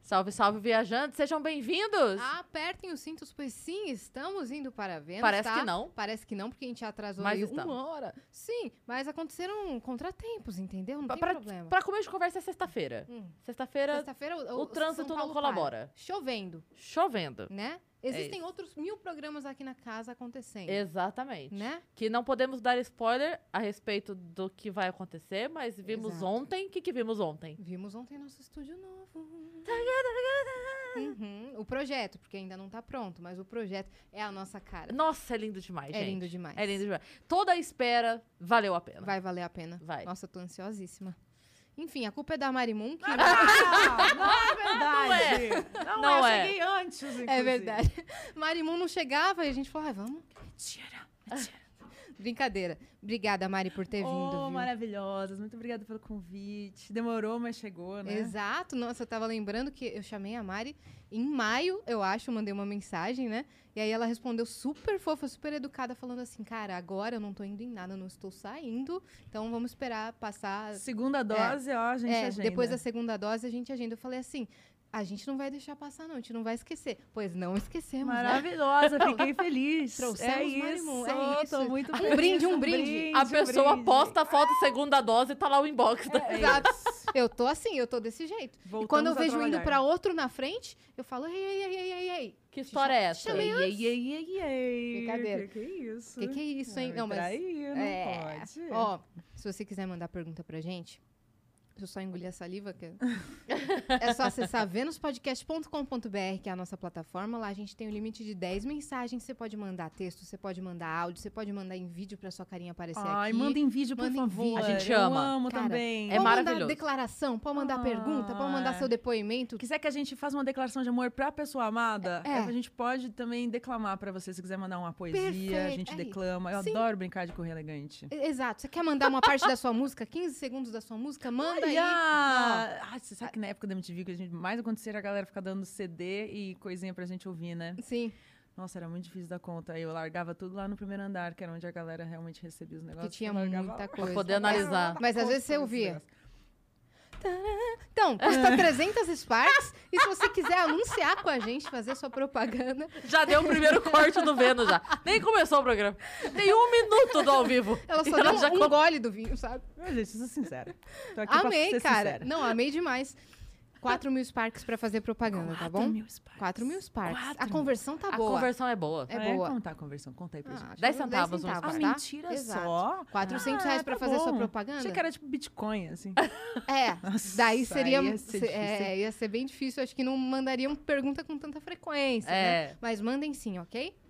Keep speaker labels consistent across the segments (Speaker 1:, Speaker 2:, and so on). Speaker 1: Salve, salve, viajantes, sejam bem-vindos!
Speaker 2: Ah, Apertem os cintos, pois sim, estamos indo para Vênus.
Speaker 1: Parece
Speaker 2: tá?
Speaker 1: que não.
Speaker 2: Parece que não, porque a gente atrasou
Speaker 1: Mas
Speaker 2: aí
Speaker 1: estamos.
Speaker 2: uma hora. Sim, mas aconteceram contratempos, entendeu? Não
Speaker 1: Pra-
Speaker 2: tem
Speaker 1: pra-
Speaker 2: problema.
Speaker 1: Pra começo de conversa é sexta-feira.
Speaker 2: Hum.
Speaker 1: Sexta-feira,
Speaker 2: Sexta-feira
Speaker 1: o
Speaker 2: o,
Speaker 1: trânsito
Speaker 2: São
Speaker 1: não
Speaker 2: Paulo
Speaker 1: colabora.
Speaker 2: para. Chovendo,
Speaker 1: chovendo.
Speaker 2: né? Existem
Speaker 1: isso.
Speaker 2: outros mil programas aqui na casa acontecendo,
Speaker 1: Exatamente.
Speaker 2: né?
Speaker 1: Que não podemos dar spoiler a respeito do que vai acontecer, mas vimos
Speaker 2: Exato.
Speaker 1: ontem. O que, que vimos ontem?
Speaker 2: Vimos ontem nosso estúdio novo.
Speaker 1: Tá,
Speaker 2: Uhum, O projeto, porque ainda não tá pronto, mas o projeto é a nossa cara.
Speaker 1: Nossa, é lindo demais,
Speaker 2: é
Speaker 1: gente.
Speaker 2: lindo demais.
Speaker 1: É lindo demais. Toda a espera valeu a pena.
Speaker 2: Vai valer a pena.
Speaker 1: Vai.
Speaker 2: Nossa, eu tô ansiosíssima. Enfim, a culpa é da Marimun, que
Speaker 3: Ah, não é verdade. Não,
Speaker 1: Não
Speaker 3: eu
Speaker 1: é.
Speaker 3: cheguei antes, inclusive.
Speaker 2: é verdade. Marimun não chegava e a gente falou, ai, vamos.
Speaker 3: Mentira.
Speaker 2: Brincadeira. Obrigada, Mari, por ter vindo.
Speaker 3: Oh,
Speaker 2: viu?
Speaker 3: maravilhosas. Muito obrigada pelo convite. Demorou, mas chegou, né?
Speaker 2: Exato. Nossa, eu tava lembrando que eu chamei a Mari em maio, eu acho, eu mandei uma mensagem, né? E aí ela respondeu super fofa, super educada, falando assim, cara, agora eu não tô indo em nada, eu não estou saindo, então vamos esperar passar...
Speaker 3: Segunda dose, ó, a gente
Speaker 2: É,
Speaker 3: agenda.
Speaker 2: depois da segunda dose a gente agenda. Eu falei assim, a gente não vai deixar passar não, a gente não vai esquecer. Pois não esquecemos, né?
Speaker 3: Maravilhosa, fiquei feliz.
Speaker 2: Trouxemos
Speaker 3: é
Speaker 2: Marimun,
Speaker 3: isso,
Speaker 2: é isso.
Speaker 3: Tô muito
Speaker 2: Um
Speaker 3: feliz.
Speaker 2: brinde, um brinde.
Speaker 1: a
Speaker 3: um
Speaker 1: pessoa
Speaker 3: brinde.
Speaker 1: posta a foto segunda dose e tá lá o inbox. da-
Speaker 3: É
Speaker 2: Exato.
Speaker 3: isso.
Speaker 2: Eu tô assim, eu tô desse jeito. e
Speaker 3: Voltamos
Speaker 2: quando eu
Speaker 3: a
Speaker 2: vejo indo
Speaker 3: trabalhar.
Speaker 2: pra outro na frente, eu falo, ei, ei, ei, ei, ei, ei.
Speaker 1: Que história é essa?
Speaker 2: chamei
Speaker 3: Ei, ei, ei, ei, ei.
Speaker 2: Brincadeira.
Speaker 3: Que que é isso?
Speaker 2: O que, que é isso, hein? Não, mas.
Speaker 3: Aí, não
Speaker 2: é,
Speaker 3: pode.
Speaker 2: Ó, se você quiser mandar pergunta pra gente, se eu só engolir a saliva, que... é só acessar venuspodcast.com.br, que é a nossa plataforma. Lá a gente tem um limite de 10 mensagens. Você pode mandar texto, você pode mandar áudio, você pode mandar em vídeo pra sua carinha aparecer
Speaker 3: Ai,
Speaker 2: aqui.
Speaker 3: manda em vídeo, por
Speaker 2: Manda em
Speaker 3: favor.
Speaker 2: vídeo.
Speaker 1: A gente
Speaker 3: Eu
Speaker 1: ama.
Speaker 3: amo
Speaker 2: Cara,
Speaker 3: também.
Speaker 1: É
Speaker 2: pode
Speaker 1: maravilhoso.
Speaker 2: mandar declaração, pode mandar
Speaker 3: Ah,
Speaker 2: pergunta, pode mandar
Speaker 3: é.
Speaker 2: seu depoimento.
Speaker 3: Quiser que a gente faça uma declaração de amor pra pessoa amada,
Speaker 2: É.
Speaker 3: a gente pode também declamar pra você. Se quiser mandar uma poesia, a
Speaker 2: Perfeito,
Speaker 3: gente
Speaker 2: é
Speaker 3: declama. Eu
Speaker 2: Sim.
Speaker 3: adoro brincar de correr elegante.
Speaker 2: E- Exato. Você quer mandar uma parte da sua música, 15 segundos da sua música? Manda aí.
Speaker 3: Olha! Ah, você sabe que na época da MTV, o que a gente mais acontecia era a galera ficar dando CD e coisinha pra gente ouvir, né?
Speaker 2: Sim,
Speaker 3: Nossa, era muito difícil dar conta. Aí Eu largava tudo lá no primeiro andar, que era onde a galera realmente recebia os negócios.
Speaker 2: que tinha
Speaker 3: eu largava
Speaker 2: muita
Speaker 3: lá.
Speaker 2: coisa.
Speaker 1: poder analisar.
Speaker 2: Mas às vezes você
Speaker 3: Nossa,
Speaker 2: ouvia.
Speaker 3: Deus.
Speaker 2: Então, custa 300 Sparks. E se você quiser anunciar com a gente, fazer sua propaganda,
Speaker 1: Já deu o primeiro corte do Vênus já. Nem começou o programa. Tem um minuto do ao vivo.
Speaker 2: ela
Speaker 1: E
Speaker 2: só deu
Speaker 1: já
Speaker 2: um gole do vinho, sabe?
Speaker 3: Não, gente, sou sincera. Tô aqui pra
Speaker 2: Amei,
Speaker 3: ser
Speaker 2: cara.
Speaker 3: sincera.
Speaker 2: Não, amei demais. 4 mil Sparks pra fazer propaganda, tá bom?
Speaker 3: mil Sparks.
Speaker 2: 4 mil Sparks.
Speaker 3: Quatro
Speaker 2: A
Speaker 3: mil.
Speaker 2: conversão tá
Speaker 1: A
Speaker 2: boa.
Speaker 1: conversão é boa.
Speaker 2: É
Speaker 3: Ah,
Speaker 2: boa.
Speaker 3: Como tá a conversão? Conta aí pra gente.
Speaker 2: Ah,
Speaker 1: Dez
Speaker 2: acho que
Speaker 1: centavos um
Speaker 3: Ah,
Speaker 1: Sparks,
Speaker 2: tá?
Speaker 3: mentira
Speaker 2: Exato.
Speaker 3: só.
Speaker 2: 400 reais
Speaker 3: Ah,
Speaker 2: pra
Speaker 3: tá
Speaker 2: fazer sua
Speaker 3: bom.
Speaker 2: propaganda?
Speaker 3: Achei que era tipo Bitcoin, assim.
Speaker 2: É,
Speaker 3: Nossa,
Speaker 2: daí seria.
Speaker 3: aí ia ser
Speaker 2: se- é,
Speaker 3: difícil.
Speaker 2: ia ser bem difícil. Acho que não mandariam pergunta com tanta frequência.
Speaker 1: É.
Speaker 2: Né? Mas mandem sim, ok?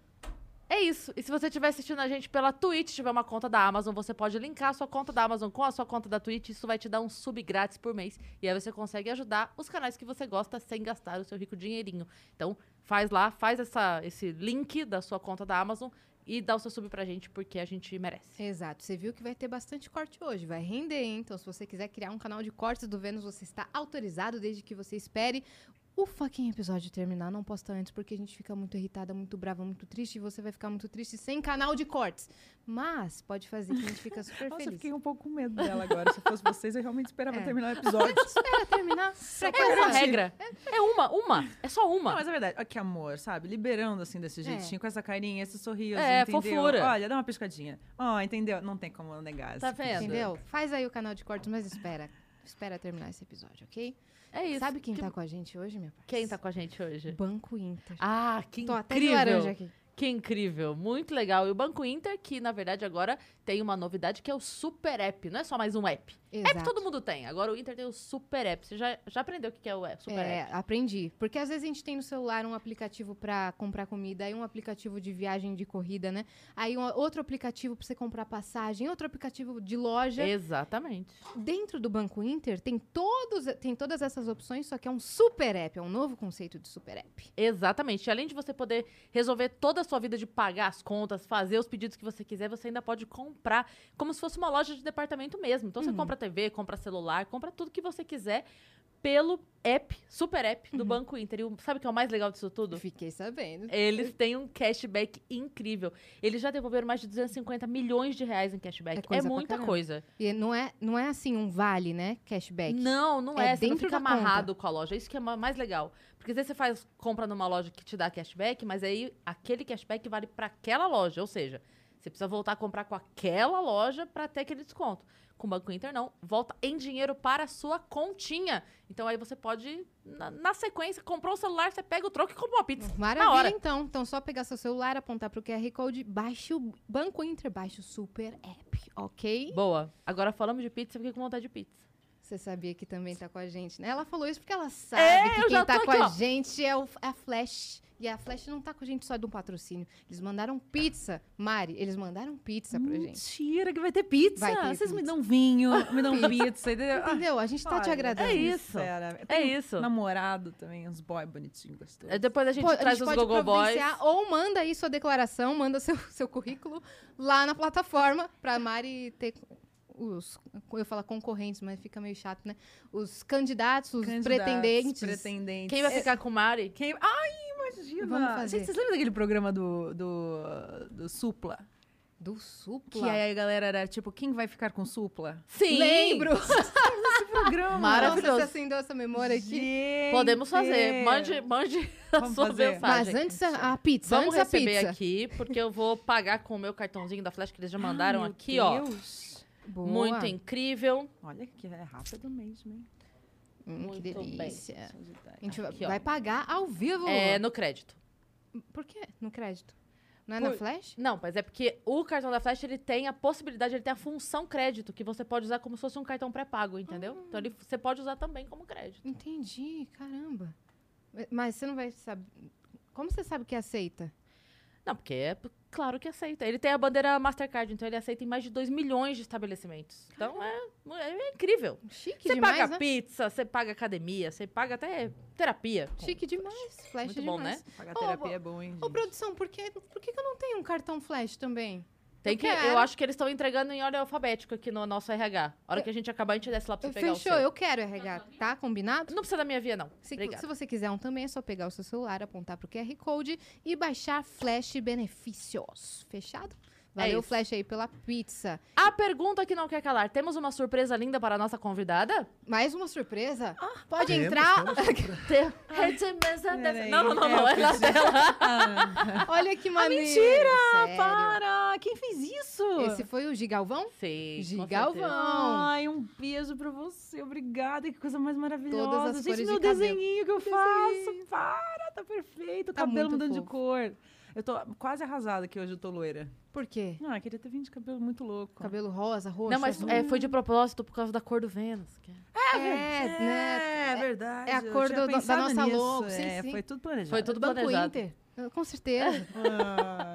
Speaker 1: É isso. E se você estiver assistindo a gente pela Twitch, tiver uma conta da Amazon, você pode linkar a sua conta da Amazon com a sua conta da Twitch. Isso vai te dar um sub grátis por mês. E aí você consegue ajudar os canais que você gosta sem gastar o seu rico dinheirinho. Então, faz lá, faz essa, esse link da sua conta da Amazon e dá o seu sub pra gente, porque a gente merece.
Speaker 2: Exato. Você viu que vai ter bastante corte hoje, vai render, hein? Então, se você quiser criar um canal de cortes do Vênus, você está autorizado desde que você espere o fucking episódio terminar. Não posta antes, porque a gente fica muito irritada, muito brava, muito triste, e você vai ficar muito triste sem canal de cortes. Mas pode fazer que a gente fica super
Speaker 3: Nossa, eu
Speaker 2: feliz.
Speaker 3: fiquei um pouco com medo dela agora. Se eu fosse vocês, eu realmente esperava
Speaker 2: É.
Speaker 3: terminar o episódio.
Speaker 2: Espera terminar. pra
Speaker 1: É uma
Speaker 2: casar.
Speaker 1: regra. É uma, uma. É só
Speaker 3: Não,
Speaker 1: uma.
Speaker 3: mas é verdade. Olha que amor, sabe? Liberando assim
Speaker 2: É.
Speaker 3: desse jeitinho, com essa carinha, esse sorriso,
Speaker 1: É,
Speaker 3: entendeu?
Speaker 1: fofura.
Speaker 3: Olha, dá uma piscadinha. Ó, entendeu? Não tem como negar.
Speaker 1: Tá
Speaker 3: esse tipo
Speaker 1: vendo?
Speaker 3: de-
Speaker 2: Entendeu? Faz aí o canal de cortes, mas espera. Espera terminar esse episódio, ok?
Speaker 1: É isso.
Speaker 2: Sabe quem
Speaker 1: Que-
Speaker 2: tá com a gente hoje, minha parça?
Speaker 1: quem tá com a gente hoje?
Speaker 2: Banco Inter.
Speaker 1: Ah, que
Speaker 2: Tô
Speaker 1: incrível.
Speaker 2: até de laranja aqui.
Speaker 1: Que incrível, muito legal. E o Banco Inter, que na verdade agora tem uma novidade que é o Super App. Não é só mais um app. App
Speaker 2: Exato.
Speaker 1: todo mundo tem. Agora o Inter tem o Super App. Você já, já aprendeu o que que é o é- Super
Speaker 2: é,
Speaker 1: App?
Speaker 2: aprendi. Porque às vezes a gente tem no celular um aplicativo pra comprar comida, aí um aplicativo de viagem de corrida, né? Aí um- outro aplicativo pra você comprar passagem, outro aplicativo de loja.
Speaker 1: Exatamente.
Speaker 2: Dentro do Banco Inter tem, todos, tem todas essas opções, só que é um super app, é um novo conceito de super app.
Speaker 1: Exatamente. E além de você poder resolver toda a sua vida de pagar as
Speaker 2: Uhum.
Speaker 1: contas, fazer os pedidos que você quiser, você ainda pode comprar como se fosse uma loja de departamento mesmo. Então você compra TV, compra celular, compra tudo que você quiser pelo app, super app
Speaker 2: Uhum.
Speaker 1: do Banco Inter. E o- sabe o que é o mais legal disso tudo?
Speaker 2: Fiquei sabendo.
Speaker 1: Eles têm um cashback incrível. Eles já devolveram mais de 250 milhões de reais em cashback.
Speaker 2: É
Speaker 1: É,
Speaker 2: coisa pra
Speaker 1: muita
Speaker 2: caramba.
Speaker 1: coisa.
Speaker 2: E não é, não é assim um vale, né? Cashback.
Speaker 1: Não, não é.
Speaker 2: É
Speaker 1: você não
Speaker 2: dentro
Speaker 1: fica
Speaker 2: da conta.
Speaker 1: amarrado com a loja. Isso que é ma- mais legal. Porque às vezes você faz compra numa loja que te dá cashback, mas aí aquele cashback vale para aquela loja. Ou seja, você precisa voltar a comprar com aquela loja para ter aquele desconto. Com o Banco Inter, não. Volta em dinheiro para a sua continha. Então aí você pode, na, na sequência, comprou o celular, você pega o troco e compra uma pizza. Na hora.
Speaker 2: Maravilha, então. Então, só pegar seu celular, apontar pro QR Code, baixe o Banco Inter, baixe o Super App, ok?
Speaker 1: Boa. Agora falamos de pizza, eu fiquei com vontade de pizza.
Speaker 2: Você sabia que também tá com a gente, né? Ela falou isso porque ela sabe
Speaker 1: É, eu
Speaker 2: que
Speaker 1: já
Speaker 2: quem tá
Speaker 1: tô
Speaker 2: com
Speaker 1: aqui,
Speaker 2: a
Speaker 1: ó.
Speaker 2: gente é, o- é a Flash. E a Flash não tá com a gente só de um patrocínio. Eles mandaram pizza. Mari, eles mandaram pizza pra
Speaker 1: Hum.
Speaker 2: gente.
Speaker 3: Mentira, que vai ter pizza.
Speaker 2: Vai ter
Speaker 3: Vocês me
Speaker 2: pizza.
Speaker 3: dão vinho, me dão pizza, entendeu? Ah,
Speaker 2: Entendeu? A gente tá te
Speaker 3: olha,
Speaker 2: agradando.
Speaker 1: é isso.
Speaker 3: sincera. Eu
Speaker 1: É
Speaker 2: um
Speaker 3: tenho
Speaker 1: isso.
Speaker 3: Namorado também, uns boy bonitinhos, gostosos.
Speaker 1: É, Depois a gente
Speaker 2: Pô, a
Speaker 1: traz
Speaker 2: gente
Speaker 1: os
Speaker 2: pode
Speaker 1: Gogo Boys.
Speaker 2: providenciar, ou manda aí sua declaração, manda seu, seu currículo lá na plataforma pra Mari ter os, eu ia falar concorrentes, mas fica meio chato, né? Os candidatos, os
Speaker 3: Candidatos,
Speaker 2: pretendentes.
Speaker 3: pretendentes. É,
Speaker 1: Quem vai ficar com o Mari?
Speaker 3: Quem- Ai, imagina!
Speaker 2: Vamos fazer.
Speaker 3: Gente, vocês lembram daquele programa do, do, do Supla?
Speaker 2: Do
Speaker 3: Que
Speaker 2: supla.
Speaker 1: é
Speaker 3: aí a galera era tipo, quem vai ficar com Supla?
Speaker 1: Sim!
Speaker 2: Lembro.
Speaker 3: Esse programa!
Speaker 1: Maravilhoso.
Speaker 2: Nossa, você acendeu essa memória aqui.
Speaker 3: Gente.
Speaker 1: Podemos fazer. Mande, mande a
Speaker 3: Vamos
Speaker 1: sua
Speaker 3: fazer.
Speaker 1: mensagem.
Speaker 2: Mas antes a, a pizza,
Speaker 1: Vamos
Speaker 2: antes a
Speaker 1: receber
Speaker 2: pizza.
Speaker 1: aqui, porque eu vou pagar com o meu cartãozinho da Flash que eles já mandaram
Speaker 3: Ai, meu
Speaker 1: aqui,
Speaker 3: Deus.
Speaker 1: ó.
Speaker 2: Boa.
Speaker 1: Muito incrível.
Speaker 3: Olha que é rápido mesmo, hein?
Speaker 2: Hum, que
Speaker 1: Muito bem.
Speaker 2: delícia.
Speaker 3: Deixa eu ajeitar
Speaker 2: A gente vai-
Speaker 1: Aqui, ó.
Speaker 2: vai pagar ao vivo.
Speaker 1: É, no crédito.
Speaker 2: Por quê? No crédito. Não é na
Speaker 1: Por-
Speaker 2: flash?
Speaker 1: Não, mas é porque o cartão da Flash, ele tem a possibilidade, ele tem a função crédito, que você pode usar como se fosse um cartão pré-pago, entendeu?
Speaker 3: Ah.
Speaker 1: Então ele, você pode usar também como crédito.
Speaker 2: Entendi, caramba. Mas- Mas você não vai saber. Como você sabe que é aceita?
Speaker 1: Não, porque é p- claro que aceita. Ele tem a bandeira Mastercard, então ele aceita em mais de 2 milhões de estabelecimentos. Então é, é incrível.
Speaker 2: Chique
Speaker 1: Você
Speaker 2: demais,
Speaker 1: paga
Speaker 2: né?
Speaker 1: pizza, você paga academia, você paga até terapia.
Speaker 2: Chique demais. Flash
Speaker 1: Muito bom,
Speaker 2: demais.
Speaker 1: né?
Speaker 3: Pagar
Speaker 2: Ô,
Speaker 3: terapia
Speaker 2: ô,
Speaker 3: é bom, hein?
Speaker 2: Ô,
Speaker 3: gente?
Speaker 2: produção, por que, por que que eu não tenho um cartão flash também?
Speaker 1: Tem
Speaker 2: Eu
Speaker 1: que,
Speaker 2: quero.
Speaker 1: eu acho que eles estão entregando em ordem alfabética aqui no nosso RH. A hora que a gente acabar, a gente desce lá pra você pegar
Speaker 2: Fechou,
Speaker 1: o seu.
Speaker 2: eu quero RH, tá? Combinado?
Speaker 1: Não precisa da minha via, não.
Speaker 2: Se,
Speaker 1: Obrigada.
Speaker 2: se você quiser um também, é só pegar o seu celular, apontar pro QR Code e baixar Flash Benefícios. Fechado?
Speaker 3: É
Speaker 2: Valeu,
Speaker 1: isso.
Speaker 2: Flash, aí pela pizza.
Speaker 1: A pergunta que não quer calar. Temos uma surpresa linda para a nossa convidada?
Speaker 2: Mais uma surpresa?
Speaker 3: Ah,
Speaker 2: Pode
Speaker 4: Temos,
Speaker 2: entrar.
Speaker 4: temos surpresa.
Speaker 1: Tem- Redemesa deve-
Speaker 3: Peraí.
Speaker 1: Não, não, não,
Speaker 3: É,
Speaker 1: não.
Speaker 3: eu
Speaker 1: É na
Speaker 3: preciso-
Speaker 1: tela.
Speaker 3: Ah,
Speaker 2: Olha que
Speaker 3: Ah,
Speaker 2: maneiro.
Speaker 3: mentira!
Speaker 2: sério.
Speaker 3: Para! Quem fez isso?
Speaker 2: Esse foi o
Speaker 1: Sim.
Speaker 2: Gigalvão?
Speaker 1: com certeza.
Speaker 2: Gigalvão.
Speaker 3: Ai, um beijo pra você. Obrigada, que coisa mais maravilhosa.
Speaker 2: Todas as
Speaker 3: Gente,
Speaker 2: cores de
Speaker 3: meu
Speaker 2: cabelo.
Speaker 3: desenhinho que eu faço. Para, tá perfeito. O
Speaker 2: Tá
Speaker 3: cabelo
Speaker 2: muito
Speaker 3: mudando de
Speaker 2: fofo.
Speaker 3: cor. Eu tô quase arrasada que hoje eu tô loira.
Speaker 2: Por quê?
Speaker 3: Ah, eu queria ter vindo de cabelo muito louco.
Speaker 2: Cabelo rosa, roxo.
Speaker 1: Não, mas
Speaker 2: azul.
Speaker 1: é, foi de propósito por causa da cor do Vênus. que-
Speaker 2: É, né?
Speaker 3: É, verdade.
Speaker 2: é a
Speaker 3: eu
Speaker 2: cor
Speaker 3: tinha
Speaker 2: do- da- da
Speaker 3: pensado
Speaker 2: nossa
Speaker 3: nisso.
Speaker 2: logo, sim,
Speaker 3: É,
Speaker 2: sim.
Speaker 3: Foi tudo planejado.
Speaker 1: Foi tudo
Speaker 2: Banco
Speaker 1: planejado.
Speaker 2: Inter. Ah, Com certeza.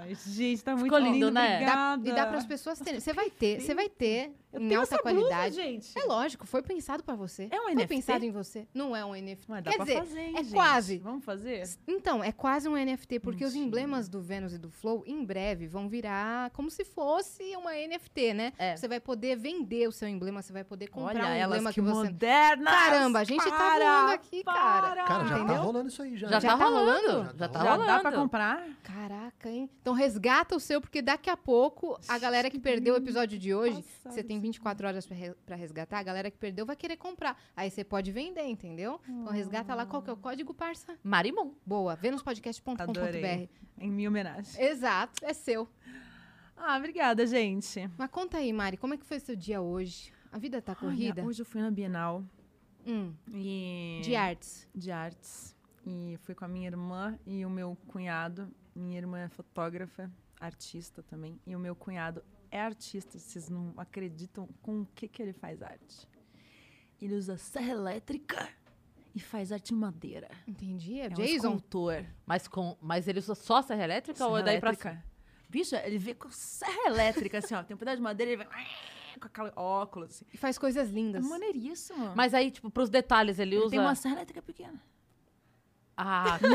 Speaker 3: Ai, gente, tá muito
Speaker 1: Ficou lindo,
Speaker 3: lindo,
Speaker 1: né?
Speaker 2: Dá-
Speaker 3: Obrigada.
Speaker 2: e dá para as pessoas terem. Você vai ter, você vai ter
Speaker 3: Eu
Speaker 2: em
Speaker 3: tenho
Speaker 2: alta
Speaker 3: essa blusa,
Speaker 2: qualidade.
Speaker 3: gente.
Speaker 2: É lógico, foi pensado pra você.
Speaker 3: É um
Speaker 2: foi
Speaker 3: NFT?
Speaker 2: pensado em você. Não é um NFT.
Speaker 3: Mas dá
Speaker 2: Quer
Speaker 3: pra
Speaker 2: dizer,
Speaker 3: fazer, hein,
Speaker 2: é
Speaker 3: gente?
Speaker 2: quase.
Speaker 3: Vamos fazer?
Speaker 2: Então, é quase um NFT, porque os
Speaker 3: Mentira.
Speaker 2: emblemas do Vênus e do Flow, em breve, vão virar como se fosse uma NFT, né?
Speaker 1: É.
Speaker 2: Você vai poder vender o seu emblema, você vai poder comprar um
Speaker 3: Olha elas
Speaker 2: emblema
Speaker 3: que,
Speaker 2: que, você...
Speaker 3: modernas!
Speaker 2: Caramba, a gente tá
Speaker 3: para,
Speaker 2: voando aqui, cara.
Speaker 3: para.
Speaker 4: Cara, já
Speaker 2: Entendeu?
Speaker 4: tá rolando isso aí, já. né?
Speaker 1: Já, tá,
Speaker 2: tá
Speaker 1: rolando.
Speaker 4: rolando?
Speaker 1: Já tá
Speaker 4: Já
Speaker 3: Já
Speaker 1: rolando.
Speaker 3: dá pra comprar?
Speaker 2: Caraca, hein? Então resgata o seu, porque daqui a pouco a galera que perdeu o episódio de hoje,
Speaker 3: Passado
Speaker 2: você tem
Speaker 3: isso.
Speaker 2: 24 horas pra re- pra resgatar, a galera que perdeu vai querer comprar. Aí você pode vender, entendeu? Então resgata lá qual que é
Speaker 3: Ah.
Speaker 2: o código, parça?
Speaker 1: Marimon.
Speaker 2: Boa, venuspodcast.com.br.
Speaker 3: Adorei. Em minha homenagem.
Speaker 2: Exato, é seu.
Speaker 3: Ah, obrigada, gente.
Speaker 2: Mas conta aí, Mari, como é que foi seu dia hoje? A vida tá corrida?
Speaker 3: Olha, hoje É. eu fui na Bienal
Speaker 2: Hum,
Speaker 3: e...
Speaker 2: de artes.
Speaker 3: de artes. E fui com a minha irmã e o meu cunhado. Minha irmã é fotógrafa, artista também. E o meu cunhado é artista. Vocês não acreditam com o que, que ele faz arte. Ele usa serra elétrica e faz arte em madeira.
Speaker 2: Entendi, é,
Speaker 3: É um
Speaker 2: Jason?
Speaker 3: escultor.
Speaker 1: Mas, com, mas ele usa só serra elétrica ou é daí pra cima?
Speaker 3: Bicha, ele vê com serra elétrica, assim, ó. Tem um pedaço de madeira, ele vai ah, com aquele óculos, assim.
Speaker 2: E faz coisas
Speaker 3: É
Speaker 2: lindas.
Speaker 3: maneiríssimo.
Speaker 1: Mas aí, tipo, pros detalhes, ele,
Speaker 3: Ele
Speaker 1: usa...
Speaker 3: tem uma serra elétrica pequena.
Speaker 1: Ah, que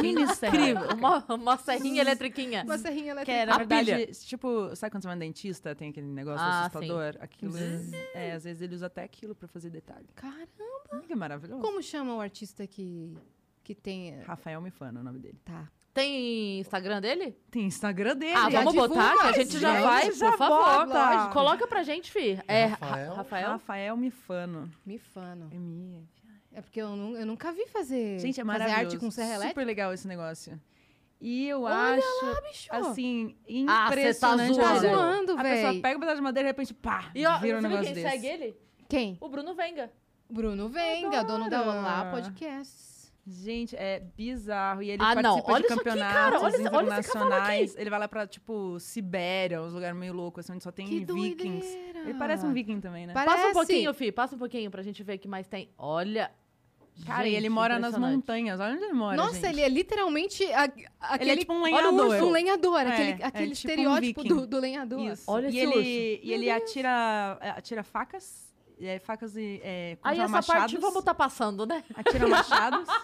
Speaker 1: incrível. Uma, uma serrinha eletriquinha.
Speaker 2: Uma serrinha
Speaker 1: Que
Speaker 2: elétrica.
Speaker 1: era, na
Speaker 3: Na
Speaker 1: verdade,
Speaker 3: verdade, tipo, sabe quando você vai no dentista, tem aquele negócio
Speaker 1: Ah,
Speaker 3: assustador? Aquilo.
Speaker 2: Zzz.
Speaker 3: É, às vezes ele usa até aquilo pra fazer detalhe.
Speaker 2: Cara,
Speaker 1: Ah.
Speaker 3: Olha que maravilhoso.
Speaker 2: como chama o artista que, que tem... eh,
Speaker 3: Rafael Mifano é o nome dele.
Speaker 2: Tá.
Speaker 1: Tem Instagram dele?
Speaker 3: Tem Instagram dele.
Speaker 1: Ah,
Speaker 2: já
Speaker 1: vamos
Speaker 2: divulga,
Speaker 1: botar, que a gente já
Speaker 2: gente,
Speaker 1: vai,
Speaker 3: já
Speaker 1: por favor.
Speaker 3: bota.
Speaker 1: Lógico. Coloca pra gente, fi. É, Ra-
Speaker 4: Rafael?
Speaker 1: Rafael?
Speaker 3: Rafael Mifano.
Speaker 2: Mifano.
Speaker 3: É minha.
Speaker 2: É porque eu, nu- eu nunca vi fazer,
Speaker 3: Gente, é
Speaker 2: fazer
Speaker 3: maravilhoso.
Speaker 2: arte com serra elétrica.
Speaker 3: Super legal esse negócio. E eu
Speaker 2: Olha
Speaker 3: acho,
Speaker 2: Ah, bicho.
Speaker 3: assim,
Speaker 1: Ah, cê tá
Speaker 3: impressionante.
Speaker 2: tá
Speaker 1: zoando.
Speaker 3: olha.
Speaker 2: zoando,
Speaker 3: A pessoa
Speaker 2: velho.
Speaker 3: pega um pedaço de madeira e de repente, pá,
Speaker 1: E ó,
Speaker 3: vira um
Speaker 1: sabe
Speaker 3: negócio
Speaker 1: quem
Speaker 3: desse.
Speaker 1: segue ele?
Speaker 2: Quem?
Speaker 1: O Bruno Venga.
Speaker 2: Bruno Venga, dono da
Speaker 3: Adoro.
Speaker 2: Olá Podcast.
Speaker 3: Gente, é bizarro. E ele
Speaker 1: Ah, não.
Speaker 3: participa
Speaker 1: Olha
Speaker 3: de
Speaker 1: isso aqui, cara.
Speaker 3: campeonatos
Speaker 1: Olha esse- olha esse cavalo
Speaker 3: internacionais. Ele vai lá pra, tipo, Sibéria, uns lugares meio loucos, assim, onde só tem
Speaker 2: Que
Speaker 3: vikings.
Speaker 2: doideira.
Speaker 3: Ele parece um viking também, né?
Speaker 2: Parece.
Speaker 1: Passa um pouquinho, Fi. Passa um pouquinho pra gente ver o que mais tem. Olha.
Speaker 3: Cara, e
Speaker 1: Gente,
Speaker 3: ele mora nas
Speaker 1: impressionante.
Speaker 3: montanhas. Olha onde ele mora,
Speaker 2: Nossa,
Speaker 3: gente.
Speaker 2: ele é literalmente a- aquele...
Speaker 3: Ele é tipo um
Speaker 2: Olha o
Speaker 3: lenhador.
Speaker 2: urso, um lenhador,
Speaker 3: É,
Speaker 2: aquele,
Speaker 3: é
Speaker 2: aquele
Speaker 3: tipo um
Speaker 2: estereótipo
Speaker 3: viking.
Speaker 2: do, do lenhador.
Speaker 3: Isso.
Speaker 1: Olha
Speaker 3: e
Speaker 1: esse
Speaker 3: ele,
Speaker 1: urso.
Speaker 3: E ele atira, é, atira facas. é, facas e. É, como
Speaker 1: Aí
Speaker 3: chama?
Speaker 1: essa parte
Speaker 3: machados.
Speaker 1: vamos tá passando, né?
Speaker 3: Atira machados.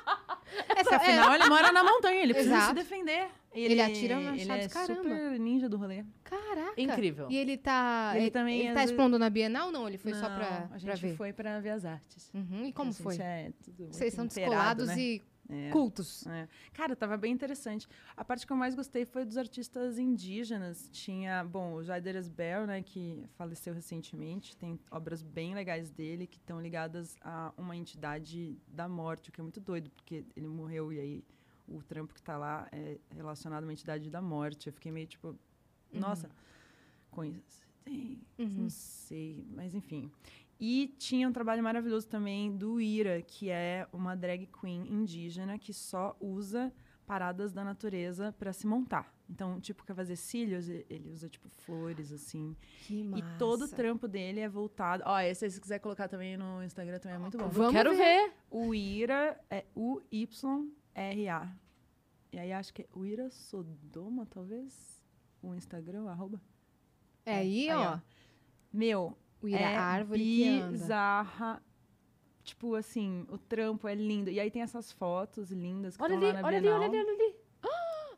Speaker 2: Essa- é,
Speaker 3: Porque afinal ele mora na montanha, ele precisa
Speaker 2: Exato.
Speaker 3: se defender.
Speaker 2: Ele atira
Speaker 3: Ele
Speaker 2: machados,
Speaker 3: é
Speaker 2: caramba.
Speaker 3: super ninja do rolê.
Speaker 2: Caraca.
Speaker 1: Incrível.
Speaker 2: E ele tá...
Speaker 3: Ele também,
Speaker 2: Ele
Speaker 3: às
Speaker 2: tá
Speaker 3: vezes-
Speaker 2: expondo na Bienal ou não? Ele foi só
Speaker 3: Não,
Speaker 2: pra,
Speaker 3: A gente
Speaker 2: pra ver?
Speaker 3: foi pra ver as artes.
Speaker 2: Uhum, E como
Speaker 3: A gente
Speaker 2: foi?
Speaker 3: é tudo muito
Speaker 2: Vocês são
Speaker 3: inteirado,
Speaker 2: descolados
Speaker 3: né?
Speaker 2: e
Speaker 3: É.
Speaker 2: cultos.
Speaker 3: É. Cara, tava bem interessante. A parte que eu mais gostei foi dos artistas indígenas. Tinha, bom, o Jaider Asbel, né, que faleceu recentemente. Tem obras bem legais dele que estão ligadas a uma entidade da morte, o que é muito doido, porque ele morreu e aí o trampo que tá lá é relacionado a uma entidade da morte. Eu fiquei meio tipo, nossa, coincidência.
Speaker 2: Uhum.
Speaker 3: Não sei, mas enfim. E tinha um trabalho maravilhoso também do Ira, que é uma drag queen indígena que só usa paradas da natureza para se montar. Então, tipo, quer fazer cílios, e- ele usa, tipo, flores, assim.
Speaker 2: Que massa.
Speaker 3: E todo o trampo dele é voltado... Ó, esse aí, se quiser colocar também no Instagram, também é muito bom.
Speaker 2: Vamos
Speaker 1: Quero ver.
Speaker 3: O Ira é U-Y-R-A. E aí, acho que é o Ira Sodoma, talvez? O Instagram, o arroba.
Speaker 2: É aí, ó.
Speaker 3: Meu,
Speaker 2: O Ira,
Speaker 3: é
Speaker 2: a árvore que anda.
Speaker 3: bizarra. Tipo assim, o trampo é lindo. E aí tem essas fotos lindas que
Speaker 1: Olha
Speaker 3: tão
Speaker 1: ali,
Speaker 3: lá na
Speaker 1: olha ali, olha ali,
Speaker 3: Bienal.
Speaker 1: olha ali.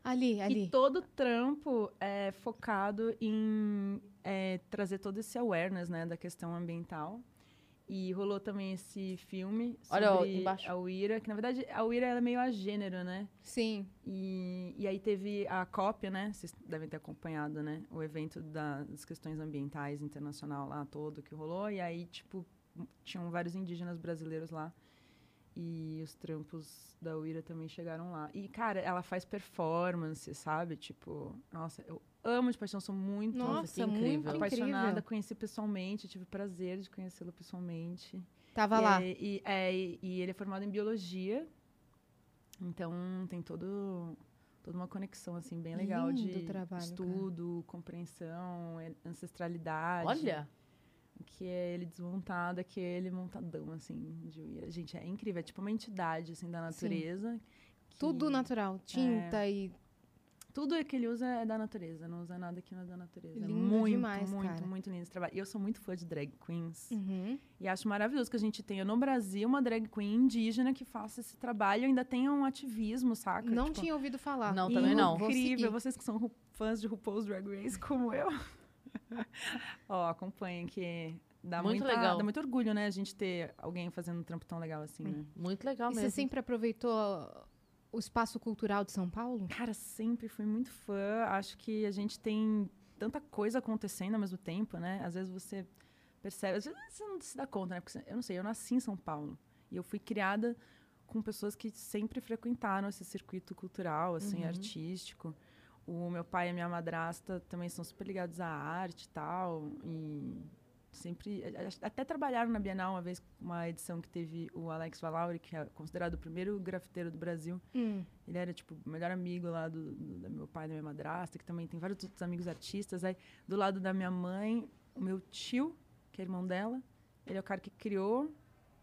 Speaker 2: Ali,
Speaker 3: E
Speaker 2: ali.
Speaker 3: todo o trampo é focado em é, trazer todo esse awareness, né, da questão ambiental. E rolou também esse filme sobre
Speaker 1: Olha, ó, embaixo.
Speaker 3: a Uira, que na verdade a Uira ela é meio a gênero, né?
Speaker 2: Sim.
Speaker 3: E, e aí teve a COP, né? Vocês devem ter acompanhado, né? O evento da- das questões ambientais internacional lá todo que rolou. E aí, tipo, m- tinham vários indígenas brasileiros lá. E os trampos da Uira também chegaram lá. E, cara, ela faz performance, sabe? Tipo, nossa, eu amo de paixão, sou muito
Speaker 1: Nossa, que
Speaker 2: Nossa, muito
Speaker 1: incrível.
Speaker 2: incrível.
Speaker 3: apaixonada. Conheci pessoalmente, tive o prazer de conhecê-lo pessoalmente.
Speaker 2: Tava
Speaker 3: E
Speaker 2: lá.
Speaker 3: é- E, é, e- e ele é formado em biologia. Então tem todo, toda uma conexão assim bem legal
Speaker 2: Lindo
Speaker 3: de
Speaker 2: trabalho, cara.
Speaker 3: estudo, compreensão, é- ancestralidade.
Speaker 1: Olha.
Speaker 3: O Que é ele desmontado, o que é ele montadão assim. de uíra. gente, é incrível, é tipo uma entidade assim da
Speaker 2: Sim.
Speaker 3: natureza. que-
Speaker 2: Tudo natural. Tinta
Speaker 3: É.
Speaker 2: e.
Speaker 3: Tudo que ele usa é da natureza, não usa nada que não é da natureza. É
Speaker 2: Lindo
Speaker 3: muito,
Speaker 2: demais,
Speaker 3: muito,
Speaker 2: cara.
Speaker 3: muito lindo esse trabalho. E eu sou muito fã de drag queens.
Speaker 2: Uhum.
Speaker 3: E acho maravilhoso que a gente tenha no Brasil uma drag queen indígena que faça esse trabalho e ainda tenha um ativismo, saca?
Speaker 2: Não
Speaker 3: Tipo,
Speaker 2: tinha ouvido falar.
Speaker 1: Não, também não.
Speaker 2: Vou
Speaker 3: Incrível,
Speaker 2: seguir.
Speaker 3: vocês que são ru- fãs de RuPaul's Drag Race como eu. Ó, acompanhem que dá
Speaker 1: Muito
Speaker 3: muita-
Speaker 1: legal.
Speaker 3: dá muito orgulho, né, a gente ter alguém fazendo um trampo tão legal assim, né?
Speaker 1: Muito legal
Speaker 2: E
Speaker 1: mesmo.
Speaker 2: você sempre aproveitou o espaço cultural de São Paulo?
Speaker 3: Cara, sempre fui muito fã. Acho que a gente tem tanta coisa acontecendo ao mesmo tempo, né? Às vezes você percebe, às vezes você não se dá conta, né? Porque você- eu não sei, eu nasci em São Paulo e eu fui criada com pessoas que sempre frequentaram esse circuito cultural, assim,
Speaker 1: Uhum.
Speaker 3: artístico. O meu pai e a minha madrasta também são super ligados à arte e tal. E sempre a- a- até trabalharam na Bienal uma vez uma edição que teve o Alex Valauri, que é considerado o primeiro grafiteiro do Brasil.
Speaker 2: Hum.
Speaker 3: Ele era, tipo, o melhor amigo lá do, do- do meu pai, da minha madrasta, que também tem vários outros amigos artistas. Aí, do lado da minha mãe, o meu tio, que é irmão dela, ele é o cara que criou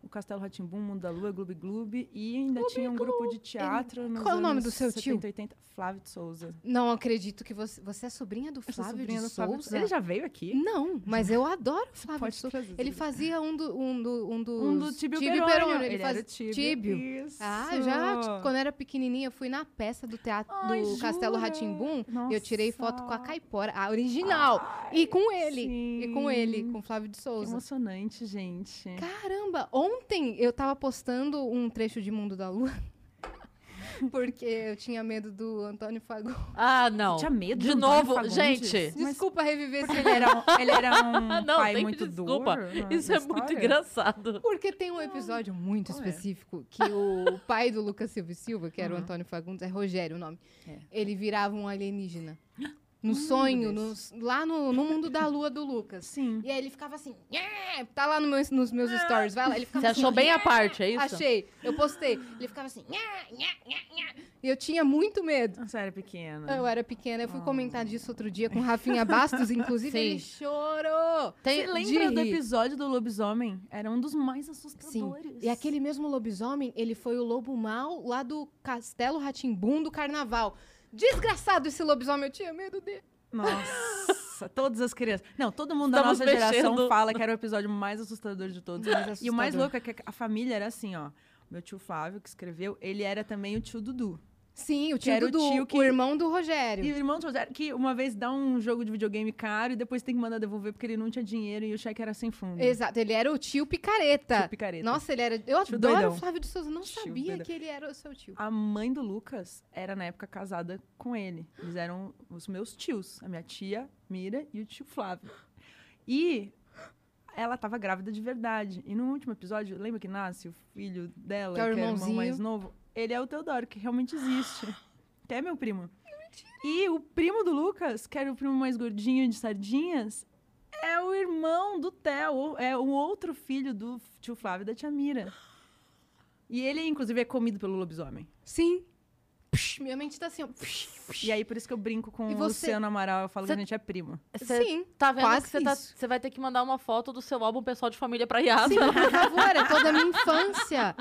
Speaker 3: o Castelo Ratimbum, Mundo da Lua, Gloob Gloob e ainda tinha um grupo de teatro nos
Speaker 2: Qual é o nome
Speaker 3: anos
Speaker 2: do seu tio?
Speaker 3: 70, 80, Flávio de Souza.
Speaker 2: Não acredito que você. Você é sobrinha do
Speaker 3: Eu sou
Speaker 2: Flávio
Speaker 3: sobrinha
Speaker 2: de
Speaker 3: do Flávio
Speaker 2: Souza?
Speaker 3: Ele já veio aqui?
Speaker 2: Não, mas eu adoro o Flávio
Speaker 3: Pode
Speaker 2: de Souza.
Speaker 3: trazer.
Speaker 2: Ele fazia um, do, um, do, um dos.
Speaker 3: um do Tibio Perônio.
Speaker 2: Perônio,
Speaker 3: Ele,
Speaker 2: Ele,
Speaker 3: era
Speaker 2: fazia
Speaker 3: o Tibio.
Speaker 2: Tíbio.
Speaker 3: Isso.
Speaker 2: Ah, já. t- Quando eu era pequenininha, eu fui na peça do teatro
Speaker 3: Ai,
Speaker 2: do Castelo
Speaker 3: jura?
Speaker 2: Ratimbum.
Speaker 3: Nossa.
Speaker 2: Eu tirei foto com a Caipora, a original. e com ele. E com ele,
Speaker 3: sim.
Speaker 2: com o Flávio de
Speaker 3: Que
Speaker 2: Souza.
Speaker 3: emocionante, gente.
Speaker 2: Caramba, ontem eu tava postando um trecho de Mundo da Lua. Porque eu tinha medo do Antônio Fagundes.
Speaker 1: Ah, não.
Speaker 3: Tinha medo
Speaker 1: De
Speaker 3: do Antônio
Speaker 1: novo,
Speaker 3: Fagundes?
Speaker 1: gente.
Speaker 3: Mas-
Speaker 2: Desculpa reviver esse
Speaker 3: Ele era um, ele era um
Speaker 1: Não,
Speaker 3: pai
Speaker 1: tem
Speaker 3: muito
Speaker 1: desculpa.
Speaker 3: duro. na-
Speaker 1: Isso
Speaker 3: na
Speaker 1: é muito
Speaker 3: história?
Speaker 1: engraçado.
Speaker 2: Porque tem um episódio muito
Speaker 3: Qual é?
Speaker 2: específico que o pai do Lucas Silva e Silva, que era o
Speaker 3: Uhum.
Speaker 2: Antônio Fagundes, é Rogério o nome,
Speaker 3: É.
Speaker 2: ele virava um alienígena. No sonho, nos- lá no, no mundo da lua do Lucas.
Speaker 3: Sim.
Speaker 2: E aí ele ficava assim, "Nhé!" tá lá no meu- nos meus stories, vai lá. Ele ficava
Speaker 1: Você achou
Speaker 2: assim,
Speaker 1: bem a
Speaker 2: "Nhé!"
Speaker 1: parte, é isso?
Speaker 2: Achei, eu postei. Ele ficava assim, "Nhé, nhé, nhé, nhé." e eu tinha muito medo.
Speaker 3: Nossa, eu era pequena.
Speaker 2: Eu era pequena, eu fui
Speaker 3: Ah.
Speaker 2: comentar disso outro dia com o Rafinha Bastos, inclusive,
Speaker 1: Sim.
Speaker 2: ele chorou.
Speaker 1: Tem-
Speaker 3: Você lembra
Speaker 2: de
Speaker 3: do
Speaker 2: rir.
Speaker 3: episódio do lobisomem? Era um dos mais
Speaker 2: Sim.
Speaker 3: assustadores.
Speaker 2: E aquele mesmo lobisomem, ele foi o lobo mau lá do Castelo Ratimbum do carnaval. Desgraçado esse lobisomem, eu tinha medo dele.
Speaker 3: Nossa, todas as crianças. Não, todo mundo
Speaker 1: Estamos
Speaker 3: da nossa geração
Speaker 1: mexendo.
Speaker 3: fala que era o episódio mais assustador de todos.
Speaker 2: Um Mais
Speaker 3: E o mais
Speaker 2: assustador.
Speaker 3: louco é que a família era assim, ó. Meu tio Flávio, que escreveu, ele era também o tio Dudu.
Speaker 2: Sim, o
Speaker 3: é Que
Speaker 2: tio
Speaker 3: era o
Speaker 2: Dudu, o,
Speaker 3: tio que-
Speaker 2: irmão do Rogério.
Speaker 3: E o irmão do Rogério, que uma vez dá um jogo de videogame caro e depois tem que mandar devolver porque ele não tinha dinheiro e o cheque era sem fundo.
Speaker 2: Exato, ele era o tio picareta.
Speaker 3: Tio picareta.
Speaker 2: Nossa, ele era. Eu
Speaker 3: Tio
Speaker 2: adoro
Speaker 3: doidão.
Speaker 2: o Flávio de Souza. Não
Speaker 3: Tio
Speaker 2: sabia
Speaker 3: doidão.
Speaker 2: que ele era o seu tio.
Speaker 3: A mãe do Lucas era, na época, casada com ele. Eles eram os meus tios. A minha tia, Mira, e o tio Flávio. E ela estava grávida de verdade. E no último episódio, lembra que nasce o filho dela,
Speaker 2: Que é o
Speaker 3: era irmão
Speaker 2: irmãozinho.
Speaker 3: mais novo? Ele é o Teodoro, que realmente existe. Que é meu primo. E o primo do Lucas, que era o primo mais gordinho de sardinhas, é o irmão do Theo, é o outro filho do tio Flávio e da tia Mira. E ele, inclusive, é comido pelo lobisomem.
Speaker 2: Sim. Psh, minha mente tá assim. ó. Psh, psh.
Speaker 3: E aí, por isso que eu brinco com
Speaker 2: E
Speaker 3: o
Speaker 2: você-
Speaker 3: Luciano Amaral. Eu falo
Speaker 1: Você-
Speaker 3: que a gente é primo.
Speaker 1: Você
Speaker 2: Sim.
Speaker 1: tá vendo
Speaker 2: quase
Speaker 1: que você, tá-
Speaker 2: isso.
Speaker 1: você vai ter que mandar uma foto do seu álbum pessoal de família pra Yas.
Speaker 2: Sim, por favor, é toda a minha infância.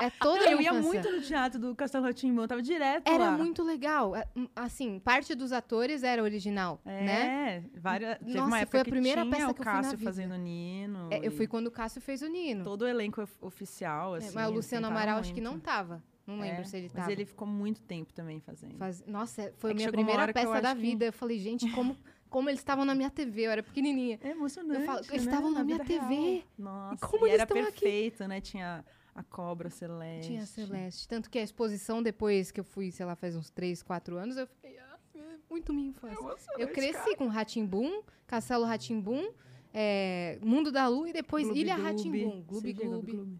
Speaker 2: É toda a
Speaker 3: eu
Speaker 2: minha
Speaker 3: ia
Speaker 2: infância.
Speaker 3: muito no teatro do Castelo Rá-Tim-Bum, eu tava direto
Speaker 2: Era
Speaker 3: lá.
Speaker 2: muito legal. É, hum, Assim, parte dos atores era original,
Speaker 3: É,
Speaker 2: né?
Speaker 3: várias... teve
Speaker 2: Nossa,
Speaker 3: uma época
Speaker 2: foi a
Speaker 3: que
Speaker 2: primeira
Speaker 3: tinha
Speaker 2: peça
Speaker 3: o
Speaker 2: que eu fui na
Speaker 3: Cássio
Speaker 2: vida.
Speaker 3: fazendo Nino.
Speaker 2: É, eu
Speaker 3: e
Speaker 2: fui quando o Cássio fez o Nino.
Speaker 3: Todo o elenco of- oficial,
Speaker 2: É,
Speaker 3: assim.
Speaker 2: mas o
Speaker 3: eles
Speaker 2: Luciano
Speaker 3: tentaram
Speaker 2: Amaral acho que
Speaker 3: muito.
Speaker 2: não tava. Não lembro
Speaker 3: É,
Speaker 2: se ele
Speaker 3: Mas
Speaker 2: tava.
Speaker 3: ele ficou muito tempo também fazendo.
Speaker 2: Faz- Nossa, é- foi
Speaker 3: É
Speaker 2: a
Speaker 3: que
Speaker 2: minha
Speaker 3: chegou uma
Speaker 2: primeira
Speaker 3: hora que eu
Speaker 2: peça da
Speaker 3: acho que-
Speaker 2: vida. Eu falei, gente, como, como eles estavam na minha TV, eu era pequenininha.
Speaker 3: É emocionante,
Speaker 2: Eu falo, eles
Speaker 3: né?
Speaker 2: estavam na minha
Speaker 3: vida real.
Speaker 2: TV.
Speaker 3: Nossa,
Speaker 2: como
Speaker 3: e
Speaker 2: eles
Speaker 3: era
Speaker 2: estão aqui?
Speaker 3: perfeito, né? Tinha a cobra celeste.
Speaker 2: Tinha a Celeste. Tanto que a exposição, depois que eu fui, sei lá, faz uns 3, 4 anos, eu fiquei, ah, é muito minha infância.
Speaker 3: Emocionante,
Speaker 2: Eu
Speaker 3: cara.
Speaker 2: cresci com Ratimbum, Castelo Ratimbum, é, Mundo da Lua e depois
Speaker 3: Gloob
Speaker 2: Ilha
Speaker 3: Gloob.
Speaker 2: Ratimbum,
Speaker 3: Sim,
Speaker 2: Gloob
Speaker 3: tinha
Speaker 2: Gloob.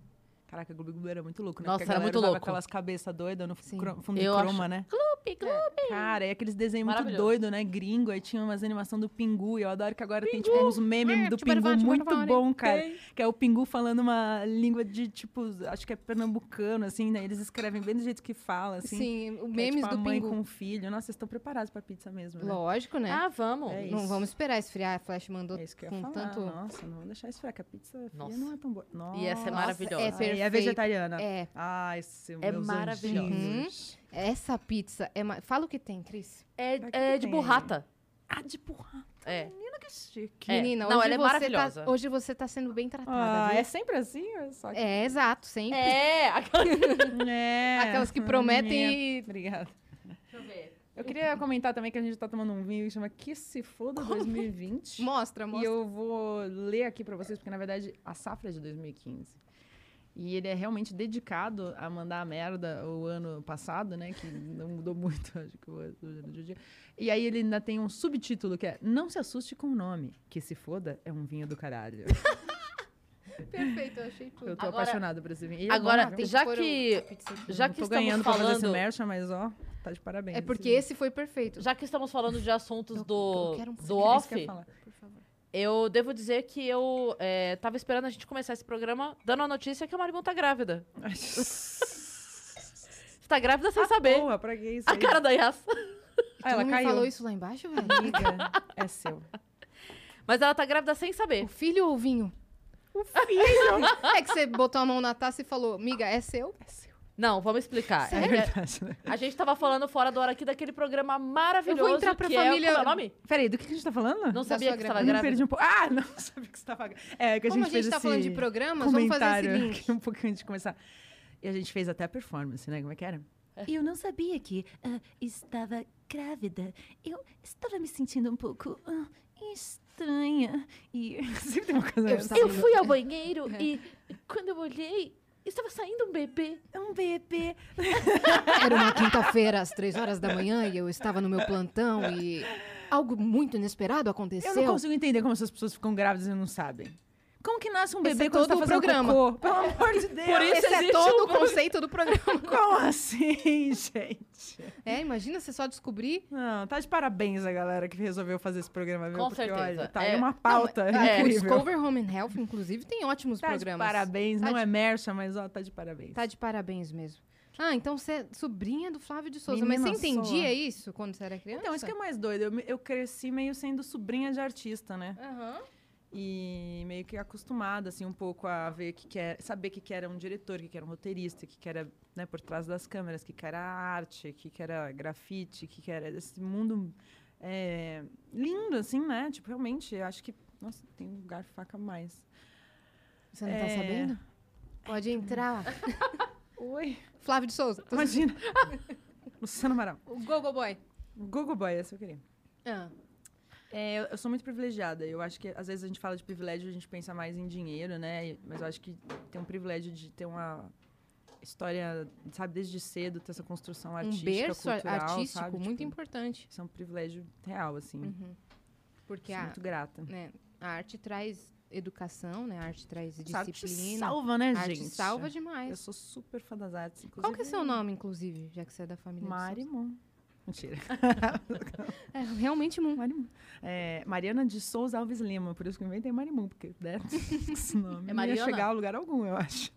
Speaker 3: Caraca, Gloob Gloob era muito louco, né?
Speaker 1: Nossa,
Speaker 3: Porque a
Speaker 1: era
Speaker 3: galera
Speaker 1: muito
Speaker 3: usava
Speaker 1: louco.
Speaker 3: aquelas cabeças doidas no fu-
Speaker 2: Sim.
Speaker 3: cro- fundo
Speaker 1: Eu
Speaker 3: de
Speaker 1: acho-
Speaker 3: croma, né?
Speaker 1: Clube,
Speaker 2: É,
Speaker 1: clube.
Speaker 3: Cara, e aqueles desenhos muito
Speaker 1: Maravilhoso.
Speaker 3: doidos, né? Gringo. Aí tinha umas animações do Pingu. E eu adoro que agora tem, tipo, uns memes
Speaker 2: É,
Speaker 3: do
Speaker 2: tipo, era
Speaker 3: Pingu
Speaker 2: vários,
Speaker 3: muito
Speaker 2: vários,
Speaker 3: bom, cara. Que é o Pingu falando uma língua de, tipo, acho que é pernambucano, assim, né? Eles escrevem bem do jeito que fala, assim.
Speaker 2: Sim, o
Speaker 3: Que é,
Speaker 2: memes
Speaker 3: tipo, a
Speaker 2: do
Speaker 3: mãe
Speaker 2: Pingu.
Speaker 3: com o filho. Nossa, vocês estão preparados pra pizza mesmo, né?
Speaker 2: Lógico, né?
Speaker 1: Ah, vamos.
Speaker 3: É
Speaker 2: não
Speaker 3: isso.
Speaker 2: vamos esperar esfriar. A Flash mandou
Speaker 3: É isso que eu ia
Speaker 2: com
Speaker 3: falar.
Speaker 2: tanto...
Speaker 3: Nossa, não vou deixar esfriar, que a pizza fria
Speaker 1: Nossa.
Speaker 3: não é tão boa.
Speaker 1: E essa é
Speaker 3: Nossa.
Speaker 1: maravilhosa.
Speaker 2: é
Speaker 3: Ah, e é
Speaker 2: perfeito.
Speaker 3: vegetariana.
Speaker 2: É, Uhum.
Speaker 3: Ai, seu
Speaker 1: É
Speaker 3: meus
Speaker 1: maravilhoso.
Speaker 3: anjinhos.
Speaker 2: essa pizza é... ma- Fala o que tem, Cris.
Speaker 3: Aqui
Speaker 1: É, é de
Speaker 3: tem.
Speaker 1: burrata.
Speaker 3: Ah, de porra.
Speaker 1: É.
Speaker 3: Menina, que chique.
Speaker 1: É.
Speaker 2: Menina,
Speaker 1: Não,
Speaker 2: hoje
Speaker 1: ela é
Speaker 2: você
Speaker 1: maravilhosa.
Speaker 2: Tá, hoje você tá sendo bem tratada,
Speaker 3: Ah,
Speaker 2: viu?
Speaker 3: é sempre assim? É Só que...
Speaker 2: É, exato, sempre.
Speaker 1: É, aquela.
Speaker 3: É.
Speaker 2: Aquelas que
Speaker 3: Minha.
Speaker 2: prometem e...
Speaker 3: Obrigada.
Speaker 1: Deixa eu ver.
Speaker 3: Eu queria comentar também que a gente tá tomando um vinho que chama Que Se Foda 2020.
Speaker 2: Mostra,
Speaker 3: E
Speaker 2: mostra.
Speaker 3: eu vou ler aqui pra vocês, porque na verdade a safra é de 2015. E ele é realmente dedicado a mandar a merda o ano passado, né? Que não mudou muito, acho que o ano do dia. E aí ele ainda tem um subtítulo que é Não se assuste com o nome, que se foda é um vinho do caralho.
Speaker 2: É Perfeito, eu achei tudo.
Speaker 3: Eu tô
Speaker 1: Agora-
Speaker 3: apaixonada por esse vinho. E é
Speaker 1: Agora,
Speaker 3: bom, viu?
Speaker 2: Tem
Speaker 1: já
Speaker 2: pôr
Speaker 1: que-
Speaker 2: o- a pizza aqui.
Speaker 1: Já
Speaker 3: Não
Speaker 1: que
Speaker 3: tô
Speaker 1: estamos
Speaker 3: ganhando pra fazer esse
Speaker 1: falando.
Speaker 3: mercha, mas ó, tá de parabéns.
Speaker 2: É porque esse foi perfeito.
Speaker 1: Já que estamos falando de assuntos
Speaker 2: Eu-
Speaker 1: do,
Speaker 2: eu quero um pouquinho
Speaker 1: do
Speaker 2: mais
Speaker 1: off,
Speaker 3: Off. falar.
Speaker 2: Por favor.
Speaker 1: eu devo dizer que eu é, tava esperando a gente começar esse programa dando a notícia que a Maribel tá grávida. Você tá grávida
Speaker 2: Ah,
Speaker 1: sem saber.
Speaker 3: Boa, pra que isso?
Speaker 1: A
Speaker 3: aí?
Speaker 1: cara da Yas.
Speaker 3: Ah, ela
Speaker 2: tu não
Speaker 3: caiu.
Speaker 2: me falou isso lá embaixo, velho?
Speaker 3: Amiga, é seu.
Speaker 1: Mas ela tá grávida sem
Speaker 2: o
Speaker 1: saber.
Speaker 2: filho ou o vinho? O filho. é que você botou a mão na taça e falou, miga, é seu?
Speaker 3: É seu.
Speaker 1: Não, vamos explicar.
Speaker 3: É
Speaker 1: É que
Speaker 3: verdade, né?
Speaker 1: a gente tava falando fora do hora aqui daquele programa maravilhoso.
Speaker 2: entrar pra
Speaker 1: que
Speaker 2: família-
Speaker 1: É, como é o nome?
Speaker 3: Peraí, do que que a gente tá falando?
Speaker 1: Não
Speaker 2: Da
Speaker 1: sabia
Speaker 2: sua
Speaker 1: que
Speaker 2: grávida.
Speaker 1: estava
Speaker 3: Eu me
Speaker 1: grávida.
Speaker 3: perdi um pouco. Ah, não sabia que você tava grávida. É, que a
Speaker 2: Como
Speaker 3: gente fez
Speaker 2: tá
Speaker 3: esse
Speaker 2: falando de programas, vamos fazer
Speaker 3: comentário
Speaker 2: esse link.
Speaker 3: aqui um pouquinho antes de começar. E a gente fez até a performance, né? Como é que era?
Speaker 4: E Eu não sabia que ah, estava grávida. Eu estava me sentindo um pouco ah, estranha. E
Speaker 3: Sempre tem uma coisa
Speaker 2: Eu
Speaker 3: dessa.
Speaker 2: Tá
Speaker 1: Eu
Speaker 2: vendo?
Speaker 1: fui ao banheiro
Speaker 2: É.
Speaker 1: e quando eu olhei, estava saindo um bebê.
Speaker 4: um bebê.
Speaker 2: Era uma quinta-feira às três horas da manhã e eu estava no meu plantão e algo muito inesperado aconteceu.
Speaker 3: Eu não consigo entender como essas pessoas ficam grávidas e não sabem. Como que nasce um
Speaker 2: Esse
Speaker 3: bebê
Speaker 2: é
Speaker 3: quando
Speaker 2: todo
Speaker 3: tá
Speaker 2: o
Speaker 3: fazendo
Speaker 2: programa.
Speaker 3: cocô? Pelo amor de Deus!
Speaker 1: Por isso
Speaker 2: Esse é
Speaker 1: existe
Speaker 2: todo
Speaker 1: um-
Speaker 2: o conceito do programa.
Speaker 3: Como assim, gente?
Speaker 2: É, imagina você só descobrir.
Speaker 3: Não, tá de parabéns a galera que resolveu fazer esse programa, viu?
Speaker 1: Com
Speaker 3: Porque,
Speaker 1: certeza.
Speaker 3: olha, tá
Speaker 1: É.
Speaker 3: aí uma pauta
Speaker 1: mas- é,
Speaker 2: O
Speaker 3: incrível.
Speaker 2: Discover Home and Health, inclusive, tem ótimos
Speaker 3: Tá de
Speaker 2: programas.
Speaker 3: parabéns,
Speaker 2: Tá
Speaker 3: não
Speaker 2: de-
Speaker 3: é mercha, mas ó, tá de parabéns.
Speaker 2: Tá de parabéns mesmo. Ah, então você é sobrinha do Flávio de Souza.
Speaker 3: Menina,
Speaker 2: mas você entendia
Speaker 3: sou.
Speaker 2: isso quando você era criança?
Speaker 3: Então, isso que é mais doido. Eu, me- eu cresci meio sendo sobrinha de artista, né?
Speaker 2: Aham.
Speaker 3: E meio que acostumada, assim, um pouco a ver o que que era, saber o que que era um diretor, o que que era um roteirista, o que que era, né, por trás das câmeras, o que que era arte, o que que era grafite, o que que era esse mundo é, lindo, assim, né? Tipo, realmente, eu acho que, nossa, tem um lugar faca a mais.
Speaker 2: Você não tá
Speaker 3: É.
Speaker 2: sabendo? Pode entrar.
Speaker 3: Oi?
Speaker 2: Flávio de Souza. Tô-
Speaker 3: Imagina. Luciano Amaral.
Speaker 2: O Gogo Boy.
Speaker 3: Google Boy, essa eu queria.
Speaker 2: Ah,
Speaker 3: É, eu- eu sou muito privilegiada. Eu acho que às vezes a gente fala de privilégio, a gente pensa mais em dinheiro, né? E- Mas eu acho que tem um privilégio de ter uma história, sabe, desde cedo, ter essa construção
Speaker 2: um
Speaker 3: artística,
Speaker 2: berço
Speaker 3: cultural,
Speaker 2: artístico
Speaker 3: sabe?
Speaker 2: muito
Speaker 3: Tipo,
Speaker 2: importante.
Speaker 3: Isso é um privilégio real, assim.
Speaker 2: Uhum. Porque a,
Speaker 3: Sou é muito grata.
Speaker 2: né, a arte traz educação, né? A arte traz
Speaker 3: Essa arte
Speaker 2: disciplina.
Speaker 3: salva, né,
Speaker 2: a arte
Speaker 3: gente?
Speaker 2: salva
Speaker 3: Eu
Speaker 2: demais.
Speaker 3: sou super fã das artes, inclusive.
Speaker 2: Qual que é seu nome, inclusive, já que você é da família de Souza?
Speaker 3: Marimon. Mentira.
Speaker 2: É, realmente muito.
Speaker 3: Marimon. É, Mariana de Souza Alves Lima, por isso que eu inventei Marimon, porque né? esse nome
Speaker 1: É
Speaker 3: não ia
Speaker 1: Mariana?
Speaker 3: chegar a lugar algum, eu acho.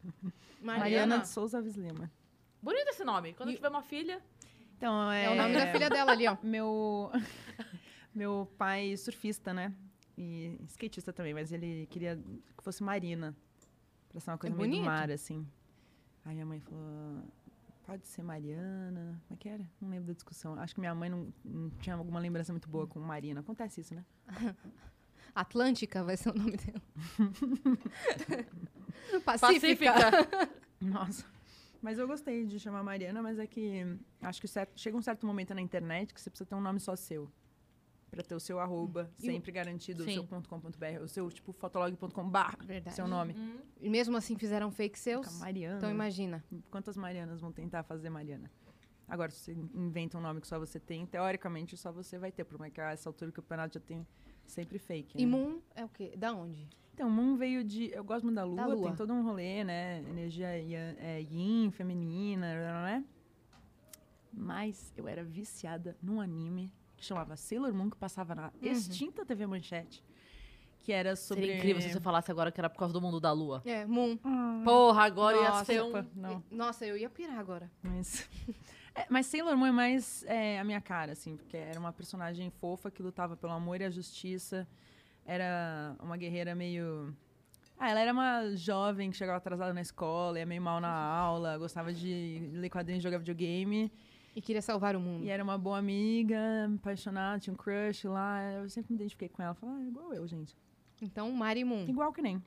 Speaker 1: Mariana?
Speaker 3: de Souza Alves Lima.
Speaker 1: Bonito esse nome. Quando
Speaker 3: E-
Speaker 1: eu tiver uma filha,
Speaker 3: Então, é,
Speaker 2: É o nome da filha dela ali, ó.
Speaker 3: Meu, meu pai surfista, né? E skatista também, mas ele queria que fosse marina. Pra ser uma coisa meio do
Speaker 2: É bonito.
Speaker 3: mar, assim. Aí minha mãe falou, pode ser Mariana. Como é que era? Não lembro da discussão. Acho que minha mãe não, não tinha alguma lembrança muito
Speaker 2: Hum.
Speaker 3: boa com Marina. Acontece isso, né?
Speaker 2: Atlântica vai ser o nome dela. Pacífica.
Speaker 1: Pacífica.
Speaker 3: Nossa. Mas eu gostei de chamar Mariana, mas é que acho que certo- chega um certo momento na internet que você precisa ter um nome só seu. Pra ter o seu arroba
Speaker 2: E o-
Speaker 3: sempre garantido,
Speaker 1: Sim.
Speaker 3: o seu ponto .com.br, o seu, tipo, fotolog.com barra,
Speaker 2: Verdade.
Speaker 3: seu nome.
Speaker 1: Hum,
Speaker 2: E mesmo assim fizeram fake seus.
Speaker 3: Fica Mariana.
Speaker 2: Tá. Então imagina.
Speaker 3: Quantas Marianas vão tentar fazer Mariana? Agora, se você inventa um nome que só você tem, teoricamente só você vai ter, porque a essa altura do campeonato já tem sempre fake.
Speaker 2: E
Speaker 3: né?
Speaker 2: Moon é o quê? Da onde?
Speaker 3: Então, Moon veio de. Eu gosto muito da lua,
Speaker 2: lua.
Speaker 3: tem todo um rolê, né? Energia yan- é, yin, feminina, não é? Mas eu era viciada num anime que chamava Sailor Moon, que passava na extinta TV Manchete, que era sobre.
Speaker 1: Uhum. Seria incrível se você falasse agora que era por causa do mundo da lua.
Speaker 2: É, Moon.
Speaker 1: Porra, agora ia
Speaker 3: Nossa,
Speaker 1: ser um...
Speaker 3: opa, Ah, Não.
Speaker 2: Nossa, eu ia pirar agora.
Speaker 3: Mas, é, mas Sailor Moon é mais é, a minha cara, assim, porque era uma personagem fofa que lutava pelo amor e a justiça. Era uma guerreira meio. Ah, ela era uma jovem que chegava atrasada na escola, ia meio mal na aula, gostava de ler quadrinhos, jogar videogame.
Speaker 2: E queria salvar o mundo.
Speaker 3: E era uma boa amiga, apaixonada, tinha um crush lá. Eu sempre me identifiquei com ela. Falei, ah, igual eu, gente.
Speaker 2: Então, Mari Moon.
Speaker 3: Igual que nem.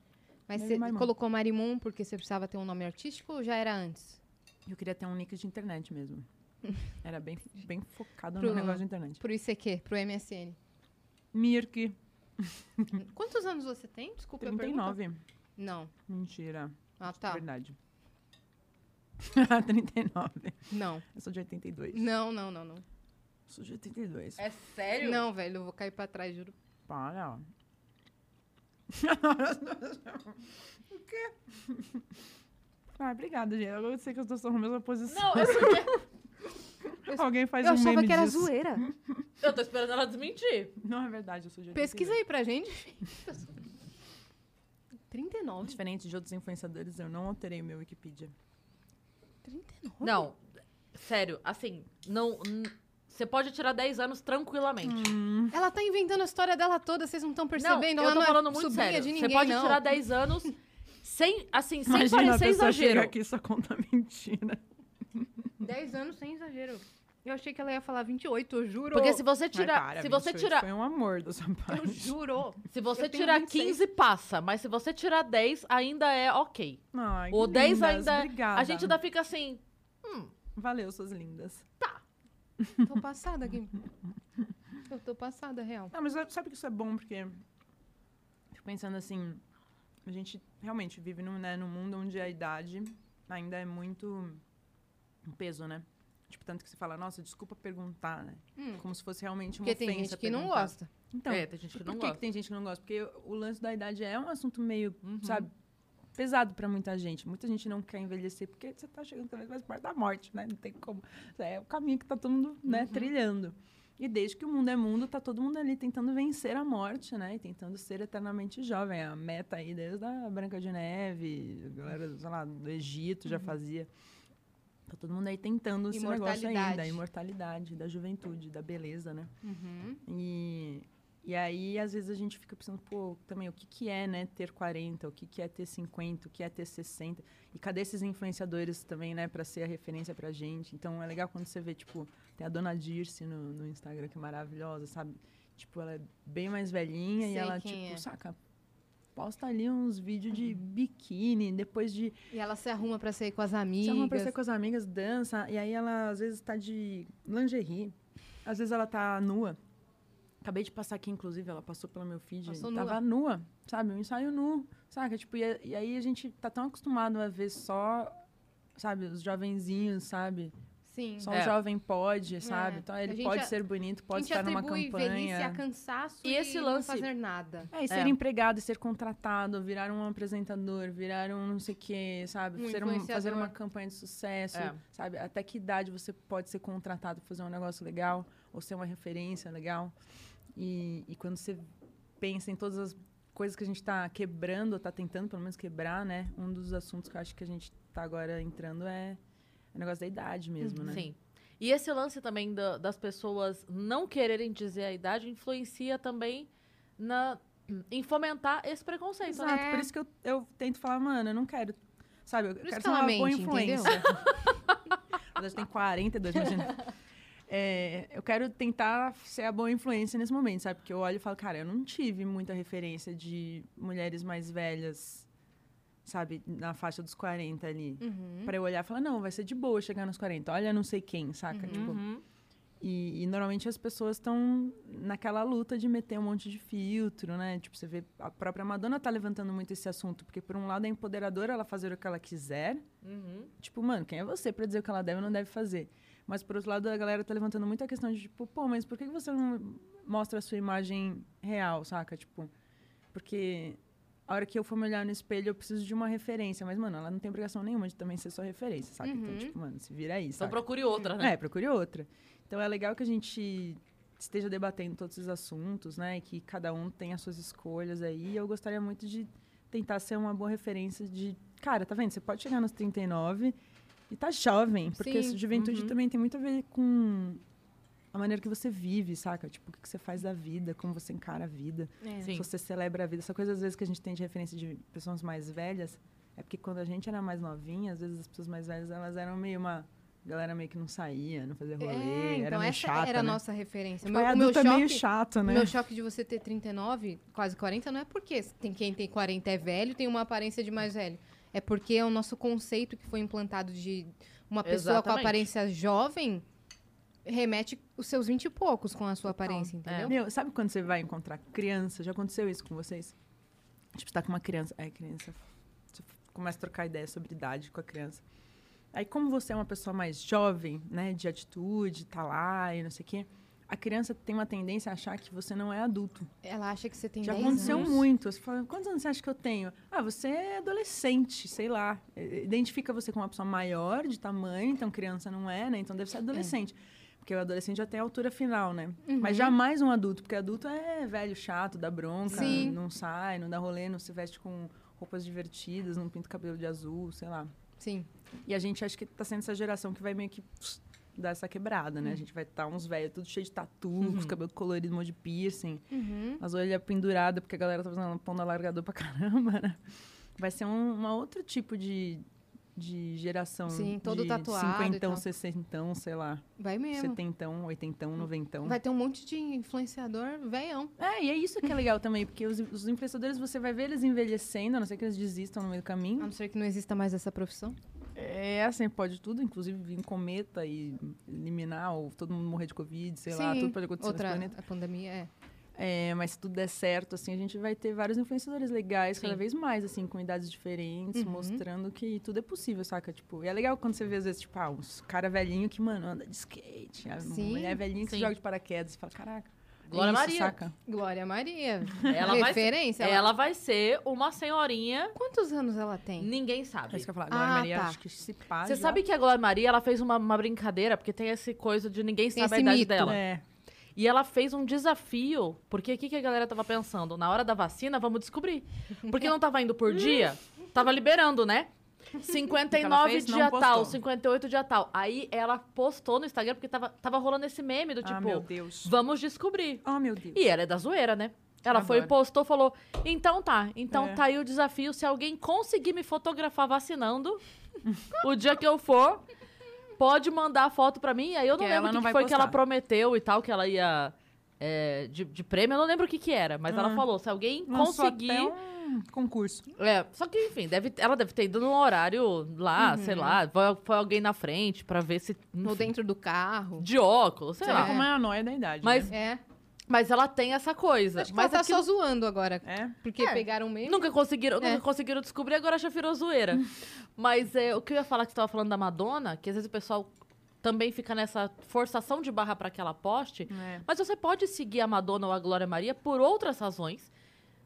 Speaker 2: Mas
Speaker 3: Mary
Speaker 2: você
Speaker 3: Mari Moon.
Speaker 2: colocou Mari Moon porque você precisava ter um nome artístico ou já era antes?
Speaker 3: Eu queria ter um nick de internet mesmo. Era bem, bem focado
Speaker 2: Pro-
Speaker 3: no negócio de internet.
Speaker 2: Pro ICQ, pro MSN.
Speaker 3: Mirk,
Speaker 2: Quantos anos você tem? Desculpa, eu pergunto.
Speaker 3: 39.
Speaker 2: Não.
Speaker 3: Mentira.
Speaker 2: Ah, tá.
Speaker 3: Verdade. 39.
Speaker 2: Não.
Speaker 3: Eu sou de 82.
Speaker 2: Não, não, não, não.
Speaker 3: Sou de 82.
Speaker 1: É sério?
Speaker 2: Não, velho, eu vou cair pra trás, juro.
Speaker 3: Para, ó. o quê? Ah, obrigada, gente. Agora eu sei que as duas estão na mesma posição.
Speaker 1: Não, eu, sabia-
Speaker 3: Alguém faz
Speaker 2: eu
Speaker 3: um
Speaker 2: achava
Speaker 3: meme
Speaker 2: que era
Speaker 3: disso.
Speaker 2: zoeira.
Speaker 1: eu tô esperando ela desmentir.
Speaker 3: Não, é verdade. Eu sou de 82.
Speaker 2: Pesquisa aí pra gente. gente. 39?
Speaker 3: Diferente de outros influenciadores, eu não alterei meu Wikipedia.
Speaker 2: 39?
Speaker 1: Não, sério, assim, não... n- Você pode tirar 10 anos tranquilamente.
Speaker 2: Ela tá inventando a história dela toda, vocês não estão percebendo.
Speaker 1: não,
Speaker 2: ela
Speaker 1: eu tô
Speaker 2: não é
Speaker 1: falando muito
Speaker 2: sobrinha
Speaker 1: sério.
Speaker 2: de
Speaker 1: Você
Speaker 2: ninguém,
Speaker 1: pode
Speaker 2: não.
Speaker 1: tirar 10 anos sem, assim, sem
Speaker 3: Imagina a
Speaker 1: parecer
Speaker 3: pessoa
Speaker 1: exagero.
Speaker 3: chega aqui e só conta mentira.
Speaker 2: 10 anos sem exagero. Eu achei que ela ia falar 28, eu juro.
Speaker 1: Porque se você tirar,
Speaker 3: Ai, para,
Speaker 1: se você
Speaker 3: bicho, isso
Speaker 1: tirar,
Speaker 3: Foi um amor da sua
Speaker 2: Eu
Speaker 3: parte.
Speaker 2: juro.
Speaker 1: se você
Speaker 2: eu tenho
Speaker 1: tirar
Speaker 2: 26.
Speaker 1: 15 passa, mas se você tirar 10 ainda é OK.
Speaker 3: Ai, que
Speaker 1: O 10
Speaker 3: lindas,
Speaker 1: ainda,
Speaker 3: Obrigada.
Speaker 1: a gente ainda fica assim,
Speaker 3: Valeu, suas lindas.
Speaker 2: Tô passada, Gui. Eu tô passada, real.
Speaker 3: Ah, mas sabe que isso é bom, porque... Fico pensando assim... A gente realmente vive num, né, num mundo onde a idade ainda é muito... Um peso, né? Tipo, tanto que você fala, nossa, desculpa perguntar, né?
Speaker 2: Hum.
Speaker 3: Como se fosse realmente uma
Speaker 2: Porque tem
Speaker 3: ofensa
Speaker 2: gente que não
Speaker 3: perguntar.
Speaker 2: gosta.
Speaker 3: Então,
Speaker 1: é, tem gente que
Speaker 3: Por
Speaker 1: não
Speaker 3: que, que
Speaker 1: gosta.
Speaker 3: tem gente que não gosta? Porque o lance da idade é um assunto meio,
Speaker 1: Uhum.
Speaker 3: sabe, pesado pra muita gente. Muita gente não quer envelhecer porque você tá chegando cada vez mais perto da morte, né? Não tem como. É o caminho que tá todo mundo, né,
Speaker 1: Uhum.
Speaker 3: trilhando. E desde que o mundo é mundo, tá todo mundo ali tentando vencer a morte, né? E tentando ser eternamente jovem. A meta aí desde a Branca de Neve, a galera, sei lá, do Egito
Speaker 1: Uhum.
Speaker 3: já fazia. Tá todo mundo aí tentando esse negócio ainda. A
Speaker 2: Imortalidade.
Speaker 3: imortalidade, da juventude, da beleza, né?
Speaker 2: Uhum.
Speaker 3: E, e aí, às vezes, a gente fica pensando, pô, também, o que, que é, né, ter 40? O que, que é ter 50? O que é ter 60? E cadê esses influenciadores também, né, pra ser a referência pra gente? Então, é legal quando você vê, tipo, tem a Dona Dirce no, no Instagram, que é maravilhosa, sabe? Tipo, ela é bem mais velhinha e
Speaker 2: Sei
Speaker 3: ela,
Speaker 2: quem
Speaker 3: tipo,
Speaker 2: é. Uhum.
Speaker 3: saca, posta ali uns vídeos de biquíni, depois de
Speaker 2: E ela se arruma pra sair com as amigas.
Speaker 3: se arruma pra sair com as amigas, dança, e aí ela às vezes tá de lingerie, às vezes ela tá nua. Acabei de passar aqui, inclusive, ela passou pelo meu feed,
Speaker 2: Passou
Speaker 3: tava nua, sabe? Um ensaio nu, saca? Tipo, e, e aí a gente tá tão acostumado a ver só, sabe, os jovenzinhos, sabe?
Speaker 2: Sim.
Speaker 3: Só
Speaker 1: É.
Speaker 3: o jovem pode, sabe?
Speaker 2: É.
Speaker 3: Então
Speaker 2: A
Speaker 3: ele
Speaker 2: gente
Speaker 3: pode
Speaker 2: a-
Speaker 3: ser bonito,
Speaker 2: a
Speaker 3: pode
Speaker 2: gente
Speaker 3: estar numa
Speaker 2: atribui velhice a
Speaker 3: campanha.
Speaker 2: cansaço
Speaker 1: E
Speaker 2: e,
Speaker 1: esse
Speaker 2: não
Speaker 1: lance-
Speaker 2: fazer nada.
Speaker 3: É, e ser
Speaker 1: É.
Speaker 3: empregado, e ser contratado, virar um apresentador, virar um não sei o quê, sabe?
Speaker 2: Um
Speaker 3: Ser um- fazer
Speaker 2: influenciador.
Speaker 3: uma campanha de sucesso,
Speaker 1: É.
Speaker 3: sabe? Até que idade você pode ser contratado pra fazer um negócio legal ou ser uma referência legal. E, e quando você pensa em todas as coisas que a gente tá quebrando, ou tá tentando pelo menos quebrar, né? Um dos assuntos que eu acho que a gente tá agora entrando é o negócio da idade mesmo, né?
Speaker 1: Sim. E esse lance também da- das pessoas não quererem dizer a idade influencia também na, em fomentar esse preconceito. né?
Speaker 3: Exato,
Speaker 2: É.
Speaker 3: por isso que eu, eu tento falar, mano, eu não quero. Sabe, eu
Speaker 2: isso
Speaker 3: quero
Speaker 2: que
Speaker 3: ser
Speaker 2: ela
Speaker 3: uma boa
Speaker 2: mente, entendeu?
Speaker 3: influência. Na verdade, tem 42, imagina. É, eu quero tentar ser a boa influência nesse momento, sabe? Porque eu olho e falo, cara, eu não tive muita referência de mulheres mais velhas, sabe, na faixa dos 40 ali.
Speaker 2: Uhum.
Speaker 3: Pra eu olhar e falar, não, vai ser de boa chegar nos 40. Olha, não sei quem, saca? Tipo,
Speaker 1: Uhum.
Speaker 3: e, e normalmente as pessoas estão naquela luta de meter um monte de filtro, né? Tipo, você vê, a própria Madonna tá levantando muito esse assunto, porque por um lado é empoderadora ela fazer o que ela quiser.
Speaker 1: Uhum.
Speaker 3: Tipo, mano, quem é você pra dizer o que ela deve ou não deve fazer? Mas por outro lado, a galera tá levantando muito a questão de, tipo, pô, mas por que que você não mostra a sua imagem real, saca? Tipo, porque a hora que eu for me olhar no espelho, eu preciso de uma referência. Mas, mano, ela não tem obrigação nenhuma de também ser sua referência, saca? Então,
Speaker 2: Uhum.
Speaker 3: tipo, mano, se vira aí,
Speaker 1: Então
Speaker 3: saca?
Speaker 1: procure outra, né?
Speaker 3: É, procure outra. Então é legal que a gente esteja debatendo todos esses assuntos, né? E que cada um tem as suas escolhas aí. E eu gostaria muito de tentar ser uma boa referência de. Cara, tá vendo? Você pode chegar nos 39 e tá jovem. Porque
Speaker 2: Sim,
Speaker 3: a juventude
Speaker 1: uhum.
Speaker 3: também tem muito a ver com a maneira que você vive, saca? Tipo, o que que você faz da vida, como você encara a vida
Speaker 2: É.
Speaker 1: Sim.
Speaker 3: se você celebra a vida. Essa coisa, às vezes, que a gente tem de referência de pessoas mais velhas, é porque quando a gente era mais novinha, às vezes as pessoas mais velhas, elas eram meio uma... A galera meio que não saía, não fazia rolê,
Speaker 2: É, então
Speaker 3: era meio
Speaker 2: essa
Speaker 3: chata,
Speaker 2: era a
Speaker 3: né?
Speaker 2: nossa referência.
Speaker 3: Tipo,
Speaker 2: Meu-
Speaker 3: aí
Speaker 2: o meu
Speaker 3: adulto
Speaker 2: choque,
Speaker 3: é meio chato, né?
Speaker 2: o meu choque de você ter 39, quase 40, não é porque tem quem tem 40 é velho, tem uma aparência de mais velho. É porque é o nosso conceito que foi implantado de uma pessoa com
Speaker 1: Exatamente.
Speaker 2: aparência jovem remete os seus 20 e poucos com a sua aparência,
Speaker 1: É.
Speaker 2: entendeu?
Speaker 3: Meu, sabe quando você vai encontrar criança? Já aconteceu isso com vocês? Tipo, você tá com uma criança. Aí, a criança. Você começa a trocar ideia sobre idade com a criança. Aí, como você é uma pessoa mais jovem, né, de atitude, tá lá e não sei o quê, a criança tem uma tendência a achar que você não é adulto.
Speaker 2: Ela acha que você tem
Speaker 3: Já
Speaker 2: 10
Speaker 3: aconteceu
Speaker 2: anos.
Speaker 3: muito. Você fala, quantos anos você acha que eu tenho? Ah, você é adolescente, sei lá. Eh, Identifica você como uma pessoa maior de tamanho, então criança não é, né? Então deve ser adolescente. Porque o adolescente já tem a altura final, né?
Speaker 2: Uhum.
Speaker 3: Mas jamais um adulto, porque adulto é velho, chato, dá bronca,
Speaker 2: Sim.
Speaker 3: não sai, não dá rolê, não se veste com roupas divertidas, não pinta o cabelo de azul, sei lá.
Speaker 2: Sim.
Speaker 3: E a gente acha que tá sendo essa geração que vai meio que pss, dar essa quebrada,
Speaker 2: Uhum.
Speaker 3: né? A gente vai estar uns velhos tudo cheio de tatu, com os cabelo colorido, um monte de piercing,
Speaker 2: Uhum.
Speaker 3: as orelhas penduradas, porque a galera tá fazendo pão da largador pra caramba, né? Vai ser um uma outro tipo de, de geração.
Speaker 2: Sim, todo
Speaker 3: de
Speaker 2: tatuado e
Speaker 3: Cinquentão,
Speaker 2: tal.
Speaker 3: sessentão, sei lá.
Speaker 2: Vai mesmo.
Speaker 3: Setentão, oitentão, noventão.
Speaker 2: Vai ter um monte de influenciador veião.
Speaker 3: É, e é isso que é legal também, porque os, os influenciadores, você vai ver eles envelhecendo, a não ser que eles desistam no meio do
Speaker 2: A
Speaker 3: caminho.
Speaker 2: não ser que não exista mais essa profissão.
Speaker 3: É, assim, pode tudo, inclusive vir cometa e eliminar, ou todo mundo morrer de Covid, sei lá,
Speaker 2: Sim,
Speaker 3: tudo pode acontecer
Speaker 2: Outra
Speaker 3: nesse planeta.
Speaker 2: a pandemia é.
Speaker 3: É, mas se tudo der certo, assim, a gente vai ter vários influenciadores legais, cada vez mais, assim, com idades diferentes,
Speaker 2: Uhum.
Speaker 3: mostrando que tudo é possível, saca? Tipo, e é legal quando você vê, às vezes, tipo, ah, uns cara velhinho que, mano, anda de skate, a
Speaker 2: Sim,
Speaker 3: mulher velhinha que
Speaker 1: sim.
Speaker 3: joga de paraquedas, e fala, caraca, é
Speaker 1: Glória
Speaker 3: isso,
Speaker 1: Maria.
Speaker 3: saca?
Speaker 2: Glória Maria.
Speaker 1: Ela vai, ser,
Speaker 2: Referência.
Speaker 1: ela vai ser uma senhorinha,
Speaker 2: Quantos anos ela tem?
Speaker 1: ninguém
Speaker 3: É
Speaker 1: sabe.
Speaker 3: isso que eu ia falar. Glória
Speaker 2: Ah,
Speaker 3: Maria,
Speaker 2: tá.
Speaker 3: acho que se pá.
Speaker 1: Você
Speaker 3: já-
Speaker 1: sabe que a Glória Maria, ela fez uma, uma brincadeira, porque tem esse coisa de ninguém
Speaker 2: Tem
Speaker 1: sabe a
Speaker 2: esse
Speaker 1: idade
Speaker 2: mito. né?
Speaker 1: dela.
Speaker 3: É.
Speaker 1: E ela fez um desafio, porque o que, que a galera tava pensando? Na hora da vacina, vamos descobrir. Porque não tava indo por dia, tava liberando, né?
Speaker 3: ela
Speaker 1: 59
Speaker 3: fez? Não
Speaker 1: dia tal,
Speaker 3: postou.
Speaker 1: 58 dia tal. Aí ela postou no Instagram, porque tava, tava rolando esse meme do
Speaker 3: ah, meu
Speaker 1: tipo,
Speaker 3: Deus.
Speaker 1: vamos descobrir.
Speaker 3: Ah, meu Deus.
Speaker 1: E ela é da zoeira, né? Ela foi e
Speaker 3: Adoro.
Speaker 1: postou, falou: então tá, então
Speaker 3: É.
Speaker 1: tá aí o desafio. Se alguém conseguir me fotografar vacinando, o dia que eu for, pode mandar a foto pra mim. E aí eu não
Speaker 3: Que
Speaker 1: lembro
Speaker 3: ela
Speaker 1: o que,
Speaker 3: não
Speaker 1: que
Speaker 3: vai
Speaker 1: foi que ela
Speaker 3: postar.
Speaker 1: prometeu e tal, que ela ia. é, de, de prêmio, eu não lembro o que que era, mas ela
Speaker 3: Ah.
Speaker 1: falou: se alguém
Speaker 3: Lançou
Speaker 1: conseguir.
Speaker 3: até um concurso.
Speaker 1: É, só que, enfim, deve, ela deve ter ido num horário lá,
Speaker 3: Uhum.
Speaker 1: sei lá, foi, foi alguém na frente pra ver se.
Speaker 2: Ou
Speaker 1: enfim,
Speaker 2: dentro do carro?
Speaker 1: de óculos, sei
Speaker 3: Você vê
Speaker 1: lá.
Speaker 3: como é a noia da idade.
Speaker 1: Tá. Mas-
Speaker 2: É.
Speaker 1: Mas ela tem essa coisa.
Speaker 2: Acho que
Speaker 1: mas
Speaker 2: ela tá
Speaker 1: aquilo-
Speaker 2: só zoando agora.
Speaker 3: né? É.
Speaker 2: Porque
Speaker 1: É.
Speaker 2: pegaram meio.
Speaker 1: Nunca conseguiram,
Speaker 2: É.
Speaker 1: nunca conseguiram descobrir, agora já virou zoeira. Mas é, o que eu ia falar que você tava falando da Madonna, que às vezes o pessoal também fica nessa forçação de barra para que ela poste.
Speaker 3: É.
Speaker 1: Mas você pode seguir a Madonna ou a Glória Maria por outras razões,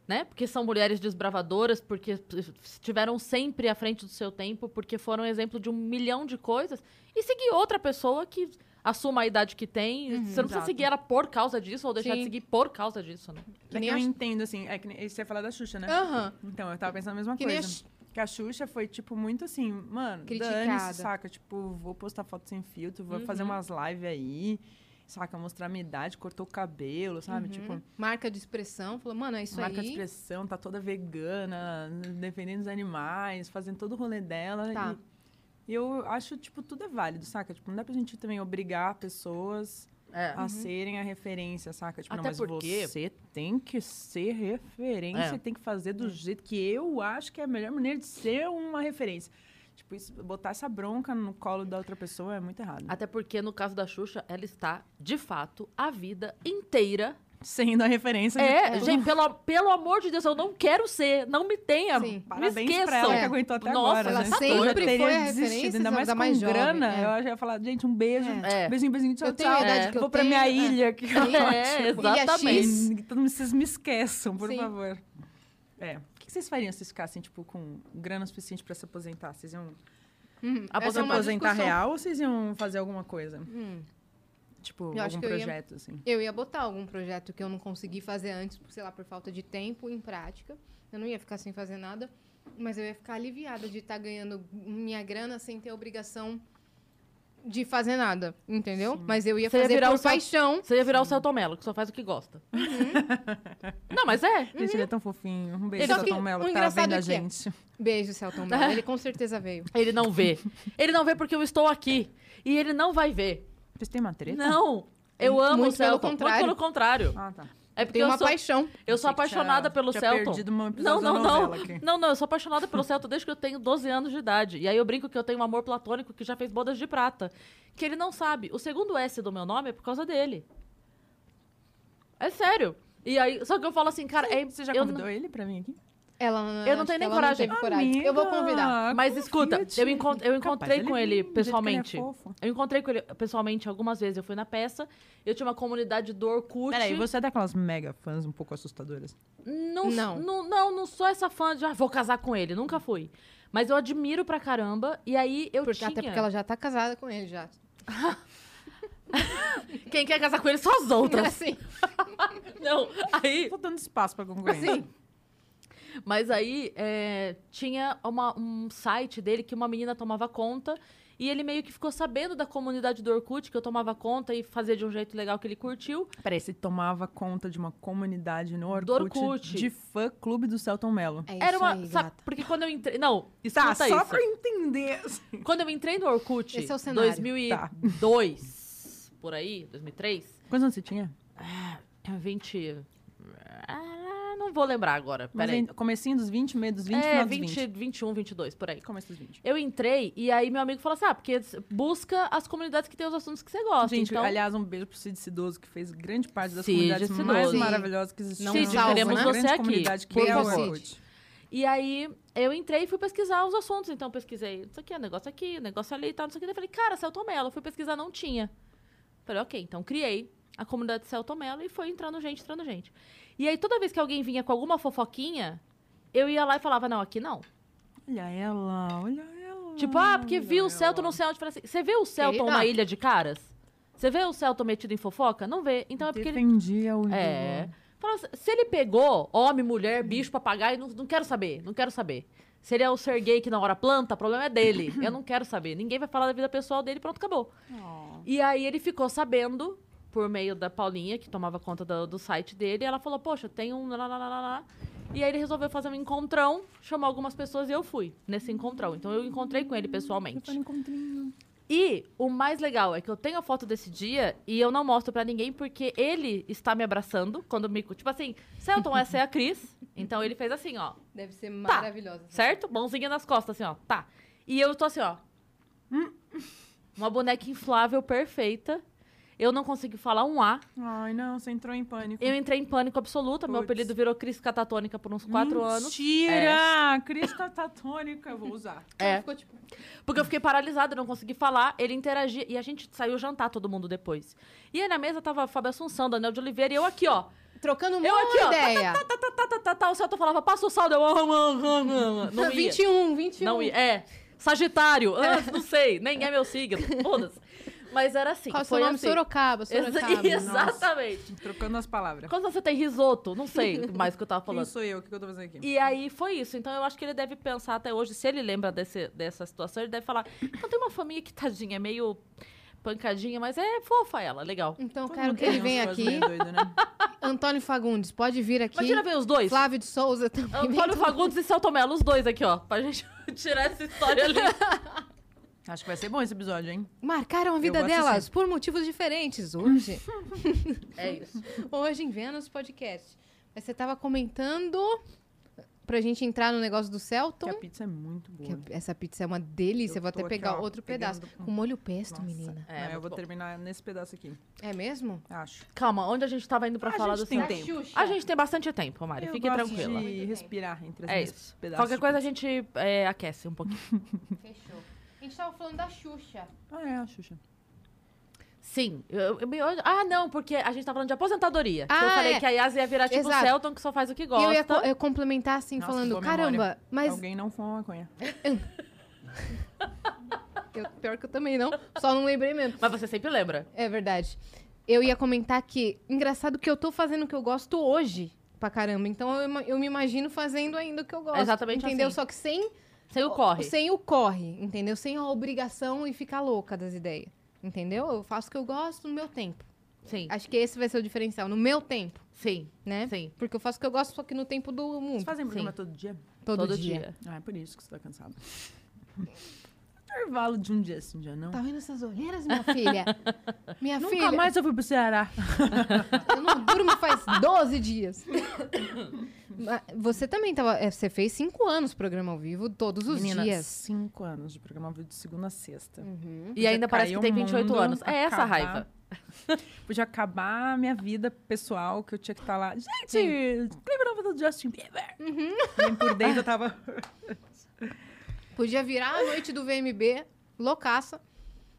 Speaker 1: né? Porque são mulheres desbravadoras, porque estiveram sempre à frente do seu tempo, porque foram exemplo de um milhão de coisas. E seguir outra pessoa que assuma a idade que tem. você não precisa
Speaker 3: exato.
Speaker 1: seguir ela por causa disso, ou deixar
Speaker 2: Uhum, Sim.
Speaker 1: de seguir por causa disso, né?
Speaker 3: É que
Speaker 2: nem
Speaker 3: eu
Speaker 2: a-
Speaker 3: entendo, assim, é que nem- você ia falar da Xuxa, né?
Speaker 2: Aham.
Speaker 3: Então, eu tava pensando a mesma
Speaker 2: Ah. Que nem a
Speaker 3: coisa. Que a Xuxa foi, tipo, muito assim, mano,
Speaker 2: Criticada. Uhum.
Speaker 3: dane saca? Tipo, vou postar foto sem filtro, vou fazer umas lives aí, saca? Mostrar minha idade, cortou o cabelo, sabe? Tipo,
Speaker 2: Marca de expressão. Falou, mano, é Uhum. isso
Speaker 3: marca de
Speaker 2: aí.
Speaker 3: expressão, tá toda vegana, defendendo os animais, fazendo todo o rolê dela.
Speaker 2: Tá.
Speaker 3: E eu acho, tipo, tudo é válido, saca? Tipo, não dá pra gente também obrigar pessoas
Speaker 1: É.
Speaker 2: Uhum.
Speaker 3: a serem a referência, saca? Tipo, não,
Speaker 1: Até
Speaker 3: mas
Speaker 1: porque-
Speaker 3: você tem que ser referência,
Speaker 1: É.
Speaker 3: e tem que fazer do jeito que eu acho que é a melhor maneira de ser uma referência. Tipo, isso- botar essa bronca no colo da outra pessoa é muito errado.
Speaker 1: Até porque, no caso da Xuxa, ela está, de fato, a vida inteira.
Speaker 3: Sendo a referência de
Speaker 1: É,
Speaker 3: tudo.
Speaker 1: gente, pelo, pelo amor de Deus, eu não quero ser. Não me tenha.
Speaker 2: Sim.
Speaker 3: Parabéns
Speaker 1: me esqueçam.
Speaker 3: pra ela que
Speaker 2: É.
Speaker 3: aguentou até
Speaker 1: Nossa,
Speaker 3: agora.
Speaker 1: ela
Speaker 3: né?
Speaker 1: tá
Speaker 3: eu já
Speaker 2: sempre
Speaker 3: teria
Speaker 2: foi a
Speaker 3: desistido,
Speaker 2: referência,
Speaker 3: Ainda mais
Speaker 2: ainda
Speaker 3: com
Speaker 2: mais jovem,
Speaker 3: grana.
Speaker 2: é.
Speaker 3: Eu já ia falar, gente, um beijo.
Speaker 1: É.
Speaker 3: um Beijinho, beijinho, tchau,
Speaker 2: Eu tenho a
Speaker 3: tchau.
Speaker 2: idade que eu
Speaker 3: Vou pra minha
Speaker 2: tenho, é.
Speaker 3: ilha. Que
Speaker 1: É,
Speaker 3: ótimo.
Speaker 1: exatamente.
Speaker 2: Isso.
Speaker 3: E Todo mundo, vocês me esqueçam, por
Speaker 2: Sim.
Speaker 3: favor. É. O que que vocês fariam se vocês ficassem, tipo, com grana suficiente pra se aposentar? Vocês iam
Speaker 2: Uhum. Essa é
Speaker 3: se
Speaker 2: uma
Speaker 3: aposentar
Speaker 2: discussão.
Speaker 3: real ou vocês iam fazer alguma coisa?
Speaker 2: Hum.
Speaker 3: Tipo,
Speaker 2: Eu acho
Speaker 3: algum
Speaker 2: que eu ia-
Speaker 3: projeto,
Speaker 1: Uhum.
Speaker 3: assim?
Speaker 2: Eu ia botar algum projeto que eu não consegui fazer antes, sei lá, por falta de tempo em prática. Eu não ia ficar sem fazer nada, mas eu ia ficar aliviada de estar ganhando minha grana sem ter obrigação de fazer nada, entendeu? Mas eu ia
Speaker 1: Você ia
Speaker 2: fazer
Speaker 1: virar
Speaker 2: por
Speaker 1: o seu-
Speaker 2: paixão.
Speaker 1: Você ia virar o Celton Mello, que só faz o que gosta.
Speaker 3: Uhum.
Speaker 1: não, mas é.
Speaker 3: Gente, ele é tão fofinho. Um beijo,
Speaker 2: Só
Speaker 3: Só
Speaker 2: que
Speaker 3: Tom Mello,
Speaker 2: o
Speaker 3: que tá
Speaker 2: engraçado
Speaker 3: vendo
Speaker 2: é
Speaker 3: a
Speaker 2: que é-
Speaker 3: gente.
Speaker 2: Beijo, Celton Mello. Ele com certeza veio.
Speaker 1: Ele não vê. Ele não vê porque eu estou aqui. E ele não vai ver.
Speaker 3: Vocês têm uma treta?
Speaker 1: Não. Eu amo
Speaker 2: Muito
Speaker 1: o
Speaker 2: pelo
Speaker 1: Celton.
Speaker 2: contrário.
Speaker 1: Muito pelo contrário.
Speaker 3: Ah, tá.
Speaker 1: É
Speaker 2: Eu
Speaker 1: porque
Speaker 2: tenho
Speaker 1: eu
Speaker 2: uma
Speaker 1: sou,
Speaker 2: paixão.
Speaker 1: eu sou
Speaker 3: Achei que tinha-
Speaker 1: apaixonada pelo
Speaker 3: tinha
Speaker 1: Celton.
Speaker 3: perdido um episódio
Speaker 1: Não,
Speaker 3: da
Speaker 1: não,
Speaker 3: novela
Speaker 1: não.
Speaker 3: aqui.
Speaker 1: Não, não, eu sou apaixonada pelo Celto desde que eu tenho 12 anos de idade. E aí eu brinco que eu tenho um amor platônico que já fez bodas de prata. Que ele não sabe. O segundo S do meu nome é por causa dele. É sério. E aí, só que eu falo assim, cara, é,
Speaker 3: Você já
Speaker 1: eu
Speaker 3: convidou
Speaker 1: não-
Speaker 3: ele pra vir aqui?
Speaker 2: Ela
Speaker 1: Eu não tenho
Speaker 2: acho que
Speaker 1: nem
Speaker 2: ela
Speaker 1: coragem.
Speaker 2: teve coragem. Eu vou convidar.
Speaker 1: Mas escuta,
Speaker 3: confia,
Speaker 1: eu, encont- eu
Speaker 3: Capaz
Speaker 1: encontrei
Speaker 3: dele
Speaker 1: com
Speaker 3: vir,
Speaker 1: ele
Speaker 3: do jeito que
Speaker 1: pessoalmente.
Speaker 3: Ele é fofo.
Speaker 1: eu encontrei com ele pessoalmente algumas vezes. Eu fui na peça, eu tinha uma comunidade do Orkut.
Speaker 3: Peraí, você é daquelas mega fãs um pouco assustadoras?
Speaker 1: Não,
Speaker 2: Não.
Speaker 1: não. Não, não, sou essa fã de, ah, vou casar com ele. Nunca fui. Mas eu admiro pra caramba. E aí eu
Speaker 2: Porque-
Speaker 1: tinha...
Speaker 2: até porque ela já tá casada com ele já.
Speaker 1: Quem quer casar com ele são as outras.
Speaker 2: Assim.
Speaker 1: não, aí...
Speaker 3: Tô dando espaço pra concorrência.
Speaker 2: Sim.
Speaker 1: Mas aí é, tinha uma- um site dele que uma menina tomava conta. E ele meio que ficou sabendo da comunidade do Orkut, que eu tomava conta e fazia de um jeito legal que ele curtiu.
Speaker 3: Peraí, você tomava conta de uma comunidade no Orkut,
Speaker 1: Do Orkut.
Speaker 3: de fã clube do Celton Mello.
Speaker 2: É
Speaker 1: Era
Speaker 2: isso
Speaker 1: uma.
Speaker 2: aí,
Speaker 1: sabe,
Speaker 2: gata.
Speaker 1: porque quando eu entrei. Não,
Speaker 3: Tá,
Speaker 1: escuta
Speaker 3: só
Speaker 1: isso.
Speaker 3: pra entender. assim.
Speaker 1: Quando eu entrei no Orkut,
Speaker 2: Esse é o cenário.
Speaker 1: 2002, por aí, 2003,
Speaker 3: Quantos anos você tinha?
Speaker 1: é 20... Ah, não vou lembrar agora,
Speaker 3: Mas
Speaker 1: peraí.
Speaker 3: em- comecinho dos 20, meio dos 20,
Speaker 1: é,
Speaker 3: final dos
Speaker 1: 20,
Speaker 3: 20.
Speaker 1: 21, 22, por aí.
Speaker 3: Começo dos 20.
Speaker 1: Eu entrei e aí meu amigo falou assim, ah, porque busca as comunidades que tem os assuntos que você gosta.
Speaker 3: Gente,
Speaker 1: então,
Speaker 3: aliás, um beijo pro Cid Cidoso, que fez grande parte das
Speaker 1: Cid
Speaker 3: comunidades
Speaker 1: Cidoso.
Speaker 3: mais
Speaker 1: Sim. né?
Speaker 3: maravilhosas que existiam.
Speaker 2: Cid,
Speaker 3: no Brasil.
Speaker 2: queremos
Speaker 3: Uma
Speaker 1: você
Speaker 3: grande
Speaker 1: aqui.
Speaker 3: comunidade que
Speaker 2: Por
Speaker 3: é o
Speaker 2: favor.
Speaker 3: Orkut.
Speaker 1: E aí eu entrei e fui pesquisar os assuntos. Então, eu pesquisei isso aqui, um negócio aqui, um negócio ali e tal, não sei o que. Daí eu falei, cara, Celton Mello. Fui pesquisar, não tinha. Falei, ok, então criei a comunidade Celton Mello e foi entrando gente, entrando gente. E aí, toda vez que alguém vinha com alguma fofoquinha, eu ia lá e falava, não, aqui não.
Speaker 3: Olha ela, olha ela.
Speaker 1: Tipo, ah, porque
Speaker 3: olha
Speaker 1: viu o
Speaker 3: ela.
Speaker 1: Celton não sei onde. Falei assim, Você vê o Celton
Speaker 2: Eita.
Speaker 1: na ilha de caras? Você vê o Celton metido em fofoca? Não vê. Então é porque ele...
Speaker 3: Defendia o
Speaker 1: É. Fala assim, se ele pegou homem, mulher, bicho, papagaio, não, não quero saber, não quero saber. Se ele é o ser gay que na hora planta, o problema é dele. Eu não quero saber. Ninguém vai falar da vida pessoal dele, pronto, acabou.
Speaker 3: ídolo.
Speaker 1: E aí ele ficou sabendo, por meio da Paulinha, que tomava conta do, do site dele, e ela falou, poxa, tem um... lá, lá, lá, lá, lá." E aí ele resolveu fazer um encontrão, chamou algumas pessoas e eu fui nesse encontrão. Então eu encontrei com ele
Speaker 3: Eu
Speaker 1: pessoalmente.
Speaker 3: falei, encontrinho.
Speaker 1: E o mais legal é que eu tenho a foto desse dia e eu não mostro pra ninguém porque ele está me abraçando quando me. Tipo assim, Celton, essa é a Cris. Então ele fez assim, ó,
Speaker 2: Deve ser maravilhosa.
Speaker 1: certo? Mãozinha nas costas, assim, ó, tá. E eu tô assim, ó. hum. Uma boneca inflável perfeita. Eu não consegui falar um A.
Speaker 3: Ai, não, você entrou em pânico.
Speaker 1: Eu entrei em pânico absoluto. Meu
Speaker 3: Puts.
Speaker 1: apelido virou Cris Catatônica por uns quatro anos.
Speaker 3: Mentira! Cris catatônica, eu vou usar.
Speaker 1: É.
Speaker 2: Ficou tipo,
Speaker 1: Porque eu fiquei paralisada, não consegui falar. Ele interagia. E a gente saiu jantar todo mundo depois. E aí na mesa tava Fábio Assunção, Daniel de Oliveira e eu aqui, ó.
Speaker 2: trocando uma
Speaker 1: Eu aqui, ó.
Speaker 2: ideia.
Speaker 1: Tá, tá, tá, tá, tá, tá. O Celto falava, passa o saldo. Eu, ah, ah, ah, ah. não ia.
Speaker 2: 21, 21.
Speaker 1: Não ia. É. Sagitário. Ah, não sei. Nem é meu signo. Foda-se. Mas era assim.
Speaker 2: Qual é o seu
Speaker 1: foi
Speaker 2: nome?
Speaker 1: assim.
Speaker 2: Sorocaba,
Speaker 1: Exa-
Speaker 2: Sorocaba.
Speaker 1: Exatamente.
Speaker 3: Trocando as palavras.
Speaker 1: Quando você tem risoto, não sei mais o que eu tava
Speaker 3: Quem
Speaker 1: falando.
Speaker 3: sou eu? O que que eu tô fazendo aqui?
Speaker 1: E aí foi isso. Então eu acho que ele deve pensar até hoje, se ele lembra desse, dessa situação, ele deve falar. Então tem uma família que tadinha, é meio pancadinha, mas é fofa ela, legal.
Speaker 2: Então,
Speaker 3: Todo
Speaker 2: quero
Speaker 3: mundo
Speaker 2: que
Speaker 3: tem
Speaker 2: ele
Speaker 3: umas
Speaker 2: venha
Speaker 3: coisas
Speaker 2: aqui.
Speaker 3: meio doidas, né?
Speaker 2: Antônio Fagundes, pode vir aqui.
Speaker 1: Imagina ver os dois.
Speaker 2: Flávio de Souza também. vem
Speaker 1: Antônio
Speaker 2: todo-
Speaker 1: Fagundes e Celto Mello, os dois aqui, ó. Pra gente tirar essa história ali.
Speaker 3: Acho que vai ser bom esse episódio, hein?
Speaker 2: Marcaram a vida
Speaker 3: gosto
Speaker 2: delas
Speaker 3: assim.
Speaker 2: por motivos diferentes. Hoje,
Speaker 1: É isso.
Speaker 2: hoje em Vênus Podcast. Mas você tava comentando pra gente entrar no negócio do Celton.
Speaker 3: Porque a pizza é muito boa.
Speaker 2: Que a- essa pizza é uma delícia.
Speaker 3: Eu
Speaker 2: Eu vou até
Speaker 3: tô aqui,
Speaker 2: pegar
Speaker 3: ó,
Speaker 2: outro
Speaker 3: pegando-
Speaker 2: pedaço. Com molho pesto,
Speaker 3: Nossa.
Speaker 2: menina.
Speaker 1: É,
Speaker 3: Mas eu
Speaker 1: muito
Speaker 3: vou
Speaker 1: bom.
Speaker 3: terminar nesse pedaço aqui,
Speaker 2: É mesmo?
Speaker 3: acho.
Speaker 1: Calma, onde a gente tava indo pra
Speaker 3: A
Speaker 1: falar
Speaker 3: gente
Speaker 1: do
Speaker 3: tem
Speaker 1: Celto?
Speaker 3: tempo.
Speaker 1: A gente tem bastante tempo, Mari.
Speaker 3: eu
Speaker 1: Fique
Speaker 3: gosto
Speaker 1: tranquila.
Speaker 3: de respirar entre as
Speaker 1: É
Speaker 3: minhas
Speaker 1: isso.
Speaker 3: pedaços.
Speaker 1: Qualquer coisa a gente é, aquece um pouquinho.
Speaker 2: Fechou. A gente tava falando da Xuxa.
Speaker 3: Ah, é, a Xuxa.
Speaker 1: Sim. eu- eu me- eu- ah, não, porque a gente tá falando de aposentadoria. que eu
Speaker 2: Ah,
Speaker 1: falei
Speaker 2: é.
Speaker 1: que a Yas ia virar tipo o
Speaker 2: Exato.
Speaker 1: Celton, que só faz o que
Speaker 2: E
Speaker 1: gosta.
Speaker 2: eu ia co- eu complementar assim,
Speaker 3: Nossa,
Speaker 2: falando,
Speaker 3: boa memória.
Speaker 2: caramba, mas
Speaker 3: Alguém não fuma
Speaker 1: É
Speaker 3: maconha.
Speaker 2: eu- pior que eu também não, só não lembrei mesmo.
Speaker 1: Mas você sempre lembra.
Speaker 2: É verdade. Eu ia comentar que, engraçado que eu tô fazendo o que eu gosto hoje pra caramba. Então eu, ima- eu me imagino fazendo ainda o que eu gosto.
Speaker 1: Exatamente
Speaker 2: Entendeu?
Speaker 1: assim.
Speaker 2: Só que sem,
Speaker 1: Sem o corre.
Speaker 2: sem o corre, entendeu? Sem a obrigação e ficar louca das ideias. Entendeu? Eu faço o que eu gosto no meu tempo.
Speaker 1: Sim,
Speaker 2: Acho que esse vai ser o diferencial, no meu tempo,
Speaker 1: sim,
Speaker 2: né?
Speaker 1: sim.
Speaker 2: Porque eu faço o que eu gosto, só que no tempo do
Speaker 3: Vocês
Speaker 2: mundo.
Speaker 3: fazem programa
Speaker 1: Sim.
Speaker 3: todo dia?
Speaker 2: Todo, dia.
Speaker 3: Ah, é por isso que você tá cansada. Intervalo de um dia assim, já não?
Speaker 2: Tá vendo essas olheiras, minha filha? Minha
Speaker 3: Nunca
Speaker 2: filha,
Speaker 3: mais eu fui pro Ceará.
Speaker 2: eu não durmo faz 12 dias. Mas Você também tava. é, Você fez cinco anos programa ao vivo, todos os
Speaker 3: Menina,
Speaker 2: dias.
Speaker 3: cinco anos de programa ao vivo de segunda a sexta.
Speaker 1: E ainda parece que
Speaker 3: caiu
Speaker 1: tem
Speaker 3: o
Speaker 1: 28
Speaker 3: um mundo,
Speaker 1: anos. É essa a
Speaker 3: acabar.
Speaker 1: raiva.
Speaker 3: Podia acabar a minha vida pessoal, que eu tinha que estar lá. Gente, clima novo do Justin Bieber.
Speaker 1: Uhum.
Speaker 3: E por dentro eu tava...
Speaker 2: Podia virar a noite do VMB, loucaça.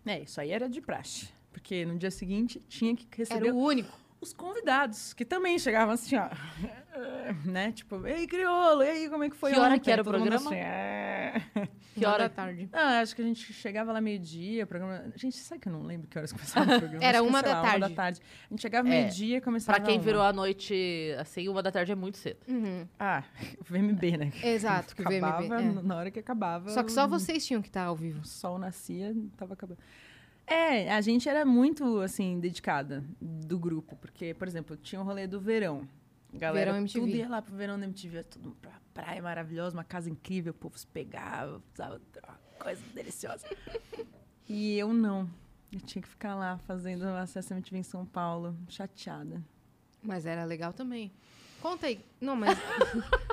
Speaker 3: É, isso aí era de praxe. Porque no dia seguinte tinha que receber
Speaker 2: Era o único.
Speaker 3: os convidados, que também chegavam assim, ó. Né? Tipo, ei, crioulo, e aí, como é que foi
Speaker 1: Que hora
Speaker 3: ontem?"
Speaker 1: que era o
Speaker 3: Todo mundo
Speaker 1: programa?
Speaker 3: assim, "É."
Speaker 1: Que hora?
Speaker 2: da tarde.
Speaker 3: Ah, acho que a gente chegava lá meio-dia, o programa. Gente, sabe que eu não lembro que horas começava o programa?
Speaker 2: Era
Speaker 3: Acho que,
Speaker 2: uma
Speaker 3: sei
Speaker 2: da
Speaker 3: lá,
Speaker 2: tarde.
Speaker 3: Uma da tarde. A gente chegava
Speaker 1: É.
Speaker 3: meio-dia e começava.
Speaker 1: Pra quem
Speaker 3: uma.
Speaker 1: virou a noite, assim, uma da tarde é muito cedo.
Speaker 2: Uhum.
Speaker 3: Ah, VMB, né?
Speaker 2: Exato, que o VMB,
Speaker 3: acabava,
Speaker 2: é.
Speaker 3: Na hora que acabava.
Speaker 2: Só que só vocês tinham que estar ao vivo.
Speaker 3: O sol nascia, tava acabando. É, a gente era muito, assim, dedicada do grupo. Porque, por exemplo, tinha o rolê do verão. Galera,
Speaker 2: Verão MTV.
Speaker 3: tudo ia lá pro verão da MTV. Todo mundo pra praia maravilhosa, uma casa incrível. O povo se pegava, precisava ter uma coisa deliciosa. e eu não. Eu tinha que ficar lá fazendo o acesso à MTV em São Paulo, chateada.
Speaker 2: Mas era legal também. Conta aí. Não, mas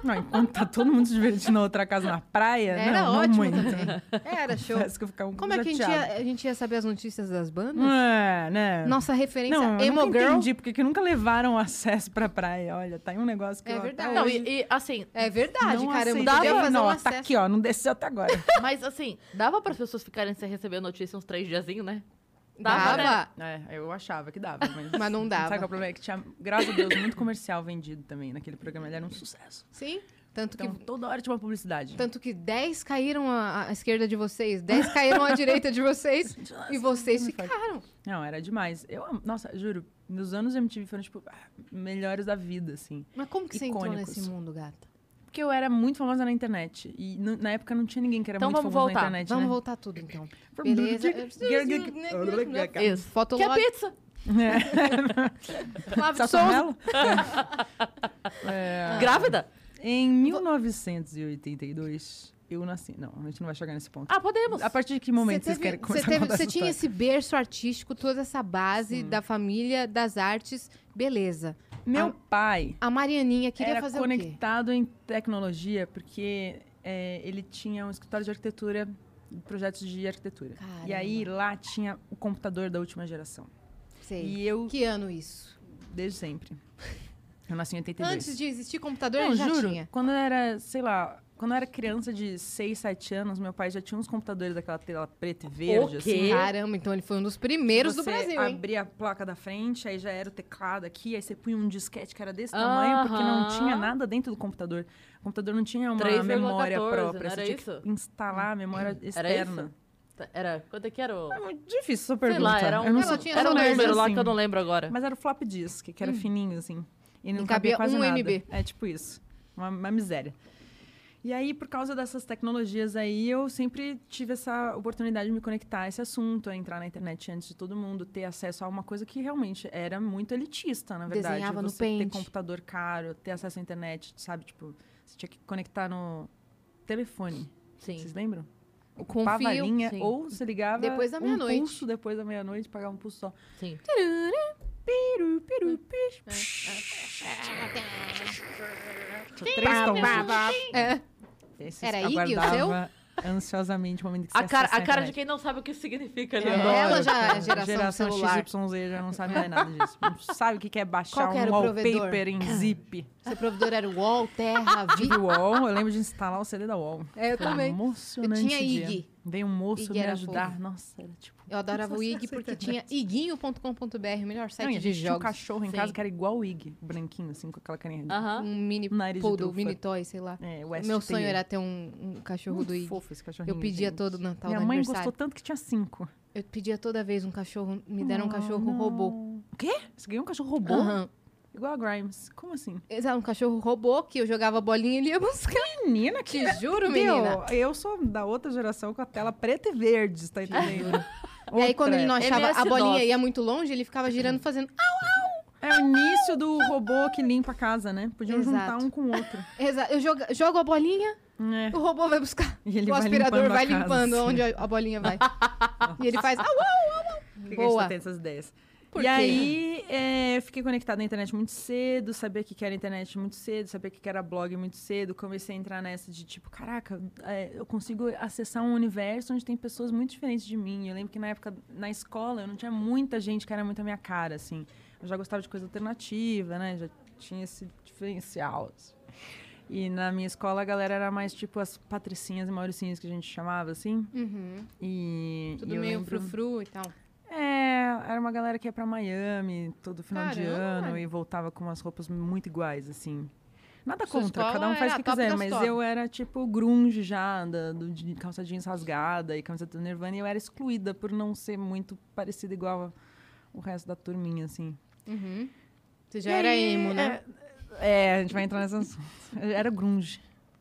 Speaker 3: Não, enquanto tá todo mundo se divertindo na outra casa na praia,
Speaker 2: era
Speaker 3: não,
Speaker 2: ótimo
Speaker 3: não muito.
Speaker 2: também. Era show.
Speaker 3: Parece que eu ficava um
Speaker 2: Como é que a gente, ia, a gente ia saber as notícias das bandas?
Speaker 3: É, né?
Speaker 2: Nossa referência
Speaker 3: Não, eu
Speaker 2: Emo
Speaker 3: nunca
Speaker 2: Girl.
Speaker 3: entendi porque que nunca levaram acesso pra praia. Olha, tá aí um negócio que
Speaker 2: É
Speaker 3: eu até
Speaker 2: verdade.
Speaker 3: hoje
Speaker 1: Não, e, e, assim,
Speaker 2: É verdade,
Speaker 3: não
Speaker 2: caramba.
Speaker 3: aceito.
Speaker 2: Devia fazer
Speaker 3: não,
Speaker 2: um
Speaker 3: ó,
Speaker 2: acesso.
Speaker 3: tá aqui, ó, não desceu até agora.
Speaker 1: mas assim, dava para pessoas ficarem sem receber notícia uns três diazinhos, né?
Speaker 2: Dava.
Speaker 1: Dava,
Speaker 3: é, eu achava que dava, mas...
Speaker 2: Mas não dava.
Speaker 3: Sabe qual é o problema? É que tinha, graças a Deus, muito comercial vendido também naquele programa. Ele era um sucesso.
Speaker 2: Sim. Tanto
Speaker 3: Então,
Speaker 2: que
Speaker 3: toda hora tinha uma publicidade.
Speaker 2: tanto que 10 caíram à, à esquerda de vocês, 10 caíram à direita de vocês e vocês ficaram.
Speaker 3: Não, era demais. Eu, am- nossa, juro, meus anos de MTV foram, tipo, ah, melhores da vida, assim.
Speaker 2: Mas como que você entrou
Speaker 3: Icônicos.
Speaker 2: nesse mundo, gata?
Speaker 3: Porque eu era muito famosa na internet. E nu- na época não tinha ninguém que era
Speaker 1: Então
Speaker 3: muito
Speaker 1: vamos
Speaker 3: famoso
Speaker 1: voltar.
Speaker 3: na internet,
Speaker 2: Vamos
Speaker 3: né?
Speaker 2: voltar tudo então.
Speaker 3: From-
Speaker 2: Beleza. um
Speaker 1: Isso.
Speaker 2: Foto
Speaker 1: Quer é pizza?
Speaker 3: É.
Speaker 2: Flávio
Speaker 3: Celso
Speaker 2: Souza.
Speaker 3: Mello?
Speaker 1: Ah.
Speaker 3: É.
Speaker 1: Grávida?
Speaker 3: Em 1982, eu nasci. Não, a gente não vai chegar nesse ponto.
Speaker 1: Ah, podemos.
Speaker 3: A partir de que momento
Speaker 2: Você
Speaker 3: vocês
Speaker 2: teve-
Speaker 3: querem
Speaker 2: você
Speaker 3: começar
Speaker 2: teve-
Speaker 3: a contar
Speaker 2: Você
Speaker 3: essa
Speaker 2: tinha
Speaker 3: história?
Speaker 2: esse berço artístico, toda essa base da família, das artes. Beleza.
Speaker 3: Meu pai
Speaker 2: A Marianinha queria
Speaker 3: era
Speaker 2: fazer o quê?
Speaker 3: conectado em tecnologia porque é, ele tinha um escritório de arquitetura, projetos de arquitetura. E aí lá tinha o computador da última geração.
Speaker 2: Sei.
Speaker 3: E eu,
Speaker 2: Que ano isso?
Speaker 3: desde sempre. Eu nasci em 82.
Speaker 2: Antes de existir computador,
Speaker 3: Não,
Speaker 2: ele já
Speaker 3: juro.
Speaker 2: tinha.
Speaker 3: Quando eu era, sei lá, quando eu era criança de 6, 7 anos, meu pai já tinha uns computadores daquela tela preta e verde,
Speaker 1: O
Speaker 3: assim.
Speaker 1: quê?
Speaker 2: Caramba, então ele foi um dos primeiros do
Speaker 3: Você
Speaker 2: Brasil, hein?
Speaker 3: abria a placa da frente, aí já era o teclado aqui, aí você punha um disquete que era desse tamanho, porque não
Speaker 1: Aham.
Speaker 3: tinha nada dentro do computador. O computador não tinha uma
Speaker 1: 3,14,
Speaker 3: memória
Speaker 1: não
Speaker 3: própria.
Speaker 1: era
Speaker 3: você tinha
Speaker 1: isso?
Speaker 3: que instalar a memória externa.
Speaker 1: Era, quanto é que era o...
Speaker 3: É muito difícil essa
Speaker 1: Sei
Speaker 3: pergunta.
Speaker 1: lá, era
Speaker 3: Eu
Speaker 1: um,
Speaker 3: não
Speaker 2: Ela
Speaker 3: sou-
Speaker 2: tinha
Speaker 1: era um
Speaker 2: só dois,
Speaker 1: número lá
Speaker 3: assim.
Speaker 1: que eu não lembro agora.
Speaker 3: Mas era o flop disk, que era fininho, assim. E não
Speaker 2: E É. Hum. cabia
Speaker 3: cabia, quase
Speaker 2: um
Speaker 3: nada.
Speaker 2: MB.
Speaker 3: É tipo isso. Uma, uma miséria. E aí, por causa dessas tecnologias aí, eu sempre tive essa oportunidade de me conectar a esse assunto, a entrar na internet antes de todo mundo, ter acesso a uma coisa que realmente era muito elitista, na verdade.
Speaker 2: Desenhava no
Speaker 3: você ter
Speaker 2: Paint.
Speaker 3: computador caro, ter acesso à internet, sabe? Tipo, você tinha que conectar no telefone.
Speaker 1: Sim.
Speaker 3: Vocês lembram?
Speaker 2: Com
Speaker 3: Pava a
Speaker 2: Um fio.
Speaker 3: linha,
Speaker 1: sim.
Speaker 3: ou você ligava
Speaker 2: Depois da
Speaker 3: um
Speaker 2: meia-noite.
Speaker 3: pulso depois da meia-noite, pagava um pulso só.
Speaker 1: Sim.
Speaker 3: Piru, piru, pish, Tinha Três tomadas.
Speaker 2: É.
Speaker 3: Esses
Speaker 2: Era Iggy o
Speaker 3: aguardava ansiosamente o momento que
Speaker 1: A
Speaker 3: você
Speaker 1: cara, a
Speaker 3: acessasse
Speaker 1: cara
Speaker 3: na
Speaker 1: de
Speaker 3: internet.
Speaker 1: quem não sabe o que significa,
Speaker 2: É,
Speaker 1: né?
Speaker 2: ela já é
Speaker 3: cara.
Speaker 2: geração do
Speaker 3: geração
Speaker 2: celular.
Speaker 3: XYZ já não sabe mais nada disso. Não sabe o que que é baixar
Speaker 2: Qual que era
Speaker 3: um
Speaker 2: o provedor?
Speaker 3: wallpaper em zip.
Speaker 2: Seu provedor era o UOL, Terra, Vi.
Speaker 3: Do UOL, eu lembro de instalar o CD da UOL.
Speaker 2: É, eu
Speaker 3: Foi
Speaker 2: também.
Speaker 3: emocionante
Speaker 2: Tinha
Speaker 3: dia.
Speaker 2: Iggy.
Speaker 3: Veio um moço
Speaker 2: Iggy
Speaker 3: me
Speaker 2: era
Speaker 3: ajudar. Nossa, era tipo...
Speaker 2: Eu adorava o
Speaker 3: Nossa,
Speaker 2: IG
Speaker 3: essa
Speaker 2: porque tinha
Speaker 3: internet.
Speaker 2: iguinho.com.br, melhor
Speaker 3: não, e
Speaker 2: site
Speaker 3: a
Speaker 2: de
Speaker 3: gente tinha um
Speaker 2: jogos.
Speaker 3: cachorro em
Speaker 1: Sim.
Speaker 3: casa que era igual o Iggy, branquinho, assim, com aquela carinha de...
Speaker 1: Aham.
Speaker 2: Um mini
Speaker 3: Um nariz de
Speaker 2: poodle,
Speaker 3: trufa.
Speaker 2: mini toy, sei lá.
Speaker 3: É,
Speaker 2: O
Speaker 3: West
Speaker 2: Meu sonho
Speaker 3: Terrier.
Speaker 2: era ter um, um cachorro
Speaker 3: Muito
Speaker 2: do IG.
Speaker 3: fofo esse cachorrinho,
Speaker 2: Eu pedia
Speaker 3: gente.
Speaker 2: todo Natal
Speaker 3: Minha
Speaker 2: no
Speaker 3: mãe
Speaker 2: aniversário.
Speaker 3: gostou tanto que tinha cinco.
Speaker 2: Eu pedia toda vez um cachorro, me deram um cachorro robô.
Speaker 3: O quê? Você ganhou um cachorro robô?
Speaker 2: Aham.
Speaker 3: Igual a Grimes. Como assim?
Speaker 2: Exato, um cachorro robô que eu jogava bolinha e ele ia buscar.
Speaker 3: Menina,
Speaker 2: Te juro, menina.
Speaker 3: Eu sou da outra geração com a tela preta e verde, tá entendendo?
Speaker 2: E aí quando ele não
Speaker 1: Ele
Speaker 2: achava
Speaker 1: é
Speaker 2: a bolinha
Speaker 1: acidoso.
Speaker 2: ia muito longe, ele ficava girando fazendo... Ah!
Speaker 3: É o início do robô que limpa a casa, né? Podiam juntar
Speaker 2: Exato.
Speaker 3: um com o outro.
Speaker 2: Exato. Eu jogo, jogo a bolinha,
Speaker 3: É.
Speaker 2: o robô vai buscar.
Speaker 3: E ele
Speaker 2: o
Speaker 3: vai
Speaker 2: aspirador
Speaker 3: limpando a
Speaker 2: vai
Speaker 3: casa,
Speaker 2: limpando é
Speaker 3: assim.
Speaker 2: onde a, a bolinha vai. e ele faz... Au, au, au, au.
Speaker 3: Por que é que a gente
Speaker 2: Boa.
Speaker 3: só tem essas ideias?
Speaker 2: Por
Speaker 3: e
Speaker 2: quê?
Speaker 3: aí, é, eu fiquei conectada na internet muito cedo, sabia o que que era internet muito cedo, sabia o que que era blog muito cedo. Comecei a entrar nessa de tipo, caraca, é, eu consigo acessar um universo onde tem pessoas muito diferentes de mim. Eu lembro que na época, na escola, eu não tinha muita gente que era muito a minha cara, assim. Eu já gostava de coisa alternativa, né? Já tinha esse diferencial. assim. E na minha escola, a galera era mais tipo as patricinhas e mauricinhas que a gente chamava, assim.
Speaker 2: Uhum.
Speaker 3: E
Speaker 2: Tudo
Speaker 3: e eu
Speaker 2: meio
Speaker 3: lembro-
Speaker 2: frufru e tal.
Speaker 3: é, era uma galera que ia pra Miami todo final de
Speaker 2: Caramba.
Speaker 3: ano e voltava com umas roupas muito iguais, assim. Nada
Speaker 2: Sua
Speaker 3: contra, cada
Speaker 2: escola
Speaker 3: um faz
Speaker 2: era
Speaker 3: o
Speaker 2: a
Speaker 3: que
Speaker 2: é, ah, top
Speaker 3: quiser,
Speaker 2: das
Speaker 3: mas
Speaker 2: top.
Speaker 3: eu era tipo grunge já, da- do, de calça jeans rasgada e camiseta do Nirvana, e eu era excluída por não ser muito parecida igual a- o resto da turminha, assim.
Speaker 2: Uhum. Você já
Speaker 3: E
Speaker 2: era
Speaker 3: aí,
Speaker 2: emo, né?
Speaker 3: É, é, a gente vai entrar nessa assunto. Eu Era grunge.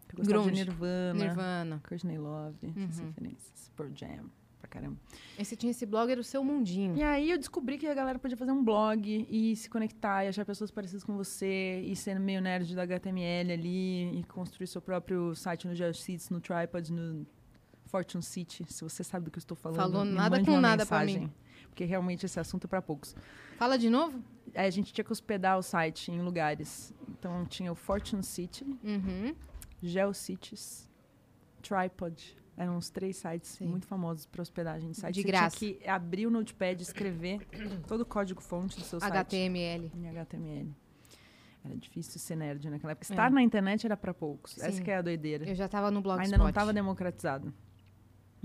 Speaker 3: Eu gostava
Speaker 2: Grunge.
Speaker 3: de Nirvana,
Speaker 2: Nirvana.
Speaker 3: Courtney Love, essas
Speaker 2: Uhum.
Speaker 3: referências, Pearl Jam, pra caramba.
Speaker 2: E você tinha esse blog, era o seu mundinho.
Speaker 3: E aí eu descobri que a galera podia fazer um blog e se conectar e achar pessoas parecidas com você e ser meio nerd da HTML ali e construir seu próprio site no Geocities, no Tripod, no Fortune City, se você sabe do que eu estou falando.
Speaker 2: Falou
Speaker 3: me
Speaker 2: nada
Speaker 3: mande
Speaker 2: com
Speaker 3: uma
Speaker 2: nada pra
Speaker 3: mensagem,
Speaker 2: mim.
Speaker 3: Porque realmente esse assunto é para poucos.
Speaker 2: Fala de novo?
Speaker 3: Aí a gente tinha que hospedar o site em lugares. Então tinha o Fortune City,
Speaker 2: Uhum.
Speaker 3: Geocities, Tripod. Eram os três sites
Speaker 2: Sim.
Speaker 3: muito famosos para hospedagem de sites.
Speaker 2: De
Speaker 3: Você
Speaker 2: graça.
Speaker 3: tinha que abrir o Notepad, escrever todo o código-fonte do seu site
Speaker 2: HTML.
Speaker 3: em HTML. Era difícil ser nerd naquela época. Estar na internet era para poucos.
Speaker 2: É. Sim.
Speaker 3: Essa que é a doideira.
Speaker 2: Eu já tava no blog
Speaker 3: Ainda não estava democratizado.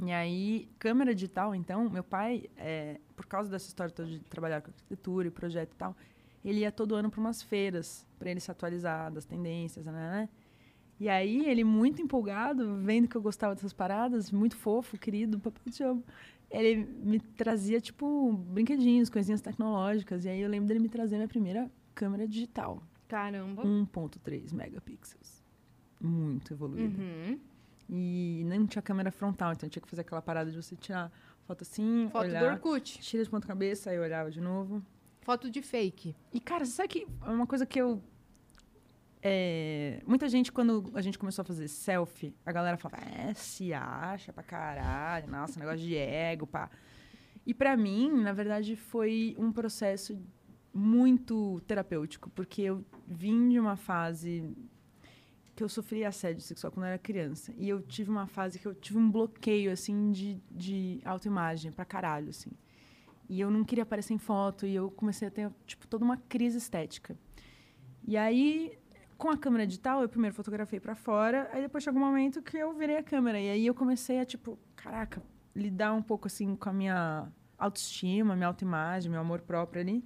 Speaker 3: E aí, câmera digital, então, meu pai, é, por causa dessa história toda de trabalhar com arquitetura e projeto e tal, ele ia todo ano para umas feiras, para ele se atualizar das tendências, né, né? E aí, ele muito empolgado, vendo que eu gostava dessas paradas, muito fofo, querido, papai te amo. Ele me trazia, tipo, brinquedinhos, coisinhas tecnológicas. E aí, eu lembro dele me trazer minha primeira câmera digital,
Speaker 2: Caramba.
Speaker 3: 1.3 megapixels. Muito evoluída.
Speaker 2: Uhum.
Speaker 3: E não tinha câmera frontal, então tinha que fazer aquela parada de você tirar foto assim,
Speaker 2: Foto do
Speaker 3: olhar,
Speaker 2: Orkut.
Speaker 3: tira de ponta cabeça, aí eu olhava de novo.
Speaker 2: Foto de fake.
Speaker 3: E, cara, você sabe que é uma coisa que eu... é, muita gente, quando a gente começou a fazer selfie, a galera falava, é, se acha pra caralho, nossa, negócio de ego, pá. E pra mim, na verdade, foi um processo muito terapêutico, porque eu vim de uma fase que eu sofri assédio sexual quando eu era criança. E eu tive uma fase que eu tive um bloqueio, assim, de, de autoimagem pra caralho, assim. E eu não queria aparecer em foto, e eu comecei a ter, tipo, toda uma crise estética. E aí, com a câmera digital, eu primeiro fotografei pra fora, aí depois chegou um momento que eu virei a câmera. E aí eu comecei a, tipo, caraca, lidar um pouco, assim, com a minha autoestima, minha autoimagem, meu amor próprio ali.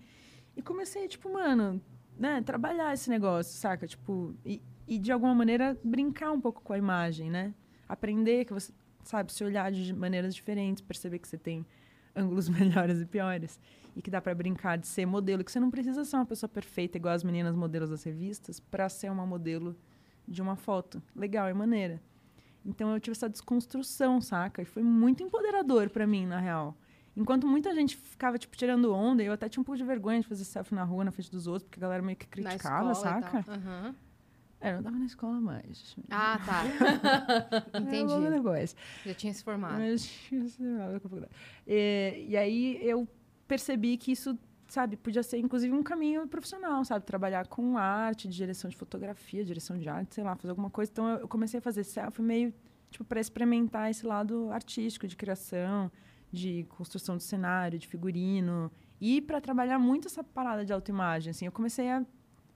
Speaker 3: E comecei, tipo, mano, né, trabalhar esse negócio, saca? Tipo, e, e de alguma maneira brincar um pouco com a imagem, né? Aprender que você, sabe, se olhar de maneiras diferentes, perceber que você tem ângulos melhores e piores. E que dá pra brincar de ser modelo, que você não precisa ser uma pessoa perfeita igual as meninas modelos das revistas pra ser uma modelo de uma foto. Legal, é maneira. Então eu tive essa desconstrução, saca? E foi muito empoderador pra mim, na real. Enquanto muita gente ficava, tipo, tirando onda, eu até tinha um pouco de vergonha de fazer selfie na rua, na frente dos outros, porque a galera meio que
Speaker 2: na
Speaker 3: criticava,
Speaker 2: escola e
Speaker 3: saca?
Speaker 2: tal. Aham.
Speaker 3: É, eu não tava na escola mais.
Speaker 2: Ah, tá.
Speaker 3: É, logo
Speaker 2: Entendi. Ah.
Speaker 3: depois.
Speaker 2: Já tinha se formado.
Speaker 3: Mas tinha sido nada com a faculdade. É, e aí eu percebi que isso, sabe, podia ser inclusive um caminho profissional, sabe? Trabalhar com arte, de direção de fotografia, direção de arte, sei lá, fazer alguma coisa. Então eu eu comecei a fazer selfie meio, tipo, para experimentar esse lado artístico, de criação, de construção de cenário, de figurino. E para trabalhar muito essa parada de autoimagem, assim, eu comecei a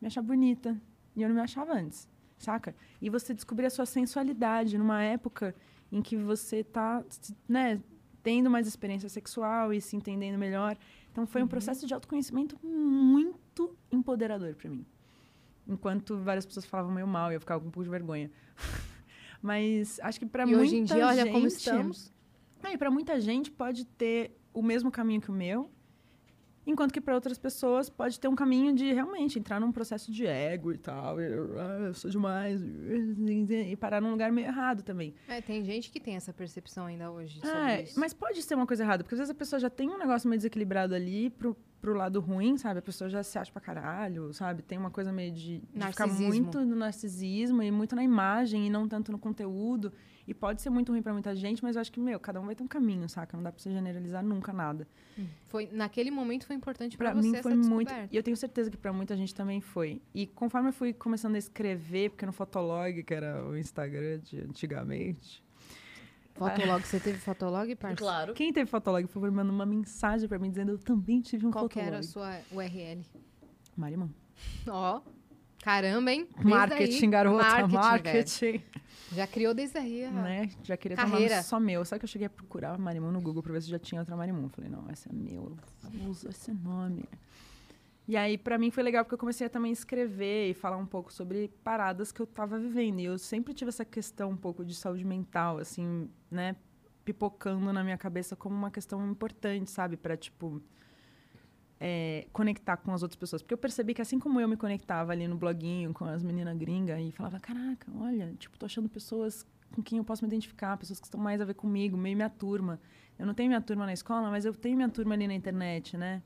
Speaker 3: me achar bonita. E eu não me achava antes, saca? E você descobrir a sua sensualidade numa época em que você tá, se- né, tendo mais experiência sexual e se entendendo melhor. Então foi
Speaker 2: Uhum.
Speaker 3: um processo de autoconhecimento muito empoderador para mim. Enquanto várias pessoas falavam meio mal e eu ficava com um pouco de vergonha. Mas acho que para
Speaker 2: e
Speaker 3: muita
Speaker 2: hoje em dia, olha como
Speaker 3: gente-
Speaker 2: estamos.
Speaker 3: é, e para muita gente pode ter o mesmo caminho que o meu, enquanto que para outras pessoas pode ter um caminho de realmente entrar num processo de ego e tal, e, ah, eu sou demais, e parar num lugar meio errado também.
Speaker 2: É, tem gente que tem essa percepção ainda hoje sobre
Speaker 3: É,
Speaker 2: isso.
Speaker 3: mas pode ser uma coisa errada, porque às vezes a pessoa já tem um negócio meio desequilibrado ali pro, pro lado ruim, sabe? A pessoa já se acha pra caralho, sabe? Tem uma coisa meio de, de ficar
Speaker 2: Narcisismo.
Speaker 3: muito no narcisismo e muito na imagem e não tanto no conteúdo. E pode ser muito ruim pra muita gente, mas eu acho que, meu, cada um vai ter um caminho, saca? Não dá pra você generalizar nunca nada.
Speaker 2: Foi, naquele momento foi importante pra,
Speaker 3: Pra
Speaker 2: você
Speaker 3: mim
Speaker 2: essa
Speaker 3: foi muito.
Speaker 2: descoberta.
Speaker 3: E eu tenho certeza que pra muita gente também foi. E conforme eu fui começando a escrever, porque no Fotolog, que era o Instagram de antigamente,
Speaker 2: Fotolog, você teve fotolog, parça?
Speaker 1: Claro.
Speaker 3: Quem teve fotolog, por favor, manda uma mensagem pra mim dizendo eu também tive um
Speaker 2: Qual que
Speaker 3: fotolog.
Speaker 2: era a sua URL?
Speaker 3: Marimão.
Speaker 2: Ó, caramba, hein? Desde
Speaker 3: Marketing,
Speaker 2: aí,
Speaker 3: garota, marketing.
Speaker 2: velho. Já criou desde aí a...
Speaker 3: Né? Já queria
Speaker 2: Carreira.
Speaker 3: tomar só meu. Só que eu cheguei a procurar Marimão no Google pra ver se já tinha outra Marimão. Falei, não, essa é meu. Eu uso esse nome. E aí, pra mim, foi legal porque eu comecei a também escrever e falar um pouco sobre paradas que eu tava vivendo. E eu sempre tive essa questão um pouco de saúde mental, assim, né? Pipocando na minha cabeça como uma questão importante, sabe? Pra, tipo, é, conectar com as outras pessoas. Porque eu percebi que assim como eu me conectava ali no bloguinho com as meninas gringas e falava, caraca, olha, tipo, tô achando pessoas com quem eu posso me identificar, pessoas que estão mais a ver comigo, meio minha turma. Eu não tenho minha turma na escola, mas eu tenho minha turma ali na internet, né?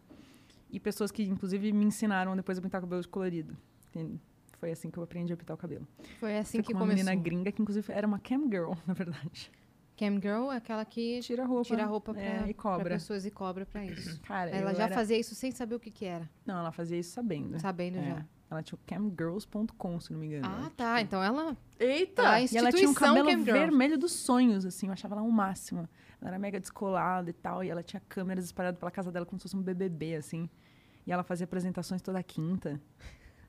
Speaker 3: E pessoas que, inclusive, me ensinaram depois a pintar o cabelo de colorido. Tem- Foi assim que eu aprendi a pintar o cabelo.
Speaker 2: Foi assim
Speaker 3: Foi
Speaker 2: que
Speaker 3: com uma
Speaker 2: começou.
Speaker 3: menina gringa que, inclusive, era uma cam girl, na verdade.
Speaker 2: Cam Girl é aquela que
Speaker 3: Tira a roupa.
Speaker 2: tira a roupa pra,
Speaker 3: é,
Speaker 2: pra
Speaker 3: e cobra.
Speaker 2: pessoas e cobra pra isso.
Speaker 3: Cara,
Speaker 2: Ela
Speaker 3: eu
Speaker 2: já
Speaker 3: era-
Speaker 2: fazia isso sem saber o que que era,
Speaker 3: Não, ela fazia isso sabendo.
Speaker 2: sabendo
Speaker 3: É.
Speaker 2: já.
Speaker 3: Ela tinha o camgirls.com, se não me engano.
Speaker 2: Ah,
Speaker 3: Tipo,
Speaker 2: tá. Então ela,
Speaker 1: Eita!
Speaker 2: ela é a
Speaker 3: E ela tinha um
Speaker 2: instituição
Speaker 3: cabelo
Speaker 2: Cam Girl.
Speaker 3: vermelho dos sonhos, assim. Eu achava ela um máximo. Ela era mega descolada e tal. E ela tinha câmeras espalhadas pela casa dela como se fosse um BBB, assim. E ela fazia apresentações toda quinta.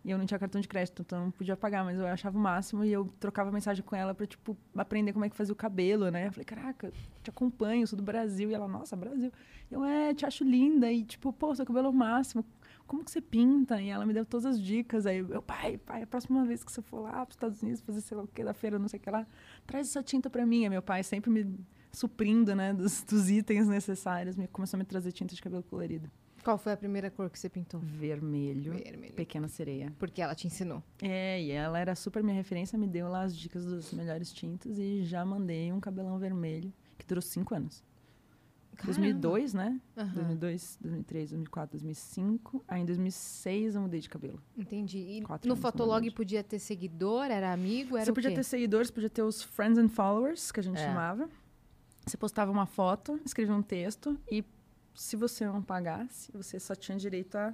Speaker 3: E eu não tinha cartão de crédito, então eu não podia pagar. Mas eu achava o máximo e eu trocava mensagem com ela pra, tipo, aprender como é que fazia o cabelo, né? Eu falei, caraca, te acompanho, sou do Brasil. E ela, nossa, Brasil. E eu, é, te acho linda. E, tipo, pô, seu cabelo é o máximo. Como que você pinta? E ela me deu todas as dicas. Aí eu, pai, pai, a próxima vez que você for lá pros Estados Unidos fazer sei lá o que da feira, não sei o que lá, traz essa tinta pra mim. E meu pai sempre me suprindo, né, dos, dos itens necessários, me, começou a me trazer tinta de cabelo colorido.
Speaker 2: Qual foi a primeira cor que você pintou?
Speaker 3: Vermelho,
Speaker 2: Vermelho.
Speaker 3: pequena sereia.
Speaker 2: Porque ela te ensinou.
Speaker 3: É, e ela era super minha referência, me deu lá as dicas das melhores tintas e já mandei um cabelão vermelho, que durou cinco anos.
Speaker 2: Caramba.
Speaker 3: 2002, né?
Speaker 2: Aham,
Speaker 3: 2002, 2003, 2004, 2005. Aí em 2006 eu mudei de cabelo.
Speaker 2: Entendi. E
Speaker 3: Quatro
Speaker 2: no
Speaker 3: anos, na
Speaker 2: Fotolog
Speaker 3: verdade.
Speaker 2: podia ter seguidor, era amigo, Tipo, era
Speaker 3: você
Speaker 2: o
Speaker 3: podia
Speaker 2: quê?
Speaker 3: ter seguidores, podia ter os friends and followers, que a gente
Speaker 1: É.
Speaker 3: chamava. Você postava uma foto, escrevia um texto e se você não pagasse, você só tinha direito a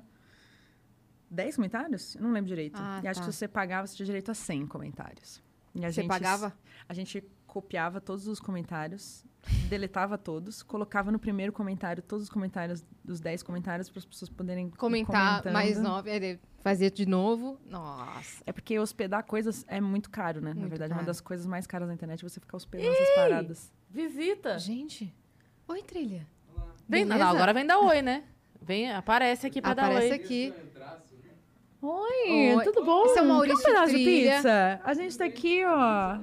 Speaker 3: 10 comentários? Eu não lembro direito.
Speaker 2: Ah,
Speaker 3: e acho
Speaker 2: tá.
Speaker 3: que se você pagava, você tinha direito a 100 comentários. E a
Speaker 2: Você
Speaker 3: gente-
Speaker 2: pagava?
Speaker 3: A gente copiava todos os comentários, deletava todos, colocava no primeiro comentário todos os comentários, dos 10 comentários, para as pessoas poderem ir
Speaker 2: Comentar mais
Speaker 3: comentando.
Speaker 2: nove, aí ele fazia de novo. Nossa.
Speaker 3: É porque hospedar coisas é muito caro, né? Na
Speaker 2: Muito
Speaker 3: verdade,
Speaker 2: caro.
Speaker 3: uma das coisas mais caras na internet é você ficar hospedando essas paradas.
Speaker 1: Visita!
Speaker 2: Gente. Oi, trilha.
Speaker 1: Ah. Vem, não,
Speaker 2: Beleza?
Speaker 1: agora vem dar oi, né? Vem, aparece aqui pra dar
Speaker 2: Aparece
Speaker 1: oi.
Speaker 2: aqui.
Speaker 3: Oi,
Speaker 2: Oi.
Speaker 3: tudo bom?
Speaker 2: Esse é o
Speaker 3: Quer
Speaker 2: Maurício
Speaker 3: um pedaço
Speaker 2: Trilha.
Speaker 3: de pizza? A gente tá aqui, ó.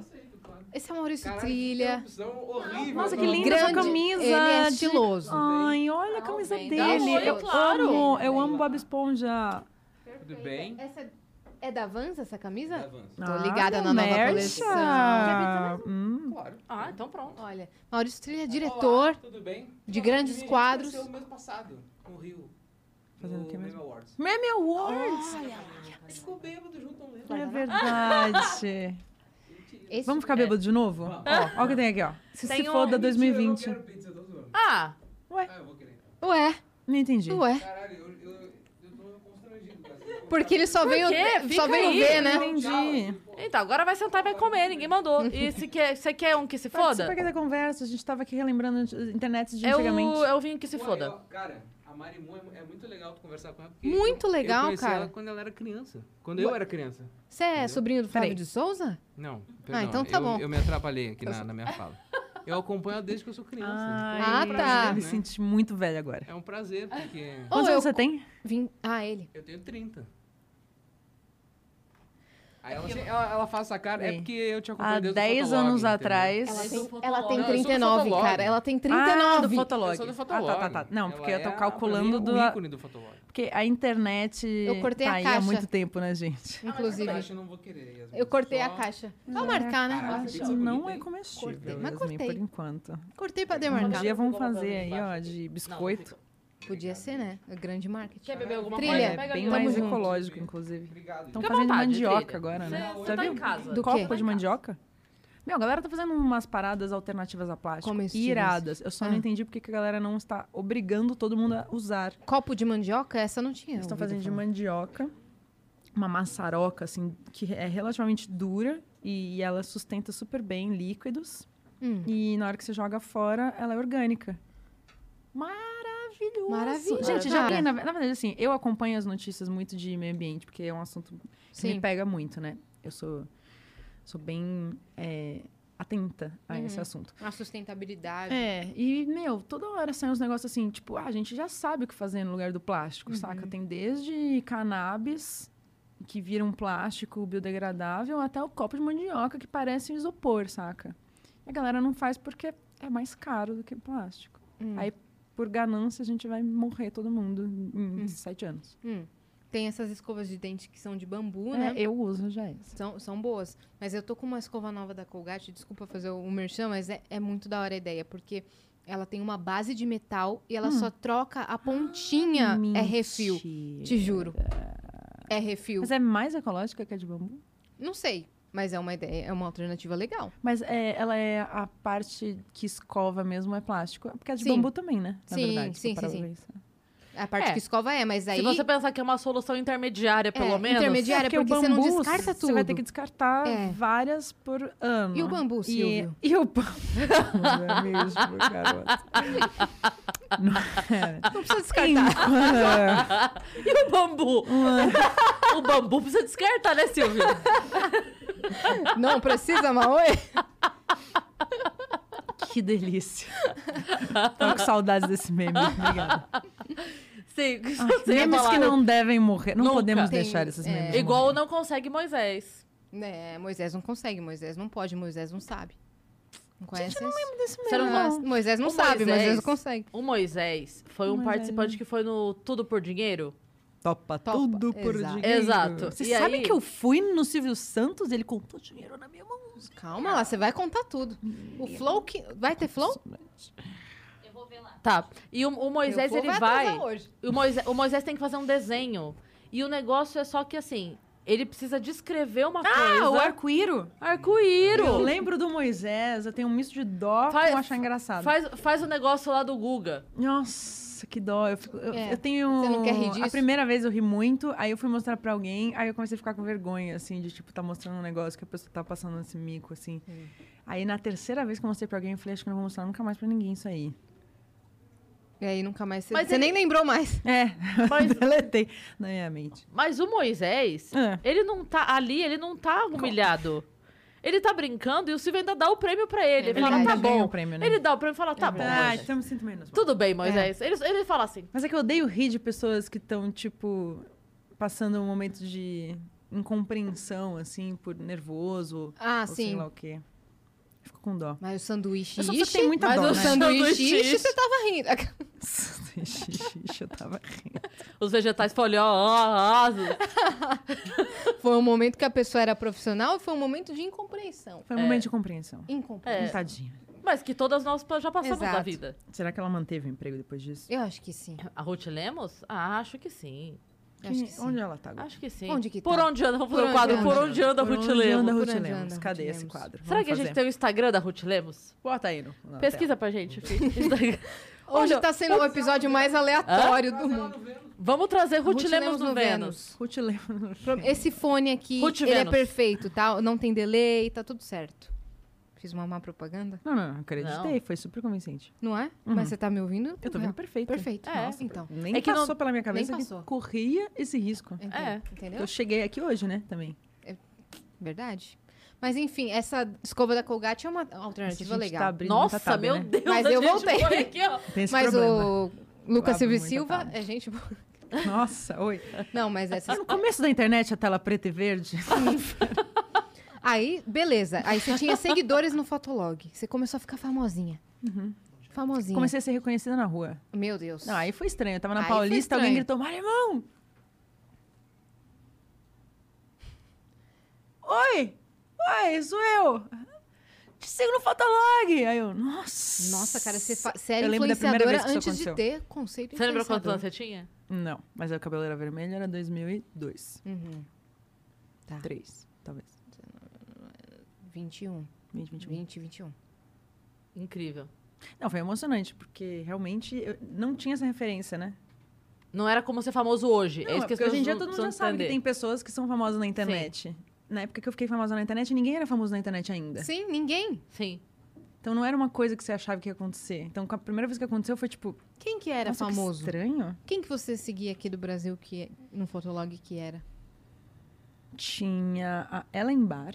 Speaker 2: Esse é o Maurício
Speaker 5: Cara,
Speaker 2: Trilha.
Speaker 5: Que opção horrível.
Speaker 3: Nossa, que
Speaker 5: Não,
Speaker 3: linda
Speaker 2: Grande.
Speaker 3: essa camisa.
Speaker 2: Ele é
Speaker 3: de-
Speaker 2: estiloso.
Speaker 3: Ai, olha a
Speaker 2: Tá
Speaker 3: camisa
Speaker 1: vem, dá
Speaker 3: dele.
Speaker 1: oi,
Speaker 3: eu
Speaker 1: claro.
Speaker 3: amo, eu amo Bob Esponja.
Speaker 5: Tudo bem?
Speaker 2: Essa é da Vans, essa camisa?
Speaker 5: Avança.
Speaker 2: Tô ligada
Speaker 3: Ah,
Speaker 2: na nova
Speaker 3: mercha.
Speaker 2: coleção.
Speaker 3: Hum.
Speaker 5: Claro.
Speaker 1: Ah, então pronto.
Speaker 2: Olha, Maurício Trilha é diretor.
Speaker 5: Olá, tudo bem?
Speaker 2: de grandes
Speaker 5: A gente
Speaker 2: quadros.
Speaker 5: conheceu o mês passado, no Rio.
Speaker 3: Fazendo
Speaker 5: no
Speaker 3: o quê mesmo?
Speaker 5: Meme Awards.
Speaker 3: Meme Awards.
Speaker 5: Ficou bêbado junto, não lembro.
Speaker 2: Vai,
Speaker 3: é
Speaker 2: vai
Speaker 3: verdade.
Speaker 2: Esse- é.
Speaker 3: Vamos ficar bêbado de novo? Ó, ó o que tem aqui, ó.
Speaker 1: Tem um-
Speaker 3: Se se
Speaker 5: Mentira,
Speaker 3: foda
Speaker 5: eu
Speaker 3: 2020.
Speaker 5: não quero pizza, eu tô zoando.
Speaker 1: Ah,
Speaker 5: Ah, eu vou querer.
Speaker 2: Ué,
Speaker 3: Não entendi.
Speaker 2: ué.
Speaker 5: Caralho, eu, eu, eu tô constrangido com essa.
Speaker 2: Porque ele só veio,
Speaker 1: quê?
Speaker 2: só
Speaker 1: Fica
Speaker 2: veio
Speaker 1: aí.
Speaker 2: ver, né?
Speaker 3: Entendi.
Speaker 1: então, agora vai sentar e vai comer, ninguém mandou. E se quer, você quer um que se
Speaker 3: Participa
Speaker 1: foda?
Speaker 3: aqui da conversa, a gente tava aqui relembrando as internets de
Speaker 1: É
Speaker 3: antigamente.
Speaker 1: o, é o vinho que se
Speaker 5: Ué,
Speaker 1: foda.
Speaker 5: eu- Cara, a Mari Moon é mu- é muito legal tu conversar com ela. porque
Speaker 2: Muito
Speaker 5: eu-
Speaker 2: legal,
Speaker 5: eu conheci
Speaker 2: cara.
Speaker 5: ela quando ela era criança. Quando eu era criança.
Speaker 2: Você é
Speaker 5: Entendeu?
Speaker 2: sobrinho do Fábio
Speaker 3: Peraí.
Speaker 2: de Souza?
Speaker 5: Não,
Speaker 3: Ah,
Speaker 5: perdão.
Speaker 2: então tá
Speaker 5: eu,
Speaker 2: bom.
Speaker 5: Eu me atrapalhei aqui na, na minha fala. Eu acompanho ela desde que eu sou criança.
Speaker 2: Ah,
Speaker 5: Então, é um
Speaker 2: tá.
Speaker 5: prazer,
Speaker 3: Eu me
Speaker 5: né?
Speaker 3: senti muito velha agora.
Speaker 5: É um prazer, porque
Speaker 3: Quantos
Speaker 2: eu-
Speaker 3: anos você tem?
Speaker 2: Vim... Ah, ele.
Speaker 5: eu tenho 30. Aí ela, se- ela- ela faz essa cara, é
Speaker 3: Sim.
Speaker 5: porque eu te acompanho
Speaker 3: Há
Speaker 5: desde o
Speaker 3: 10
Speaker 5: Fotolog,
Speaker 3: anos
Speaker 5: entendeu?
Speaker 3: atrás.
Speaker 2: Ela é
Speaker 1: sou do
Speaker 2: tem,
Speaker 1: Fotolog.
Speaker 2: ela
Speaker 1: Não,
Speaker 2: tem
Speaker 1: eu sou do
Speaker 2: 39,
Speaker 5: Fotolog.
Speaker 2: cara. Ela tem
Speaker 3: Ah, do
Speaker 2: 39.
Speaker 5: Eu
Speaker 3: Fotolog.
Speaker 5: sou do
Speaker 3: ah,
Speaker 5: Fotolog.
Speaker 3: tá, tá, tá. Não, porque
Speaker 5: Ela
Speaker 3: eu tô
Speaker 5: é, pra
Speaker 3: calculando
Speaker 5: mim,
Speaker 3: do.
Speaker 5: o ícone do Fotolog.
Speaker 3: Porque a internet.
Speaker 2: Eu cortei
Speaker 3: tá
Speaker 2: a
Speaker 3: aí
Speaker 2: caixa.
Speaker 3: há muito tempo, né, gente?
Speaker 2: inclusive.
Speaker 5: Eu acho que eu não vou querer, Yasmin.
Speaker 2: Eu cortei a
Speaker 5: Ah, é Só-
Speaker 2: caixa. Só marcar,
Speaker 5: Ah,
Speaker 2: né?
Speaker 5: Caraca.
Speaker 3: Acho
Speaker 5: pizza
Speaker 3: não
Speaker 5: bonita,
Speaker 3: é
Speaker 5: hein?
Speaker 3: comestível.
Speaker 2: Cortei, mas
Speaker 3: Yasmin,
Speaker 2: cortei.
Speaker 3: Por enquanto.
Speaker 2: Cortei pra
Speaker 3: Um
Speaker 2: demarcar.
Speaker 3: dia vamos
Speaker 1: Coloca
Speaker 3: fazer
Speaker 1: ali
Speaker 3: aí, ó,
Speaker 1: embaixo.
Speaker 3: de biscoito.
Speaker 2: Podia ser, né? Grande marketing.
Speaker 1: Quer beber alguma
Speaker 2: Trilha.
Speaker 1: coisa?
Speaker 3: É
Speaker 1: Pega um
Speaker 3: bem
Speaker 1: ali,
Speaker 3: mais
Speaker 1: tamo junto.
Speaker 3: ecológico, inclusive.
Speaker 5: Obrigado.
Speaker 3: Estão
Speaker 1: Fica à
Speaker 3: fazendo
Speaker 1: vontade,
Speaker 3: mandioca
Speaker 1: Trilha.
Speaker 3: agora, né?
Speaker 1: Você-
Speaker 5: Já
Speaker 1: Você tá
Speaker 5: viu?
Speaker 1: em casa.
Speaker 2: Do
Speaker 3: Copa
Speaker 2: quê?
Speaker 3: de mandioca? Meu, a galera tá fazendo umas paradas alternativas a plástico
Speaker 2: Comestíveis.
Speaker 3: iradas. Eu só
Speaker 2: Ah.
Speaker 3: não entendi porque que a galera não está obrigando todo mundo a usar.
Speaker 2: Copo de mandioca? Essa eu não tinha.
Speaker 3: Eles estão
Speaker 2: ouvido
Speaker 3: fazendo de
Speaker 2: falar.
Speaker 3: mandioca, uma maçaroca, assim, que é relativamente dura e ela sustenta super bem líquidos.
Speaker 2: Hum.
Speaker 3: E na hora que você joga fora, ela é orgânica. Maravilhoso!
Speaker 2: Maravilha,
Speaker 3: Gente, já
Speaker 2: cara.
Speaker 3: vi, na, na verdade, assim, eu acompanho as notícias muito de meio ambiente, porque é um assunto que
Speaker 2: Sim.
Speaker 3: me pega muito, né? Eu sou, sou bem é, atenta a esse
Speaker 2: Uhum.
Speaker 3: assunto.
Speaker 2: A sustentabilidade.
Speaker 3: É, e, meu, toda hora saem uns negócios assim, tipo, ah, a gente já sabe o que fazer no lugar do plástico, saca?
Speaker 2: Uhum.
Speaker 3: Tem desde cannabis, que vira um plástico biodegradável, até o copo de mandioca, que parece um isopor, saca? E a galera não faz porque é mais caro do que plástico.
Speaker 2: Hum.
Speaker 3: Aí, por ganância, a gente vai morrer todo mundo em
Speaker 2: Hum.
Speaker 3: sete anos.
Speaker 2: Hum. Tem essas escovas de dente que são de bambu,
Speaker 3: É,
Speaker 2: né?
Speaker 3: eu uso já essa.
Speaker 2: São, são boas. Mas eu tô com uma escova nova da Colgate, desculpa fazer o merchan, mas é, é muito da hora a ideia, porque ela tem uma base de metal e ela só troca a pontinha. é refil. Te juro. É refil.
Speaker 3: Mas é mais ecológica que a de bambu?
Speaker 2: Não sei, mas é uma ideia, é uma alternativa legal.
Speaker 3: Mas é, ela é a parte que escova mesmo, é plástico. Porque a de
Speaker 2: Sim.
Speaker 3: bambu também, né? Na
Speaker 2: Sim,
Speaker 3: verdade, se
Speaker 2: sim,
Speaker 3: parar
Speaker 2: sim,
Speaker 3: pra ver isso.
Speaker 2: A parte
Speaker 1: É.
Speaker 2: que escova é, mas aí.
Speaker 1: Se você pensar que é uma solução intermediária, pelo
Speaker 2: É,
Speaker 1: menos.
Speaker 2: intermediária,
Speaker 3: É,
Speaker 2: porque
Speaker 3: o
Speaker 2: você não
Speaker 3: bambu,
Speaker 2: descarta
Speaker 3: Você vai
Speaker 2: tudo.
Speaker 3: ter que descartar
Speaker 2: É.
Speaker 3: várias por ano.
Speaker 2: E o bambu, Silvio?
Speaker 3: Ah. E, e o bambu é mesmo, garota. Não é.
Speaker 2: Não precisa descartar.
Speaker 1: E o bambu?
Speaker 3: um é.
Speaker 1: o bambu precisa descartar, né, Silvio?
Speaker 2: não precisa, Maoi?
Speaker 3: Que delícia. Tô com saudades desse meme. Obrigada.
Speaker 1: Sim, você ia
Speaker 3: Memes
Speaker 1: falar.
Speaker 3: que não devem morrer. Não
Speaker 1: Nunca.
Speaker 3: podemos
Speaker 2: Tem-
Speaker 3: deixar esses
Speaker 2: é.
Speaker 3: memes.
Speaker 1: Igual
Speaker 3: morrer.
Speaker 1: o não consegue Moisés.
Speaker 2: É, Moisés não consegue, Moisés não pode, Moisés não sabe. Não conhece isso?
Speaker 1: Você não
Speaker 2: Mas Moisés não
Speaker 1: O
Speaker 2: sabe,
Speaker 1: Moisés-
Speaker 2: Moisés não consegue.
Speaker 1: O Moisés foi um
Speaker 3: Moisés.
Speaker 1: participante que foi no Tudo por Dinheiro.
Speaker 3: Topa,
Speaker 2: Topa,
Speaker 3: tudo por
Speaker 2: exato.
Speaker 3: dinheiro.
Speaker 1: Exato.
Speaker 3: Vocês
Speaker 1: E
Speaker 3: sabem
Speaker 1: aí-
Speaker 3: que eu fui no Silvio Santos e ele contou dinheiro na minha mão?
Speaker 2: Calma lá, você vai contar tudo. O Flow que. Vai ter Flow?
Speaker 1: Tá. E o, o Moisés,
Speaker 2: Meu
Speaker 1: ele
Speaker 2: flow
Speaker 1: vai.
Speaker 2: atrasar hoje.
Speaker 1: O Moisés, o Moisés tem que fazer um desenho. E o negócio é só que assim. Ele precisa descrever uma
Speaker 3: Ah, o
Speaker 1: coisa.
Speaker 3: arco-íro. Eu
Speaker 1: Arco-íro!
Speaker 3: lembro do Moisés, eu tenho um misto de dó
Speaker 1: Faz-
Speaker 3: com achar engraçado.
Speaker 1: Faz, faz o negócio lá do Guga.
Speaker 3: Nossa, que dó. Eu, fico- eu-
Speaker 2: É,
Speaker 3: eu tenho. um,
Speaker 2: você não quer rir disso?
Speaker 3: A primeira vez eu ri muito, aí eu fui mostrar pra alguém, aí eu comecei a ficar com vergonha, assim, de tipo, tá mostrando um negócio que a pessoa tá passando esse mico, assim. Aí na terceira vez que eu mostrei pra alguém, eu falei, acho que eu não vou mostrar nunca mais pra ninguém isso aí.
Speaker 2: E aí nunca mais. Você,
Speaker 1: Mas
Speaker 2: você
Speaker 1: ele-
Speaker 2: nem lembrou mais.
Speaker 3: É,
Speaker 1: Mas-
Speaker 3: deletei na minha mente.
Speaker 1: Mas o Moisés,
Speaker 3: É.
Speaker 1: ele não tá ali, ele não tá humilhado. Ele tá brincando e o Silvio ainda dá o prêmio pra ele.
Speaker 2: É
Speaker 1: ele fala,
Speaker 2: verdade.
Speaker 1: tá
Speaker 3: Ele ganha
Speaker 1: bom.
Speaker 3: o prêmio, né?
Speaker 1: Ele dá o prêmio e fala, tá bom.
Speaker 3: Ah,
Speaker 1: Moisés.
Speaker 3: então eu me sinto menos. mal.
Speaker 1: Tudo bem, Moisés. Ele, ele fala assim.
Speaker 3: Mas é que eu odeio rir de pessoas que estão, tipo, passando um momento de incompreensão, assim, por nervoso.
Speaker 2: Ah,
Speaker 3: ou sei
Speaker 2: sim.
Speaker 3: lá o quê. Fico com dó.
Speaker 2: Mas o sanduíche.
Speaker 3: Eu sou uma pessoa que tem
Speaker 2: ishi-
Speaker 3: muita
Speaker 2: mas
Speaker 3: dó,
Speaker 2: o
Speaker 3: né?
Speaker 2: sanduíche,
Speaker 1: Sanduíche
Speaker 2: ishi,
Speaker 1: ishi.
Speaker 2: você tava rindo.
Speaker 3: Xixi, eu tava rindo.
Speaker 1: Os vegetais folhosos.
Speaker 2: Foi um momento que a pessoa era profissional ou foi um momento de incompreensão?
Speaker 3: Foi um momento de Um compreensão.
Speaker 2: Incompreensão.
Speaker 1: É.
Speaker 3: Tadinha.
Speaker 1: Mas que todas nós já passamos
Speaker 2: Exato.
Speaker 1: da vida.
Speaker 3: Será que ela manteve o emprego depois disso?
Speaker 2: Eu acho que sim.
Speaker 1: A Ruth Lemos? Ah, acho que sim.
Speaker 2: Eu acho
Speaker 3: Quem-
Speaker 2: que sim.
Speaker 3: Onde ela tá agora?
Speaker 1: Acho que sim.
Speaker 2: Onde que
Speaker 1: Por
Speaker 2: tá?
Speaker 1: onde anda? Vamos
Speaker 2: Por
Speaker 1: fazer o
Speaker 2: onde
Speaker 1: quadro.
Speaker 2: anda?
Speaker 1: Por onde anda a
Speaker 3: Por
Speaker 1: Ruth
Speaker 3: onde anda a
Speaker 1: Lemos?
Speaker 3: Ruth
Speaker 2: Por onde
Speaker 3: Lemos?
Speaker 2: anda a
Speaker 3: Cadê
Speaker 2: Ruth
Speaker 3: esse
Speaker 2: Lemos?
Speaker 3: quadro?
Speaker 1: Será
Speaker 3: Vamos
Speaker 1: que a gente
Speaker 3: fazer.
Speaker 1: tem o Instagram da Ruth Lemos?
Speaker 3: Bota aí no. na
Speaker 1: Pesquisa pra gente. filho.
Speaker 2: Hoje tá sendo o episódio mais aleatório do mundo.
Speaker 1: Vamos trazer Ruth,
Speaker 2: Ruth
Speaker 1: Lemos no Vênus.
Speaker 3: tela. Ruth Lemos.
Speaker 2: Esse fone aqui,
Speaker 1: Ruth
Speaker 2: ele é
Speaker 1: Vênus.
Speaker 2: perfeito, tá? Não tem delay, tá tudo certo. Fiz uma má propaganda?
Speaker 3: Não, não, não acreditei. Foi super convincente.
Speaker 2: Não é? Mas você tá me ouvindo?
Speaker 3: Uhum. Eu tô vendo perfeito.
Speaker 2: Perfeito.
Speaker 1: É.
Speaker 2: Nossa, então.
Speaker 3: Nem
Speaker 1: É que não-
Speaker 3: passou pela minha cabeça
Speaker 2: nem
Speaker 3: que
Speaker 2: passou.
Speaker 3: corria esse risco.
Speaker 2: Entendeu?
Speaker 1: É.
Speaker 2: Entendeu?
Speaker 3: Eu cheguei aqui hoje, né, também.
Speaker 2: Verdade. Mas enfim, essa escova da Colgate é uma
Speaker 3: Mas a
Speaker 2: alternativa
Speaker 3: gente tá
Speaker 2: legal.
Speaker 3: abrindo
Speaker 1: Nossa,
Speaker 3: muita tab,
Speaker 1: meu
Speaker 3: né?
Speaker 1: Deus,
Speaker 2: Mas
Speaker 1: a
Speaker 2: eu
Speaker 1: gente
Speaker 2: voltei.
Speaker 1: foi aqui, ó.
Speaker 3: Tem esse
Speaker 2: Mas
Speaker 3: problema.
Speaker 2: o Lucas
Speaker 3: abre
Speaker 2: Silva e Silva
Speaker 3: muita tab.
Speaker 2: é gente boa.
Speaker 3: Nossa, oi.
Speaker 2: Não, mas essa.
Speaker 3: Ah, no começo da internet, a tela preta e verde.
Speaker 2: Aí, beleza. Aí você tinha seguidores no Fotolog. Você começou a ficar famosinha. Famosinha.
Speaker 3: Uhum. Comecei a ser reconhecida na rua.
Speaker 2: Meu Deus.
Speaker 3: Não, aí foi estranho. Eu tava na
Speaker 2: Aí foi
Speaker 3: Paulista, alguém
Speaker 2: estranho.
Speaker 3: gritou, Marimão! Oi! Oi, sou eu! Te sigo no Fotolog! Aí eu, nossa!
Speaker 2: Nossa, cara, você, fa... você era
Speaker 3: Eu lembro da primeira
Speaker 2: influenciadora
Speaker 3: vez que isso
Speaker 2: antes de
Speaker 3: aconteceu.
Speaker 2: ter conceito
Speaker 1: Você lembra quantos anos você
Speaker 2: influenciador.
Speaker 1: tinha?
Speaker 3: Não, mas aí o cabelo era vermelho, era 2002.
Speaker 2: Uhum. Tá.
Speaker 3: 3, talvez.
Speaker 2: 21.
Speaker 3: 20, 21.
Speaker 2: 20, 21.
Speaker 1: Incrível.
Speaker 3: Não, foi emocionante, porque realmente eu não tinha essa referência, né?
Speaker 1: Não era como ser famoso hoje.
Speaker 3: Não,
Speaker 1: é
Speaker 3: é
Speaker 1: isso que as
Speaker 3: porque hoje em
Speaker 1: pessoas
Speaker 3: dia todo mundo já
Speaker 1: precisam
Speaker 3: sabe que
Speaker 1: entender.
Speaker 3: tem pessoas que são famosas na internet. Na época que eu fiquei famosa na internet, ninguém era famoso na internet ainda.
Speaker 2: Sim, ninguém.
Speaker 1: Sim.
Speaker 3: Então não era uma coisa que você achava que ia acontecer. Então a primeira vez que aconteceu foi tipo,
Speaker 2: Quem que era
Speaker 3: nossa, que
Speaker 2: famoso?
Speaker 3: estranho.
Speaker 2: Quem que você seguia aqui do Brasil que no Fotolog que era?
Speaker 3: Tinha a Ellen Barr,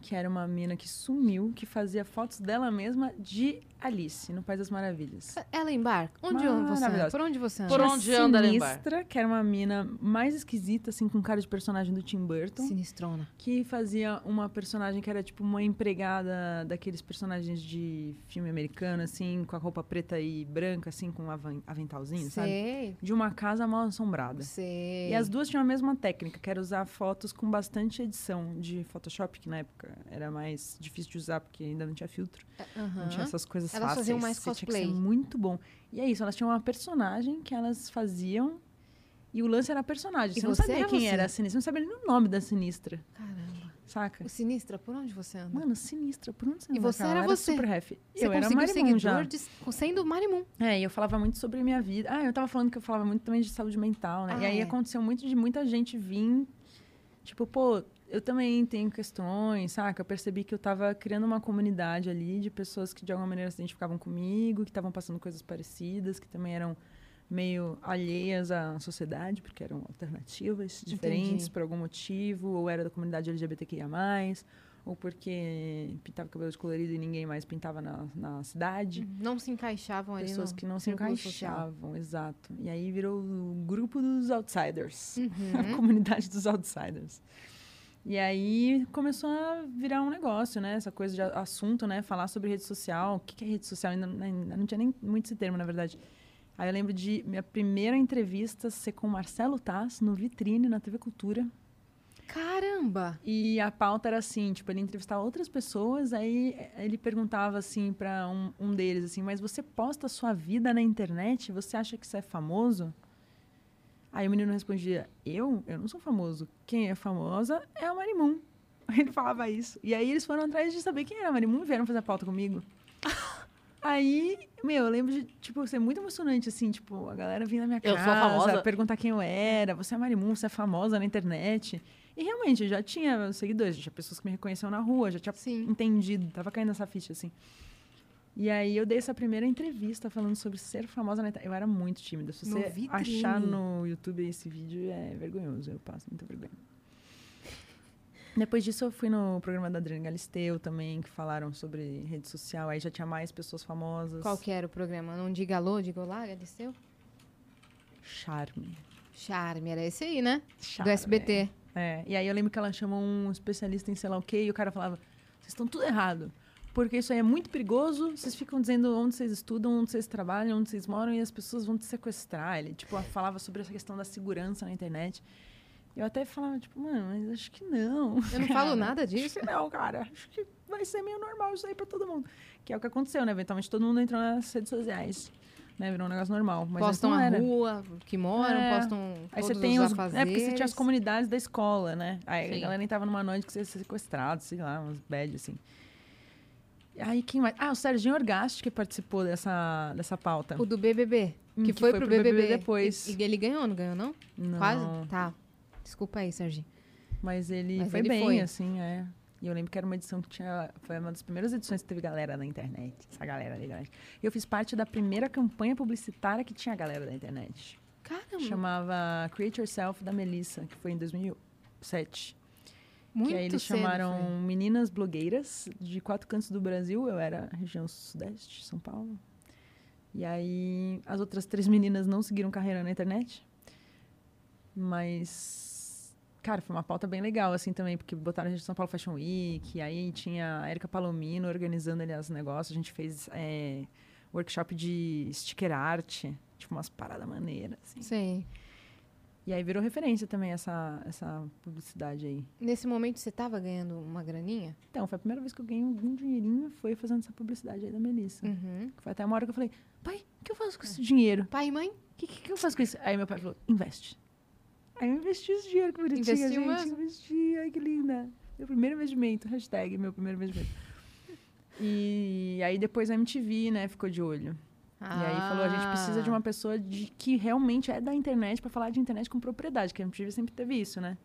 Speaker 3: que era uma mina que sumiu, que fazia fotos dela mesma de Alice, no País das Maravilhas.
Speaker 2: Ela embarca. Onde anda você anda?
Speaker 3: Ah, Maravilhosa.
Speaker 2: Por onde você anda?
Speaker 1: Por
Speaker 3: Tinha
Speaker 1: onde anda ela embarca?
Speaker 3: Sinistra, que era uma mina mais esquisita, assim, com cara de personagem do Tim Burton.
Speaker 2: Sinistrona.
Speaker 3: Que fazia uma personagem que era tipo uma empregada daqueles personagens de filme americano, assim, com a roupa preta e branca, assim, com um avan- aventalzinho, sabe?
Speaker 2: Sei,
Speaker 3: De uma casa mal assombrada.
Speaker 2: sei.
Speaker 3: E as duas tinham a mesma técnica, que era usar fotos com bastante edição de Photoshop, que na época era mais difícil de usar, porque ainda não tinha filtro,
Speaker 2: É, Aham.
Speaker 3: não tinha essas coisas
Speaker 2: Elas
Speaker 3: fáceis.
Speaker 2: faziam mais
Speaker 3: você tinha que
Speaker 2: cosplay.
Speaker 3: ser muito bom. E é isso, elas tinham uma personagem que elas faziam, e o lance era a personagem.
Speaker 2: E
Speaker 3: você não
Speaker 2: você
Speaker 3: sabia
Speaker 2: é
Speaker 3: quem
Speaker 2: você.
Speaker 3: era a Sinistra, você não sabia nem o nome da Sinistra,
Speaker 2: Caramba.
Speaker 3: saca?
Speaker 2: O Sinistra, por onde você anda?
Speaker 3: Mano, sinistra, por onde você
Speaker 2: E
Speaker 3: anda,
Speaker 2: você
Speaker 3: cara?
Speaker 2: era
Speaker 3: Eu
Speaker 2: você.
Speaker 3: super ref.
Speaker 2: Você
Speaker 3: eu era
Speaker 2: conseguiu
Speaker 3: Marimum
Speaker 2: seguidor
Speaker 3: já.
Speaker 2: de, sendo Marimum.
Speaker 3: É, e eu falava muito sobre minha vida. Ah, eu tava falando que eu falava muito também de saúde mental, né?
Speaker 2: Ah,
Speaker 3: e aí
Speaker 2: é.
Speaker 3: aconteceu muito de muita gente vir, tipo, pô, eu também tenho questões, saca? Eu percebi que eu tava criando uma comunidade ali de pessoas que de alguma maneira se identificavam comigo, que estavam passando coisas parecidas, que também eram meio alheias à sociedade, porque eram alternativas, diferentes
Speaker 2: Entendi.
Speaker 3: por algum motivo, ou era da comunidade LGBTQIA+, ou porque pintava cabelo de colorido e ninguém mais pintava na, na cidade
Speaker 2: Não se encaixavam ali
Speaker 3: pessoas
Speaker 2: no
Speaker 3: que não se
Speaker 2: círculo social.
Speaker 3: encaixavam, exato. E aí virou o grupo dos outsiders, a
Speaker 2: Uhum.
Speaker 3: comunidade dos outsiders. E aí começou a virar um negócio, né? Essa coisa de a- assunto, né? Falar sobre rede social. O que que é rede social? Ainda, não- ainda não tinha nem muito esse termo, na verdade. Aí eu lembro de minha primeira entrevista ser com o Marcelo Taz, no Vitrine, na TV Cultura.
Speaker 2: Caramba!
Speaker 3: E a pauta era assim, tipo, ele entrevistava outras pessoas, aí eh, ele perguntava assim pra um, um deles assim, mas você posta sua vida na internet? Você acha que você é famoso? Aí o menino respondia, eu? Eu não sou famoso. Quem é famosa é a Marimum. Ele falava isso. E aí eles foram atrás de saber quem era a Marimum e vieram fazer a pauta comigo. Aí, meu, eu lembro de, tipo, ser muito emocionante, assim, tipo, a galera vinha na minha
Speaker 1: Eu
Speaker 3: casa,
Speaker 1: sou famosa?
Speaker 3: perguntar quem eu era, você é a Marimum, você é famosa na internet. E realmente, eu já tinha meus seguidores, já tinha pessoas que me reconheciam na rua, já tinha
Speaker 2: Sim.
Speaker 3: entendido, tava caindo essa ficha, assim. E aí eu dei essa primeira entrevista falando sobre ser famosa na internet. Eu era muito tímida. Se
Speaker 2: No
Speaker 3: você
Speaker 2: vitrine.
Speaker 3: achar no YouTube esse vídeo, é vergonhoso. Eu passo muita vergonha. Depois disso, eu fui no programa da Adriana Galisteu também, que falaram sobre rede social. Aí já tinha mais pessoas famosas.
Speaker 2: Qual que era o programa? Não diga alô, diga olá, agradeceu?
Speaker 3: Charme.
Speaker 2: Charme, era esse aí, né?
Speaker 3: Charme.
Speaker 2: Do SBT.
Speaker 3: É, e aí eu lembro que ela chamou um especialista em sei lá o quê, e o cara falava, vocês estão tudo errado. Porque isso aí é muito perigoso, vocês ficam dizendo onde vocês estudam, onde vocês trabalham, onde vocês moram, e as pessoas vão te sequestrar. Ele, tipo, falava sobre essa questão da segurança na internet. Eu até falava, tipo, mano, mas acho que não.
Speaker 2: Eu não falo nada disso.
Speaker 3: Acho que não, cara. Acho que vai ser meio normal isso aí pra todo mundo. Que é o que aconteceu, né? Eventualmente todo mundo entrou nas redes sociais. Né? Virou um negócio normal. Mas
Speaker 2: postam
Speaker 3: não
Speaker 2: a
Speaker 3: era.
Speaker 2: rua que moram,
Speaker 3: É.
Speaker 2: postam
Speaker 3: Aí você
Speaker 2: todos
Speaker 3: tem
Speaker 2: os
Speaker 3: os. É porque você tinha as
Speaker 2: afazeres.
Speaker 3: comunidades da escola, né? Aí
Speaker 1: Sim.
Speaker 3: a galera tava numa noite que você ia ser sequestrado, sei lá, uns bad, assim. Aí quem mais? Ah, o Serginho Orgasti que participou dessa, dessa pauta. Hum,
Speaker 2: O do BBB, que, foi, pro, BBB,
Speaker 3: depois.
Speaker 2: E, e ele ganhou, não ganhou, não?
Speaker 3: Não,
Speaker 2: Quase? Tá. Desculpa aí, Serginho.
Speaker 3: Mas ele
Speaker 2: Mas
Speaker 3: foi
Speaker 2: ele
Speaker 3: bem,
Speaker 2: foi.
Speaker 3: assim, é. E eu lembro que era uma edição que tinha. Foi uma das primeiras edições que teve galera na internet. Essa galera da internet. Eu fiz parte da primeira campanha publicitária que tinha galera da internet.
Speaker 2: Caramba,
Speaker 3: Chamava Create Yourself da Melissa, que foi em 2007.
Speaker 2: muito
Speaker 3: que aí eles
Speaker 2: cedo
Speaker 3: chamaram
Speaker 2: foi.
Speaker 3: meninas blogueiras de quatro cantos do Brasil. Eu era região sudeste, São Paulo. E aí as outras três meninas não seguiram carreira na internet. Mas, cara, foi uma pauta bem legal, assim, também. Porque botaram a gente no São Paulo Fashion Week. E aí tinha a Erika Palomino organizando ali os negócios. A gente fez eh, workshop de sticker art. Tipo, umas paradas maneiras, assim.
Speaker 2: Sei.
Speaker 3: E aí virou referência também essa, essa publicidade aí.
Speaker 2: Nesse momento você tava ganhando uma graninha?
Speaker 3: Então, foi a primeira vez que eu ganhei algum dinheirinho foi fazendo essa publicidade aí da Melissa.
Speaker 2: Uhum.
Speaker 3: Foi até uma hora que eu falei, pai, o que eu faço com esse dinheiro?
Speaker 2: Pai e mãe?
Speaker 3: O que, que, que eu faço com isso? Aí meu pai falou, investe. Aí eu investi esse dinheiro, que bonitinho,
Speaker 2: Investiu
Speaker 3: gente.
Speaker 2: mesmo?
Speaker 3: Investi, ai que linda. Meu primeiro investimento, hashtag meu primeiro investimento. E aí depois a MTV, né, ficou de olho. E aí falou, a gente precisa
Speaker 2: Ah.
Speaker 3: de uma pessoa de, que realmente é da internet pra falar de internet com propriedade, que a MTV sempre teve isso, né?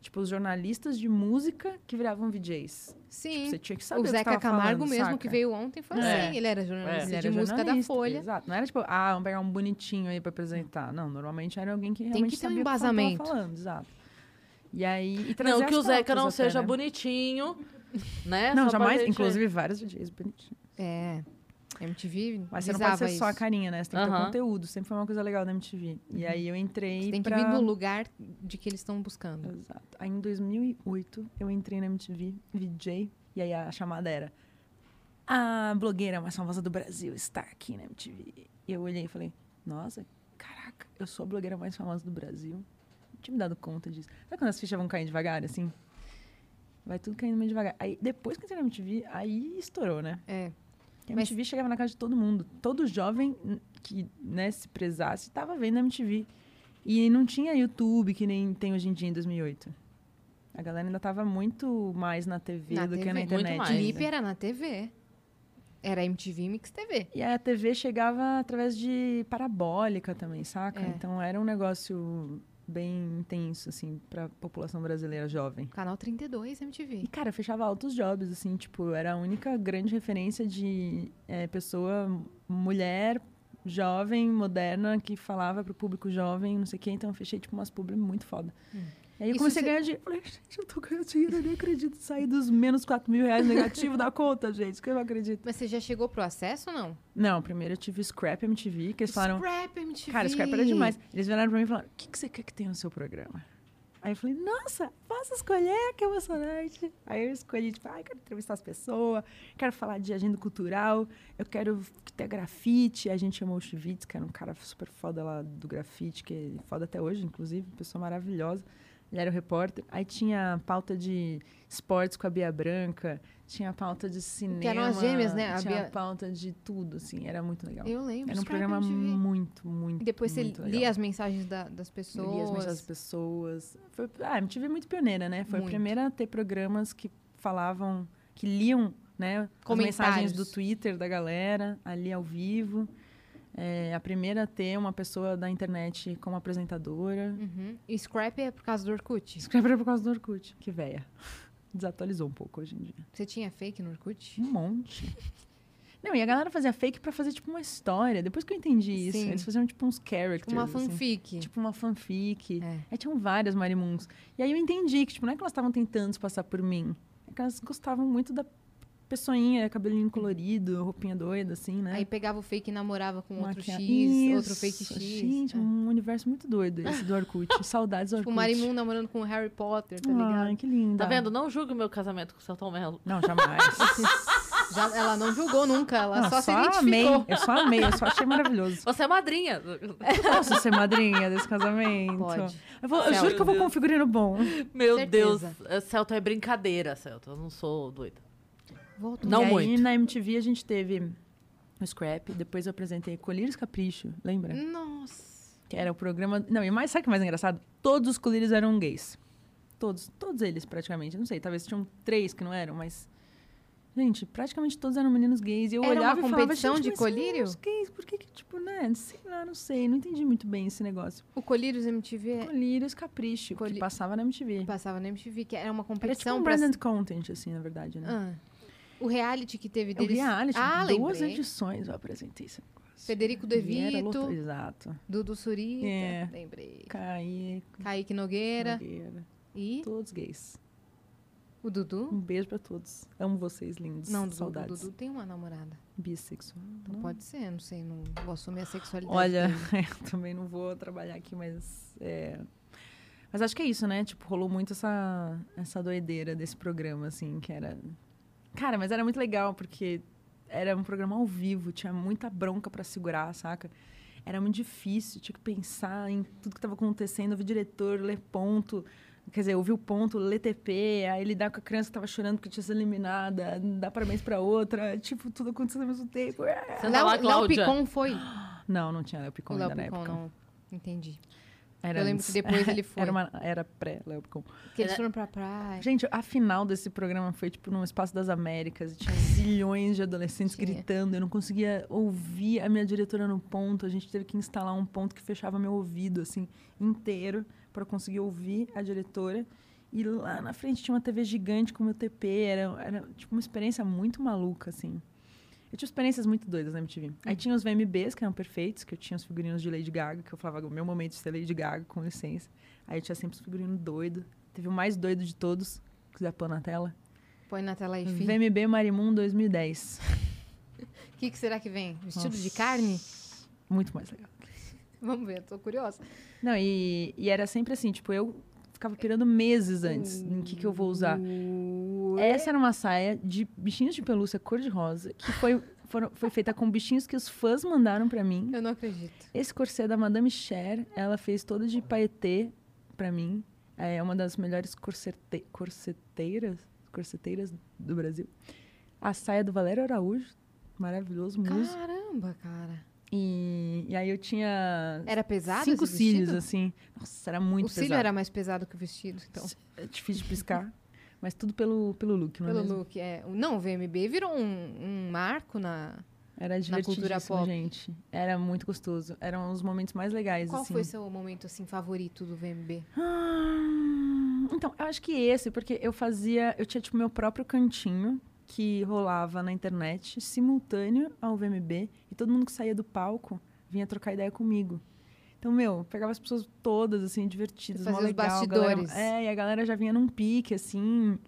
Speaker 3: Tipo, os jornalistas de música que viravam VJs.
Speaker 2: Ah, Sim.
Speaker 3: Tipo, Você tinha que saber
Speaker 2: o
Speaker 3: que você
Speaker 2: Zeca
Speaker 3: tava
Speaker 2: Camargo
Speaker 3: falando,
Speaker 2: mesmo,
Speaker 3: saca?
Speaker 2: que veio ontem, foi
Speaker 1: É.
Speaker 2: assim. Ele era jornalista
Speaker 3: Ele
Speaker 2: de
Speaker 3: era
Speaker 2: música da
Speaker 3: jornalista,
Speaker 2: Folha.
Speaker 3: Exato. Não era tipo, ah, vamos pegar um bonitinho aí pra apresentar. Não, normalmente era alguém que realmente
Speaker 2: que ter um
Speaker 3: sabia o que tava
Speaker 2: embasamento.
Speaker 3: falando, exato. E aí. E trazer
Speaker 1: Não que
Speaker 3: as
Speaker 1: o Zeca
Speaker 3: pautas
Speaker 1: não
Speaker 3: até,
Speaker 1: seja
Speaker 3: né?
Speaker 1: bonitinho, né?
Speaker 3: não,
Speaker 1: Só pra
Speaker 3: jamais.
Speaker 1: gente-
Speaker 3: Inclusive, vários DJs bonitinhos.
Speaker 2: É. MTV
Speaker 3: Mas você não
Speaker 2: visava
Speaker 3: pode ser só a
Speaker 2: isso. Uhum.
Speaker 3: carinha, né? Você tem que ter
Speaker 1: Aham.
Speaker 3: conteúdo. Sempre foi uma coisa legal da MTV. E aí eu entrei
Speaker 2: Você tem que
Speaker 3: pra...
Speaker 2: vir no lugar de que eles estão buscando.
Speaker 3: Exato. Aí em 2008 eu entrei na MTV, VJ, e aí a chamada era a blogueira mais famosa do Brasil está aqui na MTV. E eu olhei e falei, nossa, caraca, eu sou a blogueira mais famosa do Brasil. Não tinha me dado conta disso. Sabe quando as fichas vão cair devagar, assim? Vai tudo caindo meio devagar. Aí depois que eu entrei na MTV, aí estourou, né?
Speaker 2: É.
Speaker 3: A
Speaker 2: Mas-
Speaker 3: MTV chegava na casa de todo mundo. Todo jovem hum, que né, se prezasse estava vendo a MTV. E não tinha YouTube que nem tem hoje em dia em 2008. A galera ainda estava muito mais na TV
Speaker 2: Na
Speaker 3: do que
Speaker 2: TV,
Speaker 3: na
Speaker 2: muito é.
Speaker 3: internet. né?
Speaker 1: mais.
Speaker 3: ainda.
Speaker 2: Clipe era na TV. Era MTV Mix TV.
Speaker 3: E a TV chegava através de parabólica também, saca?
Speaker 2: É.
Speaker 3: Então era um negócio bem intenso, assim, pra população brasileira jovem.
Speaker 2: Canal 32 MTV.
Speaker 3: E, cara, eu fechava altos jobs, assim, tipo, eu era a única grande referência de eh, pessoa, mulher, jovem, moderna, que falava pro público jovem, não sei o quê. Então eu fechei, tipo, umas publi muito foda. E aí Hum. eu
Speaker 2: Isso
Speaker 3: comecei
Speaker 2: você-
Speaker 3: a ganhar dinheiro. Falei, gente, eu tô ganhando dinheiro, eu nem acredito. Saí dos menos 4 mil reais negativo da conta, gente, que eu não acredito.
Speaker 2: Mas você já chegou pro acesso ou não?
Speaker 3: Não, primeiro eu tive Scrap MTV, que eles falaram...
Speaker 2: Scrap MTV.
Speaker 3: Cara, Scrap era demais. Eles viraram pra mim e falaram, o que, que você quer que tenha no seu programa? Aí eu falei, nossa, posso escolher? Que emocionante. Aí eu escolhi, tipo, ai, quero entrevistar as pessoas, quero falar de agenda cultural, eu quero que tenha grafite. Aí A gente chamou o Chivitz, que era um cara super foda lá do grafite, que é foda até hoje, inclusive, pessoa maravilhosa. Ele era o repórter. Aí tinha pauta de esportes com a Bia Branca, tinha pauta de cinema.
Speaker 2: eram as gêmeas, né? A
Speaker 3: tinha
Speaker 2: Bia-
Speaker 3: pauta de tudo, assim, era muito legal.
Speaker 2: Eu lembro.
Speaker 3: Era um
Speaker 2: Scrap
Speaker 3: programa
Speaker 2: MTV.
Speaker 3: muito, muito.
Speaker 2: E depois você
Speaker 3: muito
Speaker 2: lia
Speaker 3: legal.
Speaker 2: as mensagens da- das pessoas.
Speaker 3: Eu lia as mensagens das pessoas. Foi, ah, a MTV é muito pioneira, né? Foi
Speaker 2: Muito.
Speaker 3: a primeira a ter programas que falavam, que liam, né? As
Speaker 2: Comentários.
Speaker 3: mensagens do Twitter da galera, ali ao vivo. É, a primeira a ter uma pessoa da internet como apresentadora.
Speaker 2: Uhum. E Scrap é por causa do Orkut.
Speaker 3: Escreveram por causa do Orkut. Que véia. Desatualizou um pouco hoje em dia.
Speaker 2: Você tinha fake no Orkut?
Speaker 3: Um monte. Não, e a galera fazia fake pra fazer, tipo, uma história. Depois que eu entendi isso,
Speaker 2: Sim.
Speaker 3: eles faziam, tipo, uns characters.
Speaker 2: Tipo uma
Speaker 3: assim.
Speaker 2: fanfic.
Speaker 3: Tipo uma fanfic.
Speaker 2: É.
Speaker 3: Aí tinham várias marimundos. E aí eu entendi que, tipo, não é que elas estavam tentando se passar por mim. É que elas gostavam muito da pessoinha, cabelinho colorido, roupinha doida, assim, né?
Speaker 2: Aí pegava o fake e namorava com outro
Speaker 3: Maquia-
Speaker 2: X, outro
Speaker 3: Isso,
Speaker 2: fake X.
Speaker 3: Gente,
Speaker 2: é.
Speaker 3: um universo muito doido esse do Orkut. Saudades do
Speaker 2: Tipo,
Speaker 3: Orkut.
Speaker 2: o Marimun namorando com o Harry Potter, tá
Speaker 3: Ai,
Speaker 2: ligado?
Speaker 3: que linda.
Speaker 1: Tá vendo? Não julgue o meu casamento com o Celton Mello.
Speaker 3: Não, jamais.
Speaker 2: Já, ela não julgou nunca, ela
Speaker 3: Não,
Speaker 2: só, se
Speaker 3: Ah, amei.
Speaker 2: identificou.
Speaker 3: Eu só amei, eu só achei maravilhoso.
Speaker 1: Você é madrinha.
Speaker 3: Posso ser madrinha desse casamento?
Speaker 2: Pode.
Speaker 3: Eu, vou- eu
Speaker 1: Celso.
Speaker 3: juro que eu vou com um figurino bom.
Speaker 1: Meu
Speaker 2: Certeza.
Speaker 1: Deus. eh, Celton é brincadeira, Celton. Eu não sou doida.
Speaker 2: Voltou.
Speaker 1: Não
Speaker 3: e aí,
Speaker 1: muito.
Speaker 3: na MTV a gente teve o Scrap, depois eu apresentei Colírios Capricho, lembra?
Speaker 2: Hum. Nossa.
Speaker 3: Que era o programa. Não, e mais, sabe o que é mais engraçado? Todos os colírios eram gays. Todos, todos eles praticamente. Não sei, talvez tinham três que não eram, mas. Gente, praticamente todos eram meninos gays. E eu
Speaker 2: Era uma
Speaker 3: olhava e falava,
Speaker 2: competição de
Speaker 3: "Gente, assim?" mas são
Speaker 2: colírio?"
Speaker 3: Os gays, por que que, tipo, né? Sei lá, não sei. Não entendi muito bem esse negócio.
Speaker 2: O Colírios MTV é-
Speaker 3: Colírios Capricho,
Speaker 2: Coli-
Speaker 3: que passava na MTV.
Speaker 2: passava na MTV, que era uma
Speaker 3: Era tipo
Speaker 2: competição
Speaker 3: um
Speaker 2: pra...
Speaker 3: branded content, assim, na verdade, né?
Speaker 2: Ah. O reality que teve
Speaker 3: Eu
Speaker 2: deles.
Speaker 3: vi a Alice,
Speaker 2: ah,
Speaker 3: É duas
Speaker 2: lembrei.
Speaker 3: edições eu apresentei esse negócio.
Speaker 2: Federico De
Speaker 3: E era
Speaker 2: Vito,
Speaker 3: loucura, Exato.
Speaker 2: Dudu Surita,
Speaker 3: É.
Speaker 2: lembrei.
Speaker 3: Caí,
Speaker 2: Kaique Nogueira
Speaker 3: Nogueira,
Speaker 2: e
Speaker 3: todos gays.
Speaker 2: o Dudu.
Speaker 3: Um beijo pra todos. Amo vocês, lindos.
Speaker 2: Uhum. Não, Dudu, o
Speaker 3: Saudades.
Speaker 2: Dudu tem uma namorada.
Speaker 3: Bissexual.
Speaker 2: Então
Speaker 3: não?
Speaker 2: pode ser, não sei, não vou assumir a sexualidade.
Speaker 3: Olha,
Speaker 2: dele.
Speaker 3: eu também não vou trabalhar aqui, mas... é, Mas acho que é isso, né? Tipo, rolou muito essa, essa doideira desse programa, assim, que era... Cara, mas era muito legal, porque era um programa ao vivo, tinha muita bronca pra segurar, saca? Era muito difícil, tinha que pensar em tudo que tava acontecendo, ouvir diretor, ler ponto, quer dizer, ouvir o ponto, ler TP, aí lidar com a criança que tava chorando porque tinha sido eliminada, dar parabéns pra outra, tipo, tudo acontecendo ao mesmo tempo.
Speaker 1: Senta lá,
Speaker 2: Léo, Léo
Speaker 1: Cláudia.
Speaker 2: Picon foi.
Speaker 3: Não, não tinha Léo Picon
Speaker 2: o Léo
Speaker 3: ainda Ah, na
Speaker 2: Picon
Speaker 3: época.
Speaker 2: não. Entendi.
Speaker 3: Era
Speaker 2: Eu lembro
Speaker 3: antes.
Speaker 2: que
Speaker 3: É,
Speaker 2: depois ele foi.
Speaker 3: Era, uma- era pré-Léo Picon.
Speaker 2: Porque eles
Speaker 1: Era-
Speaker 2: foram pra praia.
Speaker 3: Gente, a final desse programa foi, tipo, num espaço das Américas. e Tinha zilhões de adolescentes
Speaker 2: Tinha.
Speaker 3: gritando. Eu não conseguia ouvir a minha diretora no ponto. A gente teve que instalar um ponto que fechava meu ouvido, assim, inteiro, para conseguir ouvir a diretora. E lá na frente tinha uma TV gigante com meu TP. Era, era tipo, uma experiência muito maluca, assim. Eu tinha experiências muito doidas na MTV. Aí tinha os VMBs, que eram perfeitos, que eu tinha os figurinos de Lady Gaga, que eu falava, o meu momento de ser Lady Gaga, com é licença. Aí eu tinha sempre os figurinos doido. Teve o mais doido de todos, que quiser pôr na tela.
Speaker 2: Põe na tela aí, filho.
Speaker 3: VMB Marimum 2010.
Speaker 2: O que, que será que vem? Vestido de
Speaker 3: Nossa.
Speaker 2: carne?
Speaker 3: Muito mais legal.
Speaker 2: Vamos ver, eu tô curiosa.
Speaker 3: Não, e, e era sempre assim, tipo, eu ficava pirando meses antes
Speaker 2: Hum,
Speaker 3: em que, que eu vou usar. Essa era uma saia de bichinhos de pelúcia cor-de-rosa, que foi, foram- foi feita com bichinhos que os fãs mandaram pra mim.
Speaker 2: Eu não acredito.
Speaker 3: Esse corset da Madame Cher, ela fez todo de paetê pra mim. É uma das melhores corsete, corseteiras, corseteiras do Brasil. A saia do Valério Araújo, maravilhoso músico.
Speaker 2: Caramba, cara.
Speaker 3: E, e aí eu tinha
Speaker 2: Era É pesado
Speaker 3: cinco
Speaker 2: esse
Speaker 3: cílios,
Speaker 2: vestido?
Speaker 3: assim. Nossa, era muito
Speaker 2: o cílio
Speaker 3: pesado.
Speaker 2: era mais pesado que o vestido, então.
Speaker 3: É difícil de piscar. Mas tudo pelo, pelo look, não é
Speaker 2: Pelo
Speaker 3: mesmo?
Speaker 2: look, é. Não, o VMB virou um, um marco na.
Speaker 3: Era
Speaker 2: Na cultura
Speaker 3: divertidíssimo,
Speaker 2: pop.
Speaker 3: gente. Era muito gostoso. Eram os momentos mais legais,
Speaker 2: Qual
Speaker 3: assim.
Speaker 2: foi seu momento assim favorito do VMB?
Speaker 3: Hum, Então, eu acho que esse, porque eu fazia... Eu tinha, tipo, meu próprio cantinho que rolava na internet, simultâneo ao VMB. E todo mundo que saía do palco vinha trocar ideia comigo. Então, meu, pegava as pessoas todas, assim, divertidas,
Speaker 2: Você
Speaker 3: mó
Speaker 2: fazia os
Speaker 3: legal. a galera-
Speaker 2: bastidores.
Speaker 3: é, e a galera já vinha num pique, assim...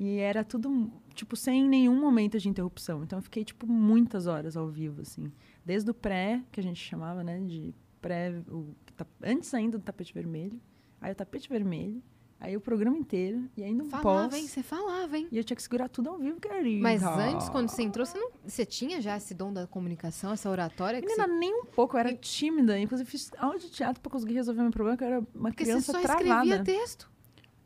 Speaker 3: E era tudo, tipo, sem nenhum momento de interrupção. Então, eu fiquei, tipo, muitas horas ao vivo, assim. Desde o pré, que a gente chamava, né? De pré... O, que tá- antes ainda do tapete vermelho. Aí o tapete vermelho. Aí o programa inteiro. E ainda um
Speaker 2: Falava, hein?
Speaker 3: pós.
Speaker 2: Você falava, hein?
Speaker 3: E eu tinha que segurar tudo ao vivo, querida.
Speaker 2: Mas antes, quando você entrou, você, não, você tinha já esse dom da comunicação, essa oratória? é Que
Speaker 3: Menina,
Speaker 2: você,
Speaker 3: nem um pouco. Eu era tímida. Inclusive, fiz aula de teatro pra conseguir resolver meu problema, que eu era uma
Speaker 2: porque você
Speaker 3: criança
Speaker 2: só
Speaker 3: travada.
Speaker 2: escrevia texto.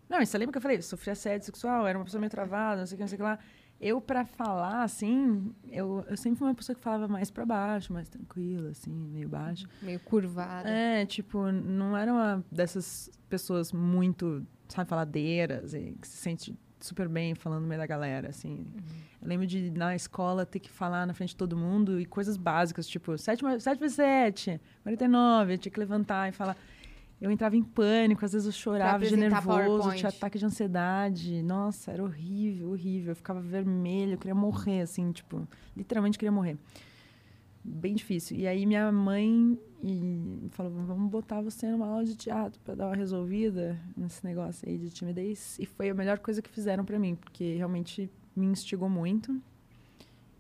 Speaker 3: Não, isso lembra que eu falei, eu sofri assédio sexual, era uma pessoa meio travada, não sei o que, não sei o que lá. Eu, pra falar, assim, eu, eu sempre fui uma pessoa que falava mais pra baixo, mais tranquila, assim, meio baixo.
Speaker 2: Meio curvada.
Speaker 3: É, tipo, não era uma dessas pessoas muito, sabe, faladeiras, e que se sente super bem falando no meio da galera, assim. Eu lembro de, na escola, ter que falar na frente de todo mundo e coisas básicas, tipo, 7, mais- 7 vezes 7, 49, eu tinha que levantar e falar. Eu entrava em pânico, às vezes eu chorava de
Speaker 2: apresentar
Speaker 3: nervoso,
Speaker 2: PowerPoint.
Speaker 3: tinha ataque de ansiedade. Nossa, era horrível, horrível. Eu ficava vermelho, eu queria morrer, assim, tipo, literalmente queria morrer. Bem difícil. E aí minha mãe e falou: vamos botar você numa aula de teatro para dar uma resolvida nesse negócio aí de timidez. E foi a melhor coisa que fizeram para mim, porque realmente me instigou muito.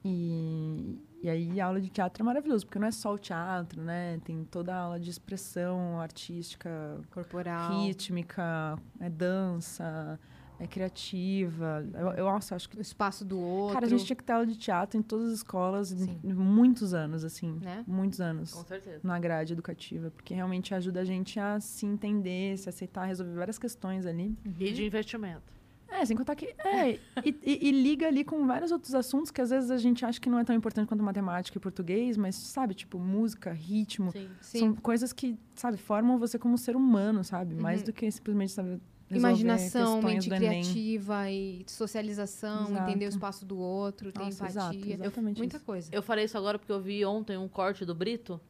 Speaker 3: E, e aí a aula de teatro é maravilhoso, porque não é só o teatro, né? Tem toda a aula de expressão artística,
Speaker 2: Corporal.
Speaker 3: rítmica, é dança, é criativa. Eu, eu nossa, acho que.
Speaker 2: O espaço do outro.
Speaker 3: Cara, a gente tinha que ter aula de teatro em todas as escolas,
Speaker 2: Sim.
Speaker 3: em muitos anos, assim.
Speaker 2: Né?
Speaker 3: Muitos anos
Speaker 1: Com certeza.
Speaker 3: na grade educativa, porque realmente ajuda a gente a se entender, se aceitar, resolver várias questões ali.
Speaker 1: E de investimento.
Speaker 3: É, sem contar que. É, e, e- e liga ali com vários outros assuntos que às vezes a gente acha que não é tão importante quanto matemática e português, mas sabe, tipo, música, ritmo.
Speaker 1: Sim.
Speaker 2: Sim.
Speaker 3: São coisas que, sabe, formam você como ser humano, sabe? Mais
Speaker 2: Uhum.
Speaker 3: do que simplesmente sabe, resolver
Speaker 2: Imaginação,
Speaker 3: questões
Speaker 2: mente
Speaker 3: do Enem.
Speaker 2: criativa e socialização,
Speaker 3: Exato.
Speaker 2: entender o espaço do outro, ter
Speaker 3: Nossa, exato,
Speaker 2: empatia.
Speaker 3: exatamente
Speaker 2: Muita
Speaker 3: isso.
Speaker 2: coisa.
Speaker 1: Eu falei isso agora porque eu vi ontem um corte do Brito.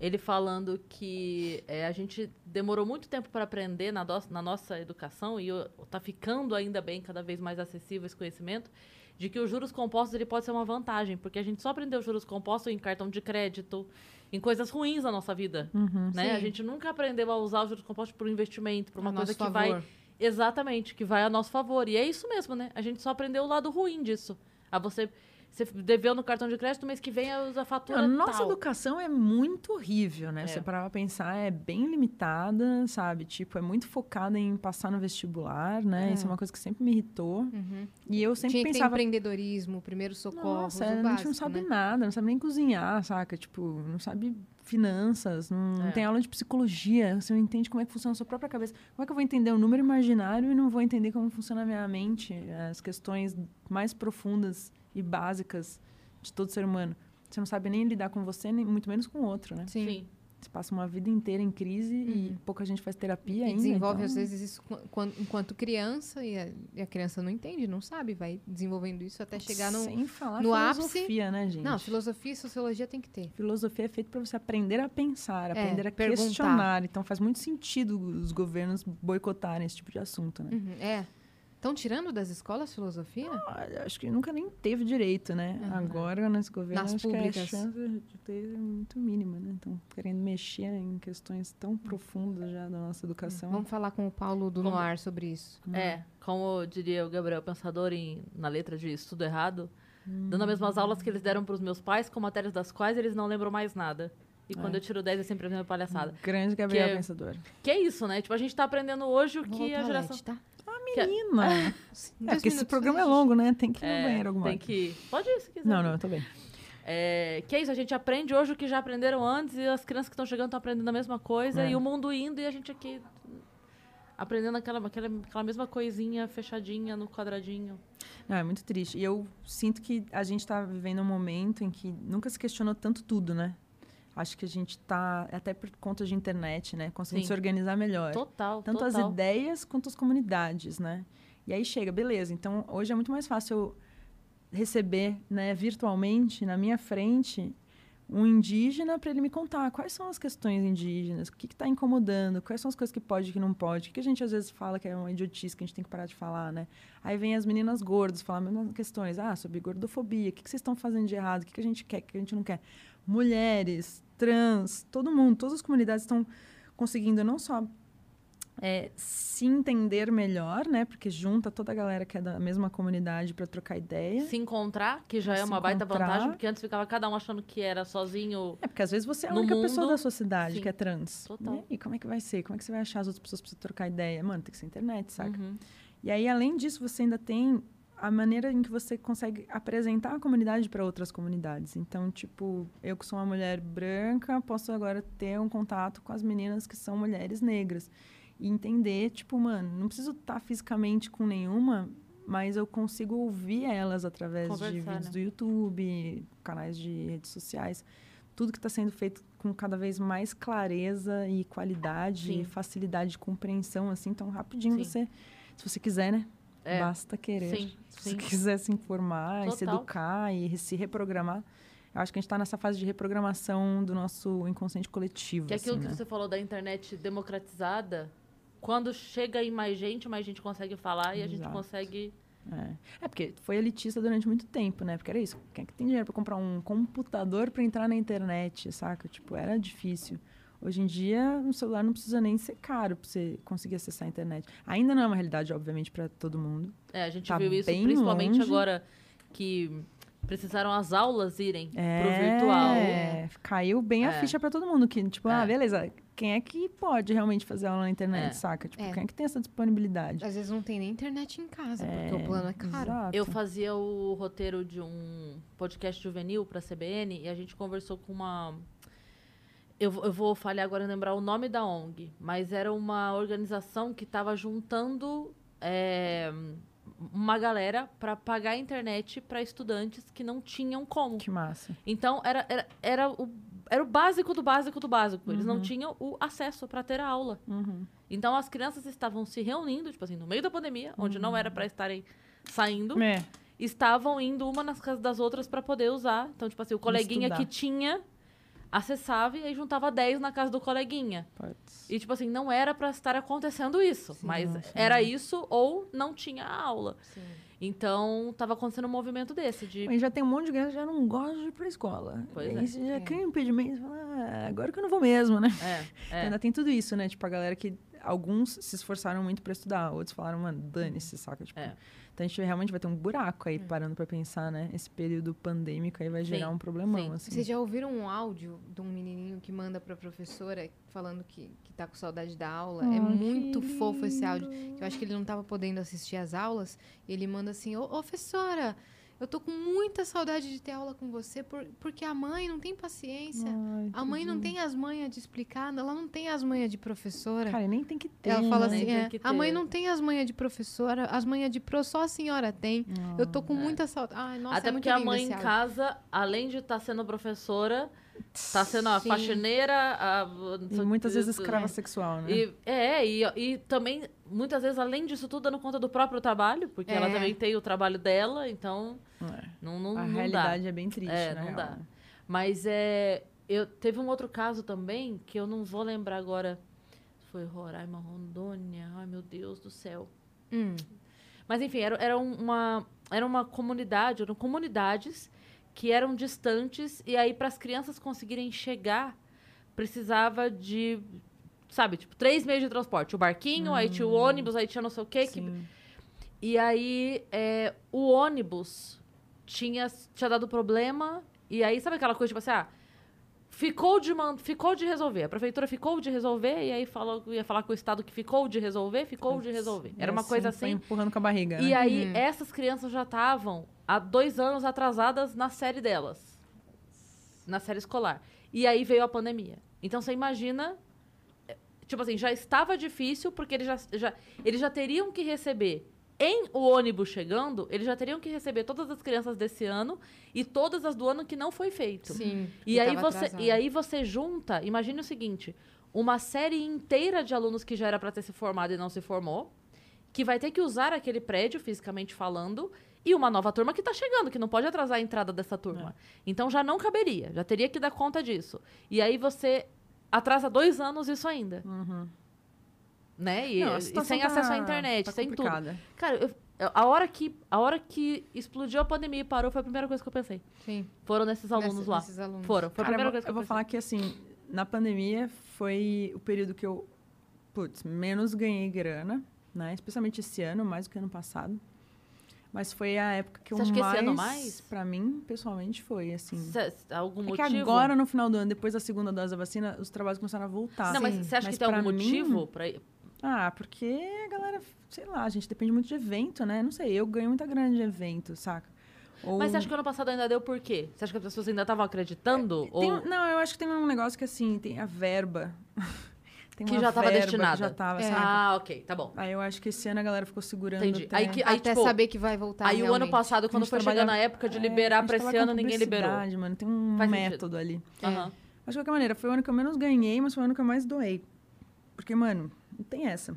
Speaker 1: Ele falando que é, a gente demorou muito tempo para aprender na, dos- na nossa educação e o- tá ficando ainda bem cada vez mais acessível esse conhecimento de que os juros compostos ele pode ser uma vantagem porque a gente só aprendeu juros compostos em cartão de crédito em coisas ruins na nossa vida, né?
Speaker 2: Uhum, Sim.
Speaker 1: A gente nunca aprendeu a usar os juros compostos para um investimento, para uma
Speaker 2: A
Speaker 1: coisa
Speaker 2: nosso
Speaker 1: que vai
Speaker 2: favor.
Speaker 1: Exatamente, que vai a nosso favor. E é isso mesmo, né? A gente só aprendeu o lado ruim disso. A você, você deveu no cartão de crédito, mês que vem usa a fatura
Speaker 3: A nossa
Speaker 1: tal.
Speaker 3: educação é muito horrível, né?
Speaker 1: É.
Speaker 3: Você parar pra pensar, é bem limitada, sabe? Tipo, é muito focada em passar no vestibular, né?
Speaker 2: É.
Speaker 3: Isso é uma coisa que sempre me irritou.
Speaker 2: Uhum.
Speaker 3: E eu sempre
Speaker 2: Tinha que ter
Speaker 3: pensava.
Speaker 2: empreendedorismo, primeiro socorro,
Speaker 3: Nossa, a gente não
Speaker 2: né?
Speaker 3: sabe nada, não sabe nem cozinhar, saca? Tipo, não sabe finanças, não, não
Speaker 1: É.
Speaker 3: tem aula de psicologia, você não entende como é que funciona a sua própria cabeça. Como é que eu vou entender o número imaginário e não vou entender como funciona a minha mente, as questões mais profundas e básicas de todo ser humano? Você não sabe nem lidar com você, nem muito menos com o outro, né?
Speaker 2: Sim.
Speaker 1: Sim.
Speaker 3: Você passa uma vida inteira em crise e
Speaker 2: Uhum.
Speaker 3: pouca gente faz terapia
Speaker 2: E
Speaker 3: ainda.
Speaker 2: desenvolve,
Speaker 3: então...
Speaker 2: às vezes, isso qu- quan- enquanto criança, e a, e a criança não entende, não sabe, vai desenvolvendo isso até chegar no.
Speaker 3: Sem falar
Speaker 2: no ápice.
Speaker 3: filosofia, né, gente?
Speaker 2: Não, filosofia e sociologia tem que ter.
Speaker 3: Filosofia é feito para você aprender a pensar, aprender a
Speaker 2: É, perguntar. Hum.
Speaker 3: questionar. Então faz muito sentido os governos boicotarem esse tipo de assunto, né?
Speaker 2: Uhum, é. Estão tirando das escolas filosofia?
Speaker 3: Olha, Ah, acho que nunca nem teve direito, né?
Speaker 2: Uhum.
Speaker 3: Agora, nesse governo,
Speaker 2: Nas
Speaker 3: acho que
Speaker 2: públicas.
Speaker 3: a chance de ter é muito mínima, né? Então, querendo mexer em questões tão profundas já da nossa educação.
Speaker 2: Vamos falar com o Paulo do
Speaker 1: Como-
Speaker 2: Noir sobre isso.
Speaker 1: É, como diria o Gabriel Pensador em, na letra de Estudo Errado, dando as mesmas aulas que eles deram pros meus pais, com matérias das quais eles não lembram mais nada. E quando eu tiro 10 é sempre a mesma palhaçada.
Speaker 3: Grande Gabriel
Speaker 1: Que-
Speaker 3: Pensador.
Speaker 1: Que é isso, né? Tipo, a gente tá aprendendo hoje o
Speaker 2: Vou
Speaker 1: que
Speaker 2: ao
Speaker 1: a geração.
Speaker 2: toalete, tá?
Speaker 3: Menina!
Speaker 2: Em
Speaker 3: É
Speaker 2: dois
Speaker 3: porque esse
Speaker 2: minutos,
Speaker 3: programa
Speaker 2: né,
Speaker 3: é
Speaker 2: gente?
Speaker 3: longo, né? Tem que ir
Speaker 1: É,
Speaker 3: no banheiro alguma
Speaker 1: tem
Speaker 3: hora.
Speaker 1: que ir. Pode ir se quiser.
Speaker 3: Não, não, eu tô bem.
Speaker 1: É, que é isso, a gente aprende hoje o que já aprenderam antes e as crianças que estão chegando estão aprendendo a mesma coisa
Speaker 3: É.
Speaker 1: e o mundo indo e a gente aqui aprendendo aquela, aquela, aquela mesma coisinha fechadinha no quadradinho.
Speaker 3: Não, é muito triste. E eu sinto que a gente está vivendo um momento em que nunca se questionou tanto tudo, né? Acho que a gente tá, até por conta de internet, né? Conseguindo
Speaker 1: Sim.
Speaker 3: se organizar melhor.
Speaker 1: Total,
Speaker 3: É. tanto
Speaker 1: total.
Speaker 3: as ideias quanto as comunidades, né? E aí chega, beleza. Então hoje é muito mais fácil eu receber, né, virtualmente na minha frente um indígena para ele me contar quais são as questões indígenas, o que está incomodando, quais são as coisas que pode e que não pode, o que, que a gente às vezes fala que é uma idiotice que a gente tem que parar de falar, né? Aí vem as meninas gordas falar mesmas questões, ah, sobre gordofobia, o que, que vocês estão fazendo de errado, o que, que a gente quer, o que a gente não quer. Mulheres, trans, todo mundo, todas as comunidades estão conseguindo não só é, se entender melhor, né? Porque junta toda a galera que é da mesma comunidade para trocar ideia.
Speaker 1: Se encontrar, que já é
Speaker 3: Se
Speaker 1: uma baita
Speaker 3: encontrar.
Speaker 1: vantagem, porque antes ficava cada um achando que era sozinho.
Speaker 3: É, porque às vezes você é a
Speaker 1: No
Speaker 3: única pessoa
Speaker 1: mundo,
Speaker 3: da sua cidade
Speaker 1: sim.
Speaker 3: que é trans.
Speaker 1: Total.
Speaker 3: né? E como é que vai ser? Como é que você vai achar as outras pessoas pra você trocar ideia? Mano, tem que ser internet, saca?
Speaker 1: Uhum.
Speaker 3: E aí, além disso, você ainda tem a maneira em que você consegue apresentar a comunidade para outras comunidades. Então, tipo, eu que sou uma mulher branca, posso agora ter um contato com as meninas que são mulheres negras e entender, tipo, mano, não preciso estar fisicamente com nenhuma, mas eu consigo ouvir elas através de
Speaker 1: Conversar,
Speaker 3: vídeos
Speaker 1: né?
Speaker 3: do YouTube, canais de redes sociais. Tudo que está sendo feito com cada vez mais clareza e qualidade
Speaker 1: Sim.
Speaker 3: e facilidade de compreensão, assim, então rapidinho
Speaker 1: Sim.
Speaker 3: você se você quiser, né?
Speaker 1: É.
Speaker 3: Basta querer.
Speaker 1: Sim,
Speaker 3: se
Speaker 1: sim.
Speaker 3: você quiser se informar, e se
Speaker 1: Total.
Speaker 3: educar e re- se reprogramar. Eu acho que a gente está nessa fase de reprogramação do nosso inconsciente coletivo.
Speaker 1: Que é aquilo
Speaker 3: assim,
Speaker 1: que
Speaker 3: né?
Speaker 1: você falou da internet democratizada, quando chega em mais gente, mais gente consegue falar e a gente
Speaker 3: Exato.
Speaker 1: consegue.
Speaker 3: É porque foi elitista durante muito tempo, né? Porque era isso. Quem é que tem dinheiro para comprar um computador para entrar na internet, saca? Tipo, era difícil. Hoje em dia, um celular não precisa nem ser caro para você conseguir acessar a internet. Ainda não é uma realidade, obviamente, para todo mundo.
Speaker 1: É, a gente
Speaker 3: Tá
Speaker 1: viu isso
Speaker 3: bem
Speaker 1: principalmente
Speaker 3: longe.
Speaker 1: agora que precisaram as aulas irem pro
Speaker 3: É,
Speaker 1: virtual.
Speaker 3: Caiu bem
Speaker 1: É.
Speaker 3: a ficha para todo mundo que, tipo,
Speaker 1: É.
Speaker 3: ah, beleza. Quem é que pode realmente fazer aula na internet,
Speaker 1: É.
Speaker 3: saca? Tipo,
Speaker 2: É.
Speaker 3: quem é que tem essa disponibilidade?
Speaker 2: Às vezes não tem nem internet em casa, porque o
Speaker 3: É,
Speaker 2: plano é caro.
Speaker 3: Exato.
Speaker 1: Eu fazia o roteiro de um podcast juvenil pra CBN e a gente conversou com uma. Eu, vou- eu vou falhar agora em lembrar o nome da ONG, mas era uma organização que estava juntando é, uma galera pra pagar a internet pra estudantes que não tinham como.
Speaker 3: Que massa.
Speaker 1: Então, era, era, era, o, era o básico do básico do básico. Eles não tinham o acesso pra ter a aula.
Speaker 3: Uhum.
Speaker 1: Então, as crianças estavam se reunindo, tipo assim, no meio da pandemia, onde não
Speaker 3: Uhum.
Speaker 1: era pra estarem saindo
Speaker 3: É.
Speaker 1: estavam indo uma nas casas das outras pra poder usar. Então, tipo assim, o coleguinha
Speaker 3: Estudar.
Speaker 1: que tinha acessava e aí juntava 10 na casa do coleguinha.
Speaker 3: Putz.
Speaker 1: E, tipo assim, não era pra estar acontecendo isso,
Speaker 3: Sim,
Speaker 1: mas
Speaker 3: não, sim.
Speaker 1: era isso ou não tinha a aula. Então, tava acontecendo um movimento desse de.
Speaker 3: Mas já tem um monte de criança que já não gosta de ir pra escola.
Speaker 1: Pois
Speaker 3: E
Speaker 1: é.
Speaker 3: aí você já
Speaker 2: É.
Speaker 3: cria um impedimento. Você fala, ah, agora que eu não vou mesmo, né?
Speaker 1: É, é.
Speaker 3: Ainda tem tudo isso, né? Tipo, a galera que... Alguns se esforçaram muito pra estudar, outros falaram, mano, dane-se, saca? Tipo,
Speaker 1: É. Hum.
Speaker 3: Então a gente realmente vai ter um buraco aí, parando pra pensar, né? Esse período pandêmico aí vai gerar um problemão,
Speaker 1: sim.
Speaker 3: assim.
Speaker 2: Vocês já ouviram um áudio de um menininho que manda pra professora falando que, que tá com saudade da aula? é
Speaker 3: Ah, que
Speaker 2: muito fofo esse áudio. que Eu acho que ele não tava podendo assistir às aulas. E ele manda assim, ô, ô, professora, eu tô com muita saudade de ter aula com você por- porque a mãe não tem paciência.
Speaker 3: Ai,
Speaker 2: A mãe não tem as manhas de explicar, ela não tem as manhas de professora.
Speaker 3: Cara, nem tem que ter,
Speaker 2: ela fala
Speaker 3: né?
Speaker 2: assim,
Speaker 1: tem
Speaker 2: é,
Speaker 1: que
Speaker 2: a mãe
Speaker 1: ter.
Speaker 2: não tem as manhas de professora, as manhas de pro só a senhora tem. Eu tô com muita saudade. Ai, nossa,
Speaker 1: é. Até
Speaker 2: é muito
Speaker 1: porque a
Speaker 2: lindo
Speaker 1: mãe
Speaker 2: esse
Speaker 1: em
Speaker 2: áudio.
Speaker 1: casa, além de estar sendo professora, tá sendo a
Speaker 2: Sim.
Speaker 1: faxineira, a.
Speaker 3: E muitas vezes escrava
Speaker 1: escrava
Speaker 3: sexual, né?
Speaker 1: E, é, e, e também, muitas vezes, além disso tudo, dando conta do próprio trabalho, porque ela
Speaker 2: É.
Speaker 1: também tem o trabalho dela, então
Speaker 3: É.
Speaker 1: não, não,
Speaker 3: A
Speaker 1: não
Speaker 3: realidade é bem triste,
Speaker 1: dá. É,
Speaker 3: na
Speaker 1: não
Speaker 3: real,
Speaker 1: dá.
Speaker 3: né?
Speaker 1: Mas é, eu, teve um outro caso também, que eu não vou lembrar agora. Foi Roraima, Rondônia, ai meu Deus do céu.
Speaker 2: Hum.
Speaker 1: Mas enfim, era, era um, uma, era uma comunidade, eram comunidades que eram distantes e aí para as crianças conseguirem chegar precisava de, sabe, tipo, três meses de transporte. O barquinho, aí tinha o ônibus, aí tinha não sei o quê, que
Speaker 3: Sim.
Speaker 1: e aí, é, o ônibus tinha, tinha dado problema. E aí, sabe aquela coisa, tipo assim, ah, ficou de, man- ficou de resolver. A prefeitura ficou de resolver, e aí falou, ia falar com o Estado que ficou de resolver, ficou de resolver. Era
Speaker 3: E
Speaker 1: uma coisa
Speaker 3: foi
Speaker 1: assim.
Speaker 3: empurrando com a barriga,
Speaker 1: E
Speaker 3: né?
Speaker 1: aí, essas crianças já estavam há dois anos atrasadas na série delas. Na série escolar. E aí veio a pandemia. Então você imagina. é, Tipo assim, já estava difícil, porque eles já, já, eles já teriam que receber. Em o ônibus chegando, eles já teriam que receber todas as crianças desse ano e todas as do ano que não foi feito.
Speaker 2: Sim.
Speaker 1: E aí,
Speaker 2: tava
Speaker 1: você,
Speaker 2: atrasado.
Speaker 1: e aí você junta, imagine o seguinte, uma série inteira de alunos que já era para ter se formado e não se formou, que vai ter que usar aquele prédio, fisicamente falando, e uma nova turma que está chegando, que não pode atrasar a entrada dessa turma.
Speaker 3: É.
Speaker 1: Então já não caberia, já teria que dar conta disso. E aí você atrasa dois anos isso ainda,
Speaker 3: Uhum.
Speaker 1: né? E,
Speaker 3: Não, a
Speaker 1: e
Speaker 3: situação
Speaker 1: sem
Speaker 3: tá-
Speaker 1: acesso à internet,
Speaker 3: tá
Speaker 1: sem tudo.
Speaker 3: complicada.
Speaker 1: Cara, eu- eu- a, hora que, a hora que explodiu a pandemia e parou, foi a primeira coisa que eu pensei.
Speaker 2: Sim.
Speaker 1: Foram nesses alunos
Speaker 2: Nesses-
Speaker 1: lá.
Speaker 2: nesses alunos.
Speaker 1: Foram, foi a
Speaker 3: Cara,
Speaker 1: primeira
Speaker 3: eu vou,
Speaker 1: coisa que eu,
Speaker 3: eu vou
Speaker 1: pensei.
Speaker 3: falar que, assim, na pandemia foi o período que eu, putz, menos ganhei grana, né? Especialmente esse ano, mais do que ano passado. Mas foi a época que
Speaker 1: Você
Speaker 3: eu
Speaker 1: acha que
Speaker 3: mais,
Speaker 1: esse ano mais?
Speaker 3: pra mim, pessoalmente, foi, assim...
Speaker 1: Cê- algum
Speaker 3: é
Speaker 1: motivo?
Speaker 3: que agora, no final do ano, depois da segunda dose da vacina, os trabalhos começaram a voltar.
Speaker 1: Não, mas
Speaker 2: Sim,
Speaker 1: você acha
Speaker 3: mas
Speaker 1: que tem algum
Speaker 3: pra mim-
Speaker 1: motivo pra
Speaker 3: Ah, porque a galera, sei lá, a gente depende muito de evento, né? Não sei, eu ganho muita grana de evento, saca? Ou...
Speaker 1: Mas você acha que ano passado ainda deu por quê? Você acha que as pessoas ainda estavam acreditando?
Speaker 3: Tem
Speaker 1: ou...
Speaker 3: um- não, eu acho que tem um negócio que assim, tem a verba. Tem
Speaker 1: Que
Speaker 3: uma
Speaker 1: já tava
Speaker 3: verba
Speaker 1: destinada.
Speaker 3: Que já tava,
Speaker 2: É.
Speaker 3: sabe?
Speaker 1: Ah, ok, tá bom.
Speaker 3: Aí eu acho que esse ano a galera ficou segurando.
Speaker 1: Entendi.
Speaker 3: até-
Speaker 1: Aí que-
Speaker 2: Até
Speaker 1: tipo,
Speaker 2: saber que vai voltar
Speaker 1: Aí o ano
Speaker 2: realmente.
Speaker 1: passado,
Speaker 3: Tá, A
Speaker 1: quando
Speaker 3: gente
Speaker 1: foi chegando a
Speaker 3: trabalha-
Speaker 1: época de
Speaker 3: É,
Speaker 1: liberar
Speaker 3: a
Speaker 1: pra
Speaker 3: gente
Speaker 1: esse
Speaker 3: trabalha
Speaker 1: ano,
Speaker 3: com
Speaker 1: ninguém liberou.
Speaker 3: publicidade, é. mano, tem um
Speaker 1: Faz sentido.
Speaker 3: método ali.
Speaker 1: Aham.
Speaker 3: Mas de qualquer maneira, foi o ano que eu menos ganhei, mas foi o ano que eu mais doei. Porque, mano, não tem essa.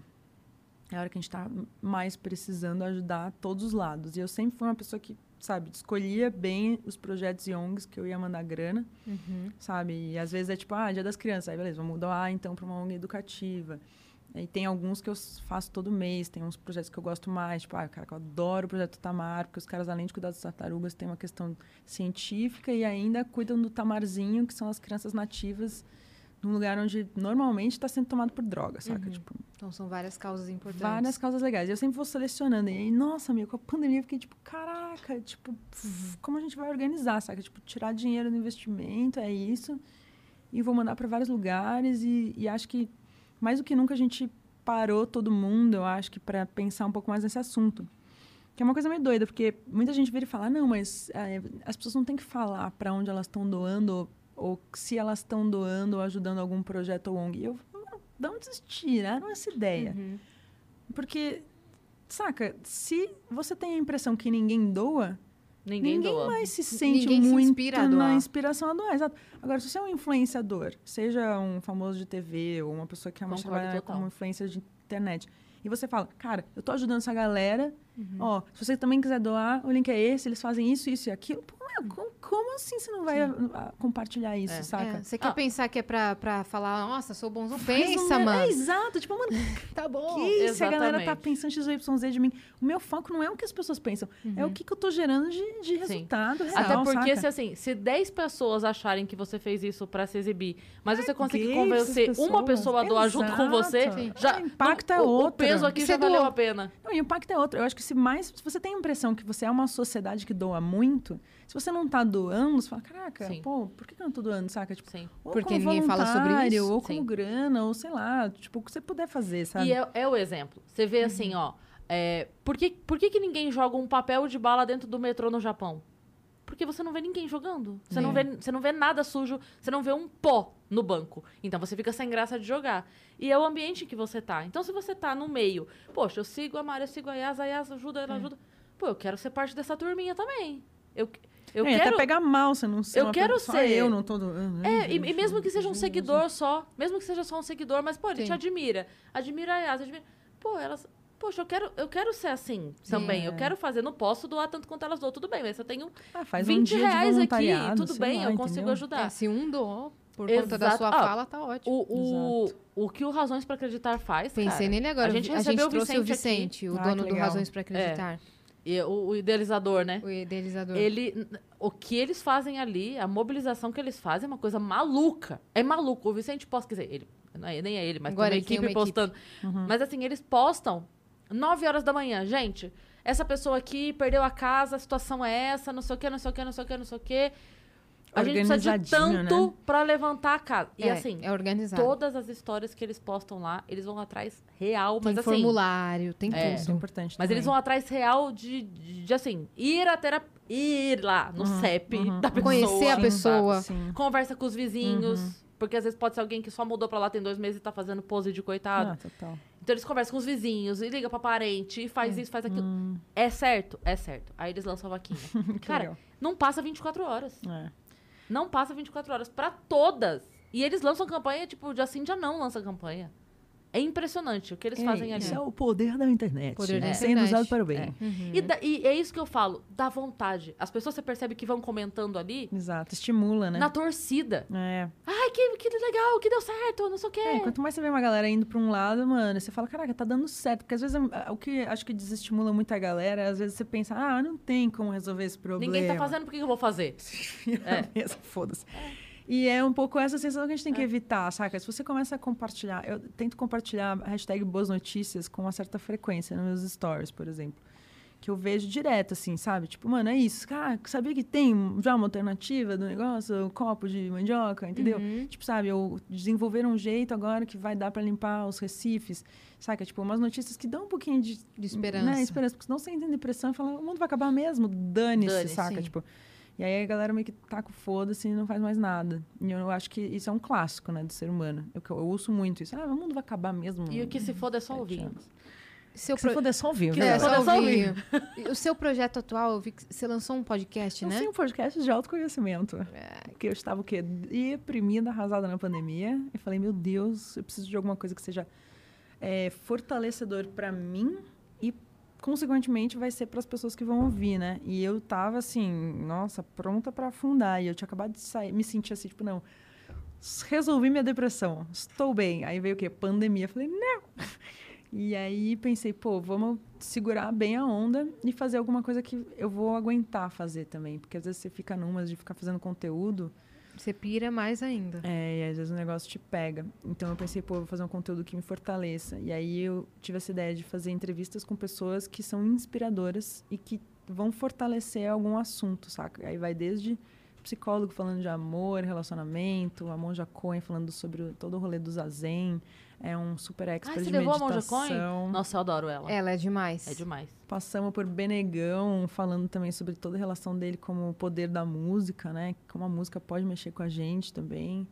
Speaker 3: É a hora que a gente tá mais precisando ajudar todos os lados. E eu sempre fui uma pessoa que, sabe, escolhia bem os projetos e ONGs que eu ia mandar grana,
Speaker 2: Uhum.
Speaker 3: sabe? E às vezes é tipo, ah, dia das crianças. Aí, beleza, vamos doar então pra uma ONG educativa. E tem alguns que eu s- faço todo mês, tem uns projetos que eu gosto mais, tipo, ah, cara, que eu adoro o projeto Tamar, porque os caras, além de cuidar das tartarugas, tem uma questão científica e ainda cuidam do tamarzinho, que são as crianças nativas num lugar onde normalmente está sendo tomado por droga, saca? Tipo,
Speaker 2: Então são várias causas importantes.
Speaker 3: várias causas legais. E eu sempre vou selecionando. E aí, nossa, amigo, com a pandemia eu fiquei tipo, caraca, tipo, pff, como a gente vai organizar, saca? Tipo, tirar dinheiro do investimento, é isso. E vou mandar para vários lugares. E, e acho que, mais do que nunca, a gente parou todo mundo, eu acho que, para pensar um pouco mais nesse assunto. Que é uma coisa meio doida, porque muita gente vira e fala, não, mas eh, as pessoas não têm que falar para onde elas estão doando ou se elas estão doando ou ajudando algum projeto ou ONG. E eu, não, onde vocês tiraram essa ideia?
Speaker 2: Uhum.
Speaker 3: Porque, saca, se você tem a impressão que ninguém doa,
Speaker 1: Ninguém,
Speaker 3: ninguém,
Speaker 1: doa.
Speaker 3: mais se sente
Speaker 2: Ninguém se
Speaker 3: muito
Speaker 2: inspira a doar.
Speaker 3: na inspiração a doar. Exato. Agora, se você é um influenciador, seja um famoso de TV ou uma pessoa que é uma
Speaker 1: Concordo
Speaker 3: trabalha
Speaker 1: total.
Speaker 3: como influencer de internet, e você fala, cara, eu tô ajudando essa galera,
Speaker 2: Uhum.
Speaker 3: ó, se você também quiser doar, o link é esse, eles fazem isso, isso e aquilo. Pô, meu, como, como assim você não vai ah, compartilhar isso,
Speaker 1: É.
Speaker 3: saca?
Speaker 2: É, Você quer
Speaker 1: Ah. um
Speaker 2: pensar que é pra, pra falar, nossa, sou bonzão?
Speaker 3: Mas não
Speaker 2: Pensa,
Speaker 3: é-
Speaker 2: mano.
Speaker 3: É, exato. Tipo, mano,
Speaker 2: Tá bom.
Speaker 3: que se a galera tá
Speaker 1: Exatamente.
Speaker 3: pensando XYZ de mim? O meu foco não é o que as pessoas pensam, é o que, que eu tô gerando de, de resultado real,
Speaker 1: Uhum. Até porque,
Speaker 3: é, saca?
Speaker 1: se assim, se 10 pessoas acharem que você fez isso pra se exibir, mas você conseguir
Speaker 3: Gay,
Speaker 1: convencer
Speaker 3: É, essas
Speaker 1: uma
Speaker 3: pessoas.
Speaker 1: pessoa a doar junto com você,
Speaker 3: Exato. Sim.
Speaker 1: já.
Speaker 3: O impacto é
Speaker 1: o- O
Speaker 3: outro.
Speaker 1: peso aqui
Speaker 2: Você
Speaker 1: já valeu
Speaker 2: doou.
Speaker 1: a pena.
Speaker 3: Não, e o impacto é outro. Eu acho que se mais... Se você tem a impressão que você é uma sociedade que doa muito, se você não tá doando, você fala, caraca,
Speaker 1: Sim.
Speaker 3: pô, por que que eu não tô doando, saca? Tipo,
Speaker 1: Sim.
Speaker 3: ou
Speaker 2: Porque
Speaker 3: como
Speaker 2: ninguém fala sobre
Speaker 3: voluntário,
Speaker 2: isso.
Speaker 3: Ou como
Speaker 1: Sim.
Speaker 3: grana, ou sei lá, tipo, o que você puder fazer, sabe? Uhum.
Speaker 1: E é, é o exemplo. Você vê assim, ó. é, por que, por que, que ninguém joga um papel de bala dentro do metrô no Japão? Porque você não vê ninguém jogando. Você, não,
Speaker 3: É.
Speaker 1: vê, você não vê nada sujo, você não vê um pó no banco. Então você fica sem graça de jogar. E é o ambiente que você tá. Então se você tá no meio, poxa, eu sigo a Mara, eu sigo a Yas, a Yas ajuda,
Speaker 3: É.
Speaker 1: ela ajuda. Pô, eu quero ser parte dessa turminha também. Eu, eu
Speaker 3: É, e
Speaker 1: quero.
Speaker 3: até pegar mal, você não ser
Speaker 1: Eu
Speaker 3: uma
Speaker 1: quero
Speaker 3: pessoa- só
Speaker 1: ser-
Speaker 3: eu não tô doando. né, Uhum.
Speaker 1: É, e, e mesmo que seja um seguidor só, mesmo que seja só um seguidor, mas, pô, ele
Speaker 2: Sim.
Speaker 1: te admira. Admira a Yas, admira. Pô, elas. Poxa, eu quero, eu quero ser assim também.
Speaker 3: é.
Speaker 1: Eu quero fazer, não posso doar tanto quanto elas doam, tudo bem, mas eu tenho
Speaker 3: Ah, faz um
Speaker 1: 20
Speaker 3: dia de
Speaker 1: reais aqui,
Speaker 3: voluntariado,
Speaker 1: tudo
Speaker 3: sei
Speaker 1: bem,
Speaker 3: lá,
Speaker 1: eu consigo
Speaker 3: entendeu? É
Speaker 1: ajudar.
Speaker 2: É, se um doou, Por
Speaker 1: Exato.
Speaker 2: conta da sua
Speaker 1: Ah,
Speaker 2: fala, tá ótimo.
Speaker 1: Tá. O, o, o que o Razões pra Acreditar faz,
Speaker 2: Pensei
Speaker 1: cara,
Speaker 2: nele agora.
Speaker 1: a gente
Speaker 2: a gente
Speaker 1: recebeu o
Speaker 2: trouxe o
Speaker 1: Vicente
Speaker 2: Vicente, o
Speaker 3: Ah,
Speaker 2: dono
Speaker 3: que
Speaker 2: do
Speaker 3: legal.
Speaker 2: Razões
Speaker 1: É.
Speaker 2: pra Acreditar.
Speaker 1: e o, o idealizador, né?
Speaker 2: O idealizador.
Speaker 1: Ele, n- o que eles fazem ali, a mobilização que eles fazem é uma coisa maluca. É maluco. O Vicente posta, quer dizer, ele, não é- nem é ele, mas
Speaker 2: Agora
Speaker 1: tem uma
Speaker 2: ele tem
Speaker 1: equipe
Speaker 2: uma equipe. Uhum.
Speaker 1: postando. Mas assim, eles postam 9 horas da manhã. Gente, essa pessoa aqui perdeu a casa, a situação é essa, não sei o quê, não sei o quê, não sei o quê, não sei o quê. A gente precisa de
Speaker 3: Organizadinho,
Speaker 1: tanto pra levantar a casa. E
Speaker 2: né? é,
Speaker 1: assim,
Speaker 2: é organizado.
Speaker 1: todas as histórias que eles postam lá, eles vão atrás real,
Speaker 2: tem
Speaker 1: mas assim.
Speaker 2: formulário, tem
Speaker 1: É.
Speaker 3: Isso é
Speaker 2: tudo.
Speaker 3: importante.
Speaker 1: Mas
Speaker 3: também.
Speaker 1: eles vão atrás real de, de, de, assim, ir à terapia, ir lá no CEP
Speaker 3: uhum,
Speaker 1: da pessoa.
Speaker 2: Conhecer a
Speaker 1: sabe?
Speaker 2: pessoa.
Speaker 3: Sim.
Speaker 1: Conversa com os vizinhos.
Speaker 3: Uhum.
Speaker 1: Porque às vezes pode ser alguém que só mudou pra lá tem dois meses e tá fazendo pose de coitado.
Speaker 3: Ah, total.
Speaker 1: Então eles conversam com os vizinhos e liga pra parente e faz isso, faz aquilo.
Speaker 3: Hum,
Speaker 1: É certo? É certo. Aí eles lançam a vaquinha.
Speaker 3: que
Speaker 1: Cara,
Speaker 3: legal.
Speaker 1: não passa 24 horas.
Speaker 3: É.
Speaker 1: Não passa 24 horas pra todas. E eles lançam campanha, tipo, de assim já não lança campanha. É impressionante o que eles fazem
Speaker 3: É,
Speaker 1: ali.
Speaker 3: Isso é o poder da internet.
Speaker 2: Poder da
Speaker 3: Sendo
Speaker 2: internet.
Speaker 3: usado para o bem.
Speaker 5: É.
Speaker 1: E, da- e é isso que eu falo, dá vontade. As pessoas você percebe que vão comentando ali
Speaker 3: Exato. Estimula, né?
Speaker 1: na torcida.
Speaker 3: É.
Speaker 1: Ai, que, que legal, que deu certo, não sei o quê.
Speaker 3: É, quanto mais você vê uma galera indo pra um lado, mano, você fala, caraca, tá dando certo. Porque às vezes a- o que acho que desestimula muito a galera, é, às vezes você pensa, ah, não tem como resolver esse problema.
Speaker 1: Ninguém tá fazendo, por que que eu vou fazer?
Speaker 3: É. Mesa, foda-se. E é um pouco essa sensação que a gente tem que evitar, saca? Se você começa a compartilhar, eu tento compartilhar a hashtag boas notícias com uma certa frequência nos meus stories, por exemplo. Que eu vejo direto, assim, sabe? Tipo, mano, é isso. Cara, sabia que tem já uma alternativa do negócio? Um copo de mandioca, entendeu? Tipo, sabe? Ou desenvolver um jeito agora que vai dar pra limpar os recifes, saca? Tipo, umas notícias que dão um pouquinho de
Speaker 2: De esperança.
Speaker 3: né, esperança. Porque senão você entra em depressão e fala, o mundo vai acabar mesmo, dane-se,
Speaker 1: Dane-se,
Speaker 3: saca?
Speaker 2: sim.
Speaker 3: Tipo, e aí a galera meio que taca o foda-se e não faz mais nada. E eu acho que isso é um clássico, né, do ser humano. Eu, eu ouço muito isso. Ah, o mundo vai acabar mesmo.
Speaker 1: E o que se foda é só ouvir.
Speaker 2: Seu
Speaker 3: Que se
Speaker 2: pro...
Speaker 3: foda é só ouvir,
Speaker 1: Que
Speaker 3: né?
Speaker 2: É,
Speaker 1: se foda
Speaker 2: só
Speaker 1: é só
Speaker 2: ouvir. E O seu projeto atual, eu vi que você lançou um podcast,
Speaker 3: Eu
Speaker 2: né? É.
Speaker 3: sei um podcast de autoconhecimento. Porque eu estava o quê? Deprimida, arrasada na pandemia. E falei, meu Deus, eu preciso de alguma coisa que seja é, fortalecedor para mim e, consequentemente, vai ser para as pessoas que vão ouvir, né? E eu tava assim, nossa, pronta para afundar. E eu tinha acabado de sair, me senti assim, tipo, não. s- Resolvi minha depressão, estou bem. Aí veio o quê? Pandemia. Eu Falei, não! E aí pensei, pô, vamos segurar bem a onda e fazer alguma coisa que eu vou aguentar fazer também. Porque às vezes você fica numas de ficar fazendo conteúdo
Speaker 2: Você pira mais ainda.
Speaker 3: é, e às vezes o negócio te pega. Então eu pensei, pô, eu vou fazer um conteúdo que me fortaleça. E aí eu tive essa ideia de fazer entrevistas com pessoas que são inspiradoras e que vão fortalecer algum assunto, saca? Aí vai desde psicólogo falando de amor, relacionamento, a Monja Cohen falando sobre o- todo o rolê do Zazen, é um super expert
Speaker 1: Ah, você
Speaker 3: de
Speaker 1: levou a Monja
Speaker 3: meditação.
Speaker 1: Cohen? Nossa, eu adoro ela.
Speaker 2: Ela é demais.
Speaker 1: É demais.
Speaker 3: Passamos por Benegão, falando também sobre toda a relação dele como o poder da música, né? Como a música pode mexer com a gente também.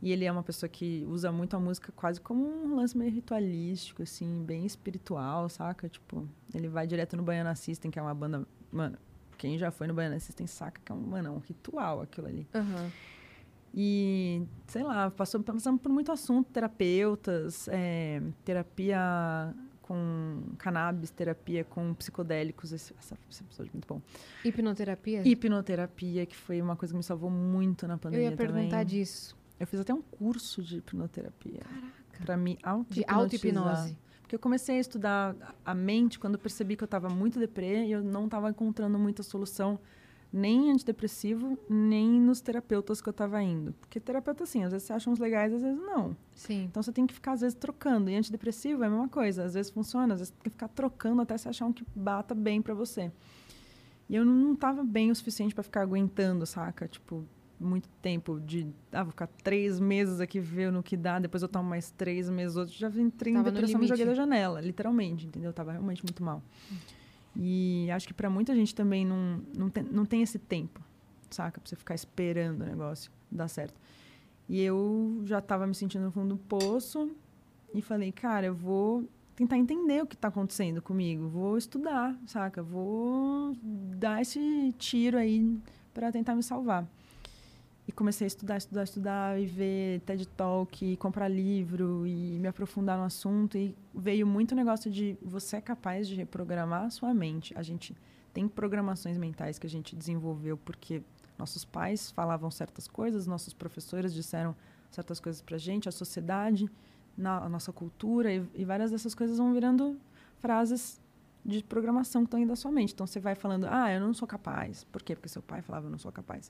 Speaker 3: E ele é uma pessoa que usa muito a música quase como um lance meio ritualístico, assim, bem espiritual, saca? Tipo, ele vai direto no Baiana System, que é uma banda... Mano, quem já foi no Baiana System saca que é um, mano, é um ritual aquilo ali.
Speaker 2: Aham.
Speaker 3: E, sei lá, passou, passamos por muito assunto, terapeutas, é, terapia com cannabis, terapia com psicodélicos, esse, essa, esse episódio é muito bom.
Speaker 2: Hipnoterapia?
Speaker 3: Hipnoterapia, que foi uma coisa que me salvou muito na
Speaker 2: É. Eu
Speaker 3: pandemia
Speaker 2: ia perguntar
Speaker 3: também.
Speaker 2: disso.
Speaker 3: Eu fiz até um curso de hipnoterapia.
Speaker 2: Caraca.
Speaker 3: Pra me auto
Speaker 2: De auto-hipnose.
Speaker 3: Porque eu comecei a estudar a- a mente quando eu percebi que eu estava muito deprê e eu não estava encontrando muita solução nem antidepressivo, nem nos terapeutas que eu estava indo. Porque terapeuta, assim, às vezes você acha uns legais, às vezes não.
Speaker 2: Sim.
Speaker 3: Então você tem que ficar, às vezes, trocando. E antidepressivo é a mesma coisa. Às vezes funciona, às vezes tem que ficar trocando até você achar um que bata bem pra você. E eu não tava bem o suficiente pra ficar aguentando, saca? Tipo, muito tempo de. Ah, vou ficar três meses aqui ver no que dá, depois eu tomo mais três meses outros. Já entrei em
Speaker 2: Tava no
Speaker 3: depressão e me joguei
Speaker 2: limite. Hum.
Speaker 3: da janela, literalmente, entendeu? Tava realmente muito mal. E acho que pra muita gente também não, não, tem, não tem esse tempo, saca? Pra você ficar esperando o negócio dar certo. E eu já estava me sentindo no fundo do poço e falei, cara, eu vou tentar entender o que está acontecendo comigo, vou estudar, saca? Vou dar esse tiro aí para tentar me salvar. E comecei a estudar, estudar, estudar e ver TED Talk, e comprar livro e me aprofundar no assunto. E veio muito negócio de você é capaz de reprogramar a sua mente. A gente tem programações mentais que a gente desenvolveu porque Nossos pais falavam certas coisas, nossos professores disseram certas coisas pra gente, a sociedade, na, a nossa cultura, e, e várias dessas coisas vão virando frases de programação que estão indo da sua mente. Então você vai falando, ah, eu não sou capaz. Por quê? Porque seu pai falava, eu não sou capaz.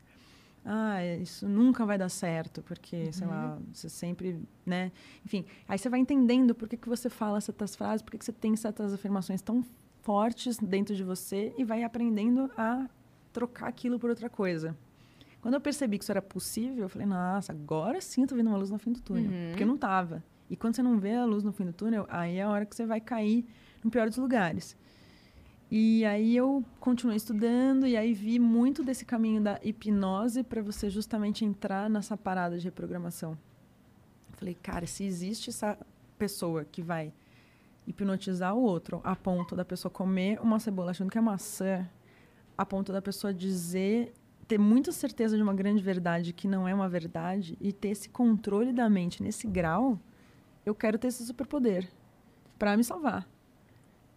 Speaker 3: Ah, isso nunca vai dar certo, porque, sei lá, você sempre, né? Enfim, aí você vai entendendo por que, que você fala certas frases, por que, que você tem certas afirmações tão fortes dentro de você e vai aprendendo a trocar aquilo por outra coisa. Quando eu percebi que isso era possível, eu falei, nossa, agora sim eu tô vendo uma luz no fim do túnel.
Speaker 2: Uhum.
Speaker 3: Porque eu não tava. E quando você não vê a luz no fim do túnel, aí é a hora que você vai cair no pior dos lugares. E aí eu continuei estudando e aí vi muito desse caminho da hipnose para você justamente entrar nessa parada de reprogramação. Falei, cara, se existe essa pessoa que vai hipnotizar o outro a ponto da pessoa comer uma cebola achando que é maçã, a ponto da pessoa dizer, ter muita certeza de uma grande verdade que não é uma verdade e ter esse controle da mente nesse grau, eu quero ter esse superpoder para me salvar.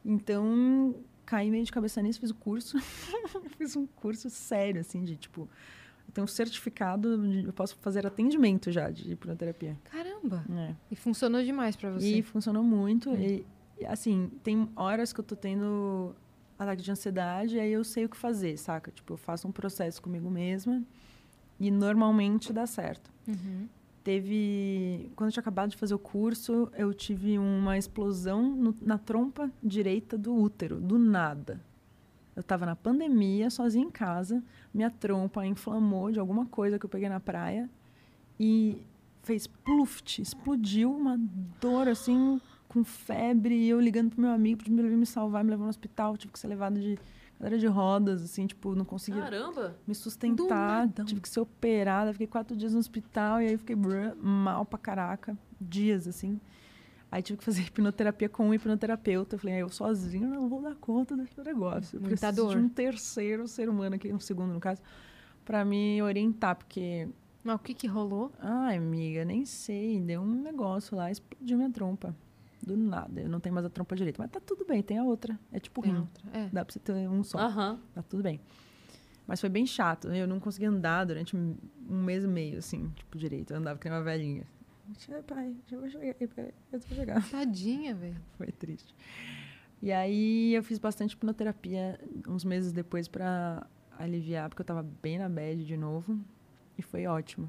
Speaker 3: Então, caí meio de cabeça nisso, fiz o curso. fiz um curso sério, assim, de tipo. Eu tenho um certificado, de, eu posso fazer atendimento já de hipnoterapia.
Speaker 2: Caramba!
Speaker 3: É.
Speaker 2: E funcionou demais pra você. É.
Speaker 3: E funcionou muito. E, e, assim, tem horas que eu tô tendo ataque de ansiedade, e aí eu sei o que fazer, saca? Tipo, eu faço um processo comigo mesma e normalmente dá certo.
Speaker 2: Uhum.
Speaker 3: Teve. Quando eu tinha acabado de fazer o curso, eu tive uma explosão no- na trompa direita do útero, do nada. Eu tava na pandemia, sozinha em casa, minha trompa inflamou de alguma coisa que eu peguei na praia e fez pluft, explodiu uma dor assim, com febre, e eu ligando pro meu amigo, pro meu amigo me salvar, me levar no hospital, tive que ser levado de cadeira de rodas, assim, tipo, não consegui
Speaker 1: Caramba!
Speaker 3: me sustentar, tive que ser operada, fiquei quatro dias no hospital e aí fiquei brã, mal pra caraca, dias assim. Aí tive que fazer hipnoterapia com um hipnoterapeuta. Eu falei, ah, eu sozinho não vou dar conta desse negócio. Eu
Speaker 2: Muita
Speaker 3: preciso
Speaker 2: dor.
Speaker 3: de um terceiro ser humano aqui, um segundo no caso, pra me orientar, porque,
Speaker 2: Mas o que que rolou?
Speaker 3: ai, amiga, nem sei, deu um negócio lá, explodiu minha trompa. Do nada, eu não tenho mais a trompa direita. Mas tá tudo bem, tem a outra. É tipo
Speaker 2: Tem
Speaker 3: rim.
Speaker 2: outra. É.
Speaker 3: Dá pra você ter um só
Speaker 1: Aham.
Speaker 3: tá tudo bem. Mas foi bem chato, né? eu não consegui andar durante um um mês e meio, assim, tipo, direito. Eu andava que nem uma velhinha. Tchau, Pai, eu vou chegar, aí, peraí, eu vou chegar.
Speaker 2: Tadinha, velho.
Speaker 3: Foi triste. E aí eu fiz bastante hipnoterapia uns meses depois pra aliviar, porque eu tava bem na bad de novo. E foi ótimo.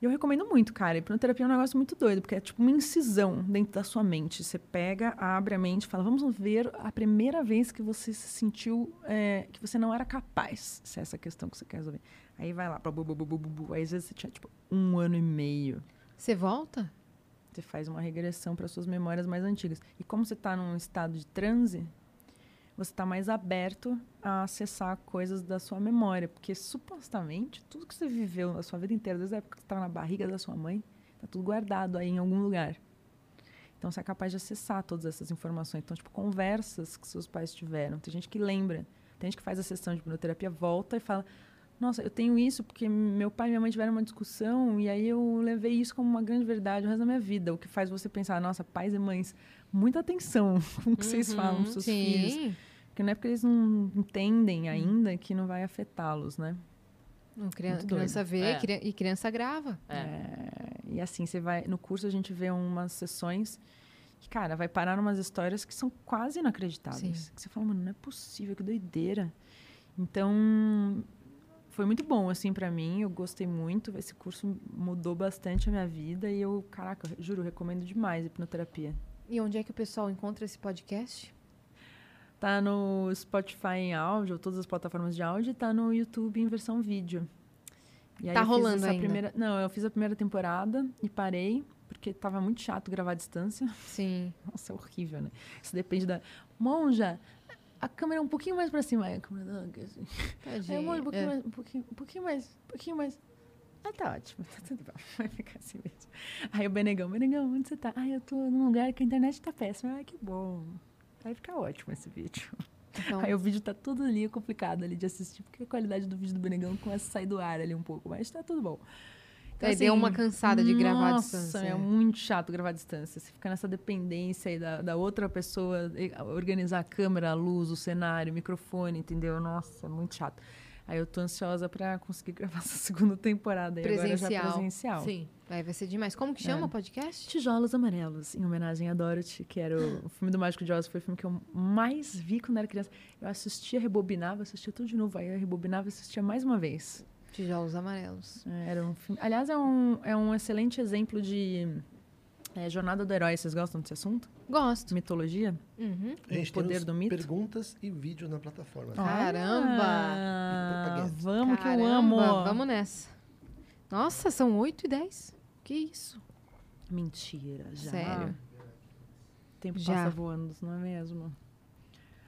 Speaker 3: E eu recomendo muito, cara. Hipnoterapia é um negócio muito doido, porque é tipo uma incisão dentro da sua mente. Você pega, abre a mente e fala: vamos ver a primeira vez que você se sentiu é, que você não era capaz. Se é essa questão que você quer resolver. Aí vai lá, bu, bu, bu, bu, bu, bu, bu. aí às vezes você tinha tipo um ano e meio.
Speaker 2: Você volta?
Speaker 3: Você faz uma regressão para suas memórias mais antigas. E como você está num estado de transe, você está mais aberto a acessar coisas da sua memória. Porque supostamente tudo que você viveu na sua vida inteira, desde a época que você estava na barriga da sua mãe, está tudo guardado aí em algum lugar. Então você é capaz de acessar todas essas informações. Então, tipo, conversas que seus pais tiveram. Tem gente que lembra. Tem gente que faz a sessão de hipnoterapia, volta e fala: Nossa, eu tenho isso porque meu pai e minha mãe tiveram uma discussão e aí eu levei isso como uma grande verdade o resto da minha vida. O que faz você pensar: Nossa, pais e mães, muita atenção com o que vocês falam pros seus filhos.
Speaker 2: Sim.
Speaker 3: Porque não é porque eles não entendem ainda que não vai afetá-los, né?
Speaker 2: Não, criança,
Speaker 3: Muito
Speaker 2: criança vê
Speaker 1: É.
Speaker 2: cria- e criança grava.
Speaker 1: É.
Speaker 3: E assim, você vai. No curso a gente vê umas sessões que, cara, vai parar umas histórias que são quase inacreditáveis.
Speaker 2: Sim.
Speaker 3: Que você fala, mano, não é possível, que doideira. Então, foi muito bom, assim, pra mim. Eu gostei muito. Esse curso mudou bastante a minha vida. E eu, caraca, eu juro, recomendo demais hipnoterapia.
Speaker 2: E onde é que o pessoal encontra esse podcast?
Speaker 3: Tá no Spotify em áudio, todas as plataformas de áudio, e tá no YouTube em versão vídeo. E aí
Speaker 2: Tá
Speaker 3: eu fiz
Speaker 2: rolando
Speaker 3: essa
Speaker 2: ainda?
Speaker 3: Primeira... Não, eu fiz a primeira temporada e parei, porque tava muito chato gravar à distância.
Speaker 2: Sim.
Speaker 3: Nossa, é horrível, né? Isso depende da. Monja, a câmera é um pouquinho mais pra cima. Aí a câmera. não, que assim. Aí,
Speaker 2: Tadinha.
Speaker 3: monja, um pouquinho
Speaker 2: É.
Speaker 3: mais, um pouquinho, um pouquinho mais, um pouquinho mais. Ah, tá ótimo, tá tudo bom. Vai ficar assim mesmo. Aí o Benegão, Benegão, onde você tá? Ah, eu tô num lugar que a internet tá péssima. Ah, que bom. Vai ficar ótimo esse vídeo.
Speaker 2: Então,
Speaker 3: Aí o vídeo tá tudo ali complicado ali de assistir, porque a qualidade do vídeo do Benegão começa a sair do ar ali um pouco, mas tá tudo bom. Então,
Speaker 2: aí deu uma cansada de gravar à distância.
Speaker 3: Nossa, é muito chato gravar à distância. Você fica nessa dependência aí da, da outra pessoa, e- organizar a câmera, a luz, o cenário, o microfone, entendeu? Nossa, é muito chato. Aí eu tô ansiosa pra conseguir gravar essa segunda temporada. E agora já
Speaker 2: Presencial.
Speaker 3: presencial.
Speaker 1: Sim.
Speaker 2: Vai, vai ser demais. Como
Speaker 3: É.
Speaker 2: que chama o podcast?
Speaker 3: Tijolos Amarelos, em homenagem a Dorothy, que era o, o filme do Mágico de Oz, foi o filme que eu mais vi quando era criança. Eu assistia, rebobinava, assistia tudo de novo, aí eu rebobinava e assistia mais uma vez.
Speaker 2: Tijolos Amarelos.
Speaker 3: É, Era um filme... Aliás, é um, é um excelente exemplo de é, jornada do herói. Vocês gostam desse assunto?
Speaker 2: Gosto.
Speaker 3: Mitologia?
Speaker 2: Uhum.
Speaker 6: Gente,
Speaker 3: poder
Speaker 6: temos
Speaker 3: do mito?
Speaker 6: perguntas e vídeos na plataforma.
Speaker 2: Caramba!
Speaker 3: Ah,
Speaker 6: Propaganda.
Speaker 3: vamos que eu
Speaker 2: Caramba,
Speaker 3: amo!
Speaker 2: Vamos nessa. Nossa, são 8 e 10. Que isso?
Speaker 3: Mentira, já.
Speaker 2: Sério.
Speaker 3: O tempo
Speaker 2: Já.
Speaker 3: passa voando, não é mesmo?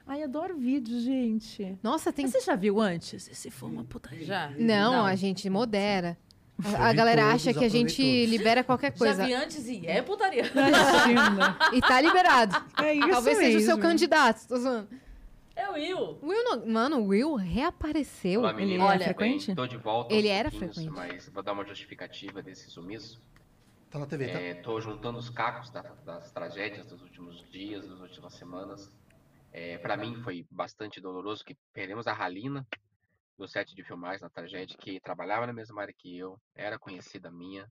Speaker 3: Ai, adoro vídeo, gente.
Speaker 2: Nossa, tem.
Speaker 3: Você já viu antes? Esse foi uma putaria.
Speaker 1: Já.
Speaker 2: Não, a gente modera.
Speaker 6: Eu
Speaker 2: A, a
Speaker 6: vi
Speaker 2: galera
Speaker 6: todos,
Speaker 2: acha que a
Speaker 6: aprovei
Speaker 2: gente
Speaker 6: todos.
Speaker 2: libera qualquer coisa.
Speaker 1: Já vi antes e é putaria.
Speaker 3: Imagina.
Speaker 2: E tá liberado.
Speaker 3: É isso
Speaker 2: Talvez seja o seu candidato. Tô zoando.
Speaker 1: É o Will.
Speaker 2: Will não... Mano, o Will reapareceu.
Speaker 7: Olá,
Speaker 3: Ele
Speaker 7: meninas,
Speaker 3: era
Speaker 7: tudo bem?
Speaker 3: frequente?
Speaker 7: Tô de volta. aos
Speaker 2: Ele era
Speaker 7: pouquinhos,
Speaker 2: frequente.
Speaker 7: Mas vou dar uma justificativa desse sumiço.
Speaker 6: Tá na TV, tá?
Speaker 7: É, tô juntando os cacos da- das tragédias dos últimos dias, das últimas semanas. É, para mim foi bastante doloroso que perdemos a Halina do set de filmagens na tragédia, que trabalhava na mesma área que eu, era conhecida minha.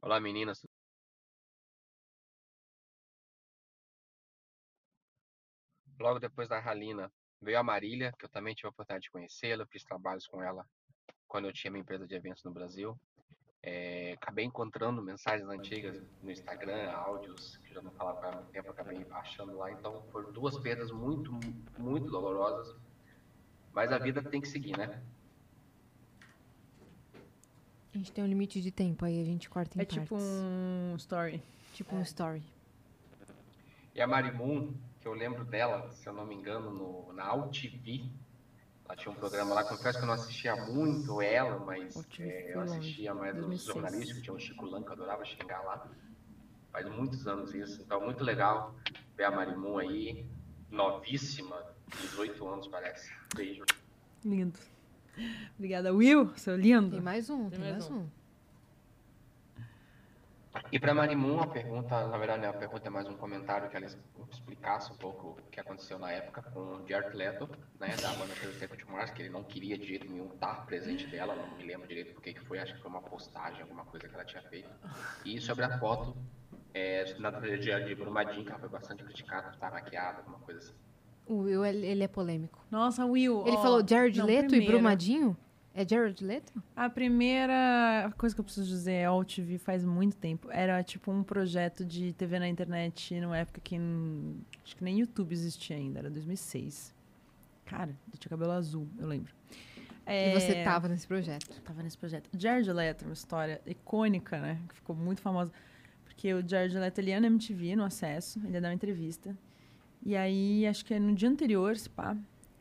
Speaker 7: Olá, meninas. Logo depois da Halina veio a Marília, que eu também tive a oportunidade de conhecê-la, fiz trabalhos com ela quando eu tinha minha empresa de eventos no Brasil. Eh, acabei encontrando mensagens antigas no Instagram, áudios que eu já não falava há muito tempo, acabei achando lá. Então foram duas perdas muito, muito dolorosas. Mas a vida tem que seguir, né?
Speaker 2: A gente tem um limite de tempo, aí a gente corta em
Speaker 3: É
Speaker 2: partes.
Speaker 3: tipo um É. story.
Speaker 2: Tipo um story.
Speaker 7: E a Marimun, que eu lembro dela, se eu não me engano, no, na AltV. Ela tinha um programa lá, confesso que eu não assistia muito ela, mas
Speaker 3: AltV foi
Speaker 7: eh, eu
Speaker 3: longe,
Speaker 7: assistia mais os
Speaker 3: 2006.
Speaker 7: jornalísticos, tinha um Chico Lan que eu adorava xingar lá. Faz muitos anos isso, então muito legal ver a Marimun aí, novíssima, 18 anos parece. Beijo.
Speaker 3: Lindo. Obrigada, Will, seu lindo.
Speaker 2: Tem mais um, tem,
Speaker 1: Tem
Speaker 2: mais,
Speaker 1: mais
Speaker 2: um.
Speaker 7: E para Marimun, a pergunta, na verdade, não é uma pergunta, é mais um comentário que ela es- explicasse um pouco o que aconteceu na época com o Jared Leto, né, da banda Perfect Mars, que ele não queria de jeito nenhum estar presente dela, não me lembro direito porque que foi, acho que foi uma postagem, alguma coisa que ela tinha feito. E sobre a foto é, na tragédia de Brumadinho, que ela foi bastante criticada por estar maquiada, alguma coisa assim.
Speaker 2: O Will, ele, ele é polêmico.
Speaker 3: Nossa, Will.
Speaker 2: Ele
Speaker 3: ó,
Speaker 2: falou Jared
Speaker 3: não,
Speaker 2: Leto e
Speaker 3: primeira.
Speaker 2: Brumadinho? É Jared Leto?
Speaker 3: A primeira coisa que eu preciso dizer é a TV faz muito tempo. Era tipo um projeto de TV na internet numa época que n- acho que nem YouTube existia ainda, era 2006. Cara, eu tinha cabelo azul, eu lembro.
Speaker 2: E você tá
Speaker 3: É,
Speaker 2: tava nesse projeto.
Speaker 3: tava nesse projeto. Jared Leto, é uma história icônica, né? Que ficou muito famosa. Porque o Jared Leto, ele ia na MTV, no Acesso, ele ia dar uma entrevista. E aí, acho que é no dia anterior, se pá,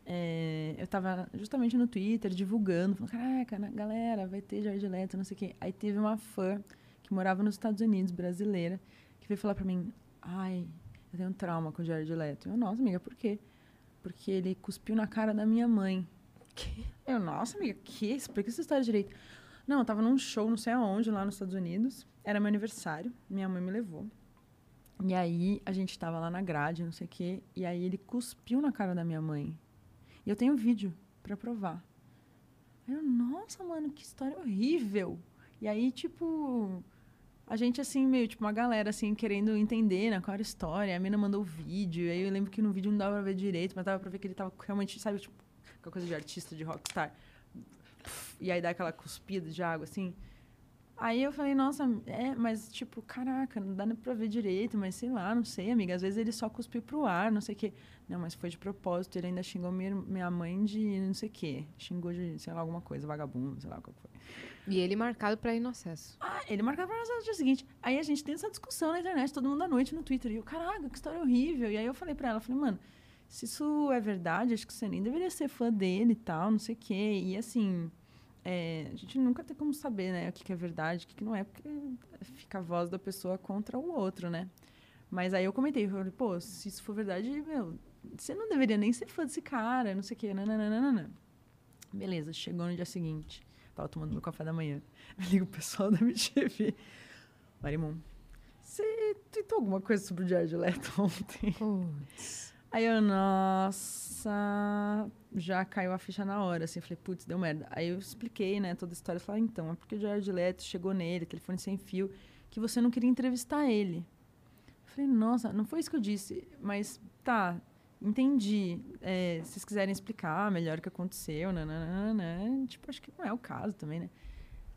Speaker 3: é, eu tava justamente no Twitter, divulgando, falando, caraca, na- galera, vai ter Jared Leto, não sei o quê. Aí teve uma fã que morava nos Estados Unidos, brasileira, que veio falar pra mim, ai, eu tenho um trauma com o Jared Leto. Eu, nossa, amiga, por quê? Porque ele cuspiu na cara da minha mãe. Eu, nossa, amiga, que? Explica essa história direito. Não, eu tava num show, não sei aonde, lá nos Estados Unidos. Era meu aniversário, minha mãe me levou. E aí a gente tava lá na grade, não sei o quê, e aí ele cuspiu na cara da minha mãe. E eu tenho vídeo pra provar. Aí eu, nossa, mano, que história horrível. E aí, tipo, a gente assim, meio, tipo, uma galera assim, querendo entender, né, qual era a história. A mina mandou o vídeo, aí eu lembro que no vídeo não dava pra ver direito, mas dava pra ver que ele tava realmente, sabe, tipo, com a coisa de artista, de rockstar. Puf, E aí dá aquela cuspida de água, assim. Aí eu falei, nossa, é, mas tipo, caraca, não dá nem pra ver direito, mas sei lá, não sei, amiga. Às vezes ele só cuspiu pro ar, não sei o quê. Não, mas foi de propósito, ele ainda xingou minha, irm- minha mãe de não sei o quê. Xingou de, sei lá, alguma coisa, vagabundo, sei lá qual que foi.
Speaker 2: E ele marcado pra ir no acesso.
Speaker 3: Ah, ele marcava pra nós no dia seguinte. Aí a gente tem essa discussão na internet, todo mundo à noite no Twitter. E eu, caraca, que história horrível. E aí eu falei pra ela, falei, mano, se isso é verdade, acho que você nem deveria ser fã dele e tal, não sei o quê. E assim, é, a gente nunca tem como saber, né, o que, que é verdade, o que, que não é, porque fica a voz da pessoa contra o outro, né? Mas aí eu comentei, eu falei, pô, se isso for verdade, meu, você não deveria nem ser fã desse cara, não sei o quê, nananana. Beleza, chegou no dia seguinte. Tava tomando meu café da manhã. Eu ligo o pessoal da MTV. Marimon, você tweetou alguma coisa sobre o Jared Leto ontem?
Speaker 2: Pô,
Speaker 3: Aí eu, nossa, já caiu a ficha na hora, assim, falei, putz, deu merda. Aí eu expliquei, né, toda a história, eu falei, ah, então, é porque o Jared Leto chegou nele, telefone sem fio, que você não queria entrevistar ele. Eu falei, nossa, não foi isso que eu disse, mas tá, entendi. É, se vocês quiserem explicar melhor o que aconteceu, né, nananana, tipo, acho que não é o caso também, né?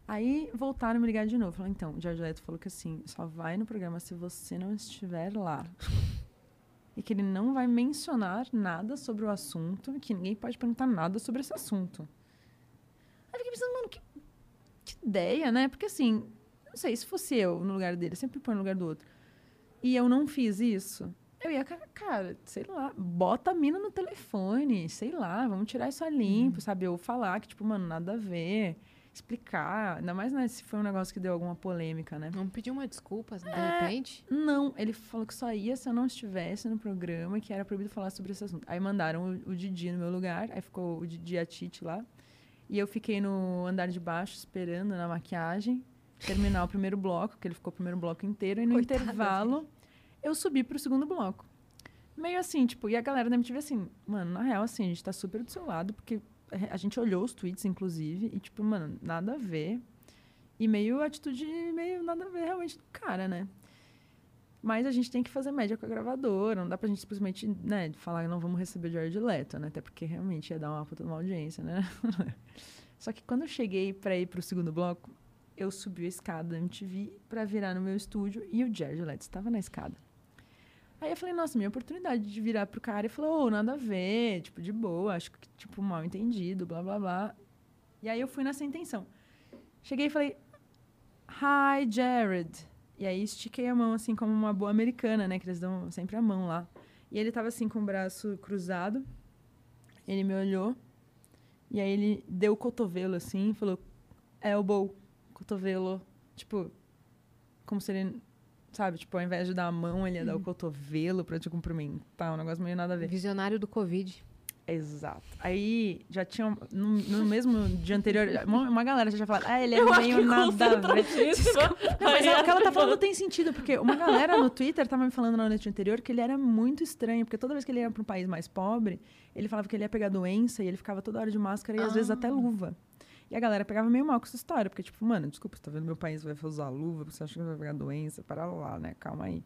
Speaker 3: Aí voltaram a me ligar de novo. Falaram, então, o Jared Leto falou que assim, só vai no programa se você não estiver lá. E que ele não vai mencionar nada sobre o assunto, e que ninguém pode perguntar nada sobre esse assunto. Aí eu fiquei pensando, mano, que, que ideia, né? Porque assim, não sei, se fosse eu no lugar dele, sempre põe no lugar do outro, e eu não fiz isso, eu ia, ca- cara, sei lá, bota a mina no telefone, sei lá, vamos tirar isso a limpo, sabe? Ou falar que, tipo, mano, nada a ver, explicar. Ainda mais, né, se foi um negócio que deu alguma polêmica, né?
Speaker 2: Não pediu uma desculpa, de
Speaker 3: É.
Speaker 2: repente?
Speaker 3: Não, ele falou que só ia se eu não estivesse no programa, que era proibido falar sobre esse assunto. Aí mandaram o, o Didi no meu lugar, aí ficou o Didi e a Titi lá. E eu fiquei no andar de baixo esperando na maquiagem terminar o primeiro bloco, que ele ficou o primeiro bloco inteiro, e no
Speaker 2: Coitada,
Speaker 3: intervalo eu subi pro segundo bloco. Meio assim, tipo, e a galera da MTV assim, mano, na real, assim, a gente tá super do seu lado, porque a gente olhou os tweets, inclusive, e tipo, mano, nada a ver. E meio atitude, meio nada a ver realmente do cara, né? Mas a gente tem que fazer média com a gravadora, não dá pra gente simplesmente, né, falar não vamos receber o Jared Leto, né? Até porque realmente ia dar uma puta de uma audiência, né? Só que quando eu cheguei pra ir pro segundo bloco, eu subi a escada da MTV pra virar no meu estúdio e o Jared Leto estava na escada. Aí eu falei, nossa, minha oportunidade de virar pro cara e falar, ô, nada a ver, tipo, de boa, acho que, tipo, mal entendido, blá, blá, blá. E aí eu fui nessa intenção. Cheguei e falei, hi, Jared. E aí estiquei a mão, assim, como uma boa americana, né, que eles dão sempre a mão lá. E ele tava, assim, com o braço cruzado, ele me olhou, e aí ele deu o cotovelo, assim, e falou, elbow, cotovelo, tipo, como se ele sabe? Tipo, ao invés de dar a mão, ele ia dar o cotovelo pra te cumprimentar, um negócio meio nada a ver.
Speaker 2: Visionário do Covid.
Speaker 3: Exato. Aí já tinha, um- no, no mesmo dia anterior, uma, uma galera já tinha falado, ah, ele é
Speaker 1: Eu acho que
Speaker 3: meio nada a ver.
Speaker 1: concentradíssima.
Speaker 3: Não, mas
Speaker 1: Aí
Speaker 3: é, o que ela tá
Speaker 1: ela-
Speaker 3: falando tem sentido, porque uma galera no Twitter tava me falando na noite anterior que ele era muito estranho, porque toda vez que ele ia pra um país mais pobre, ele falava que ele ia pegar doença e ele ficava toda hora de máscara e às vezes até luva. E a galera pegava meio mal com essa história, porque tipo, mano, desculpa, você tá vendo meu país, vai usar luva, você acha que vai pegar doença, para lá, né? Calma aí.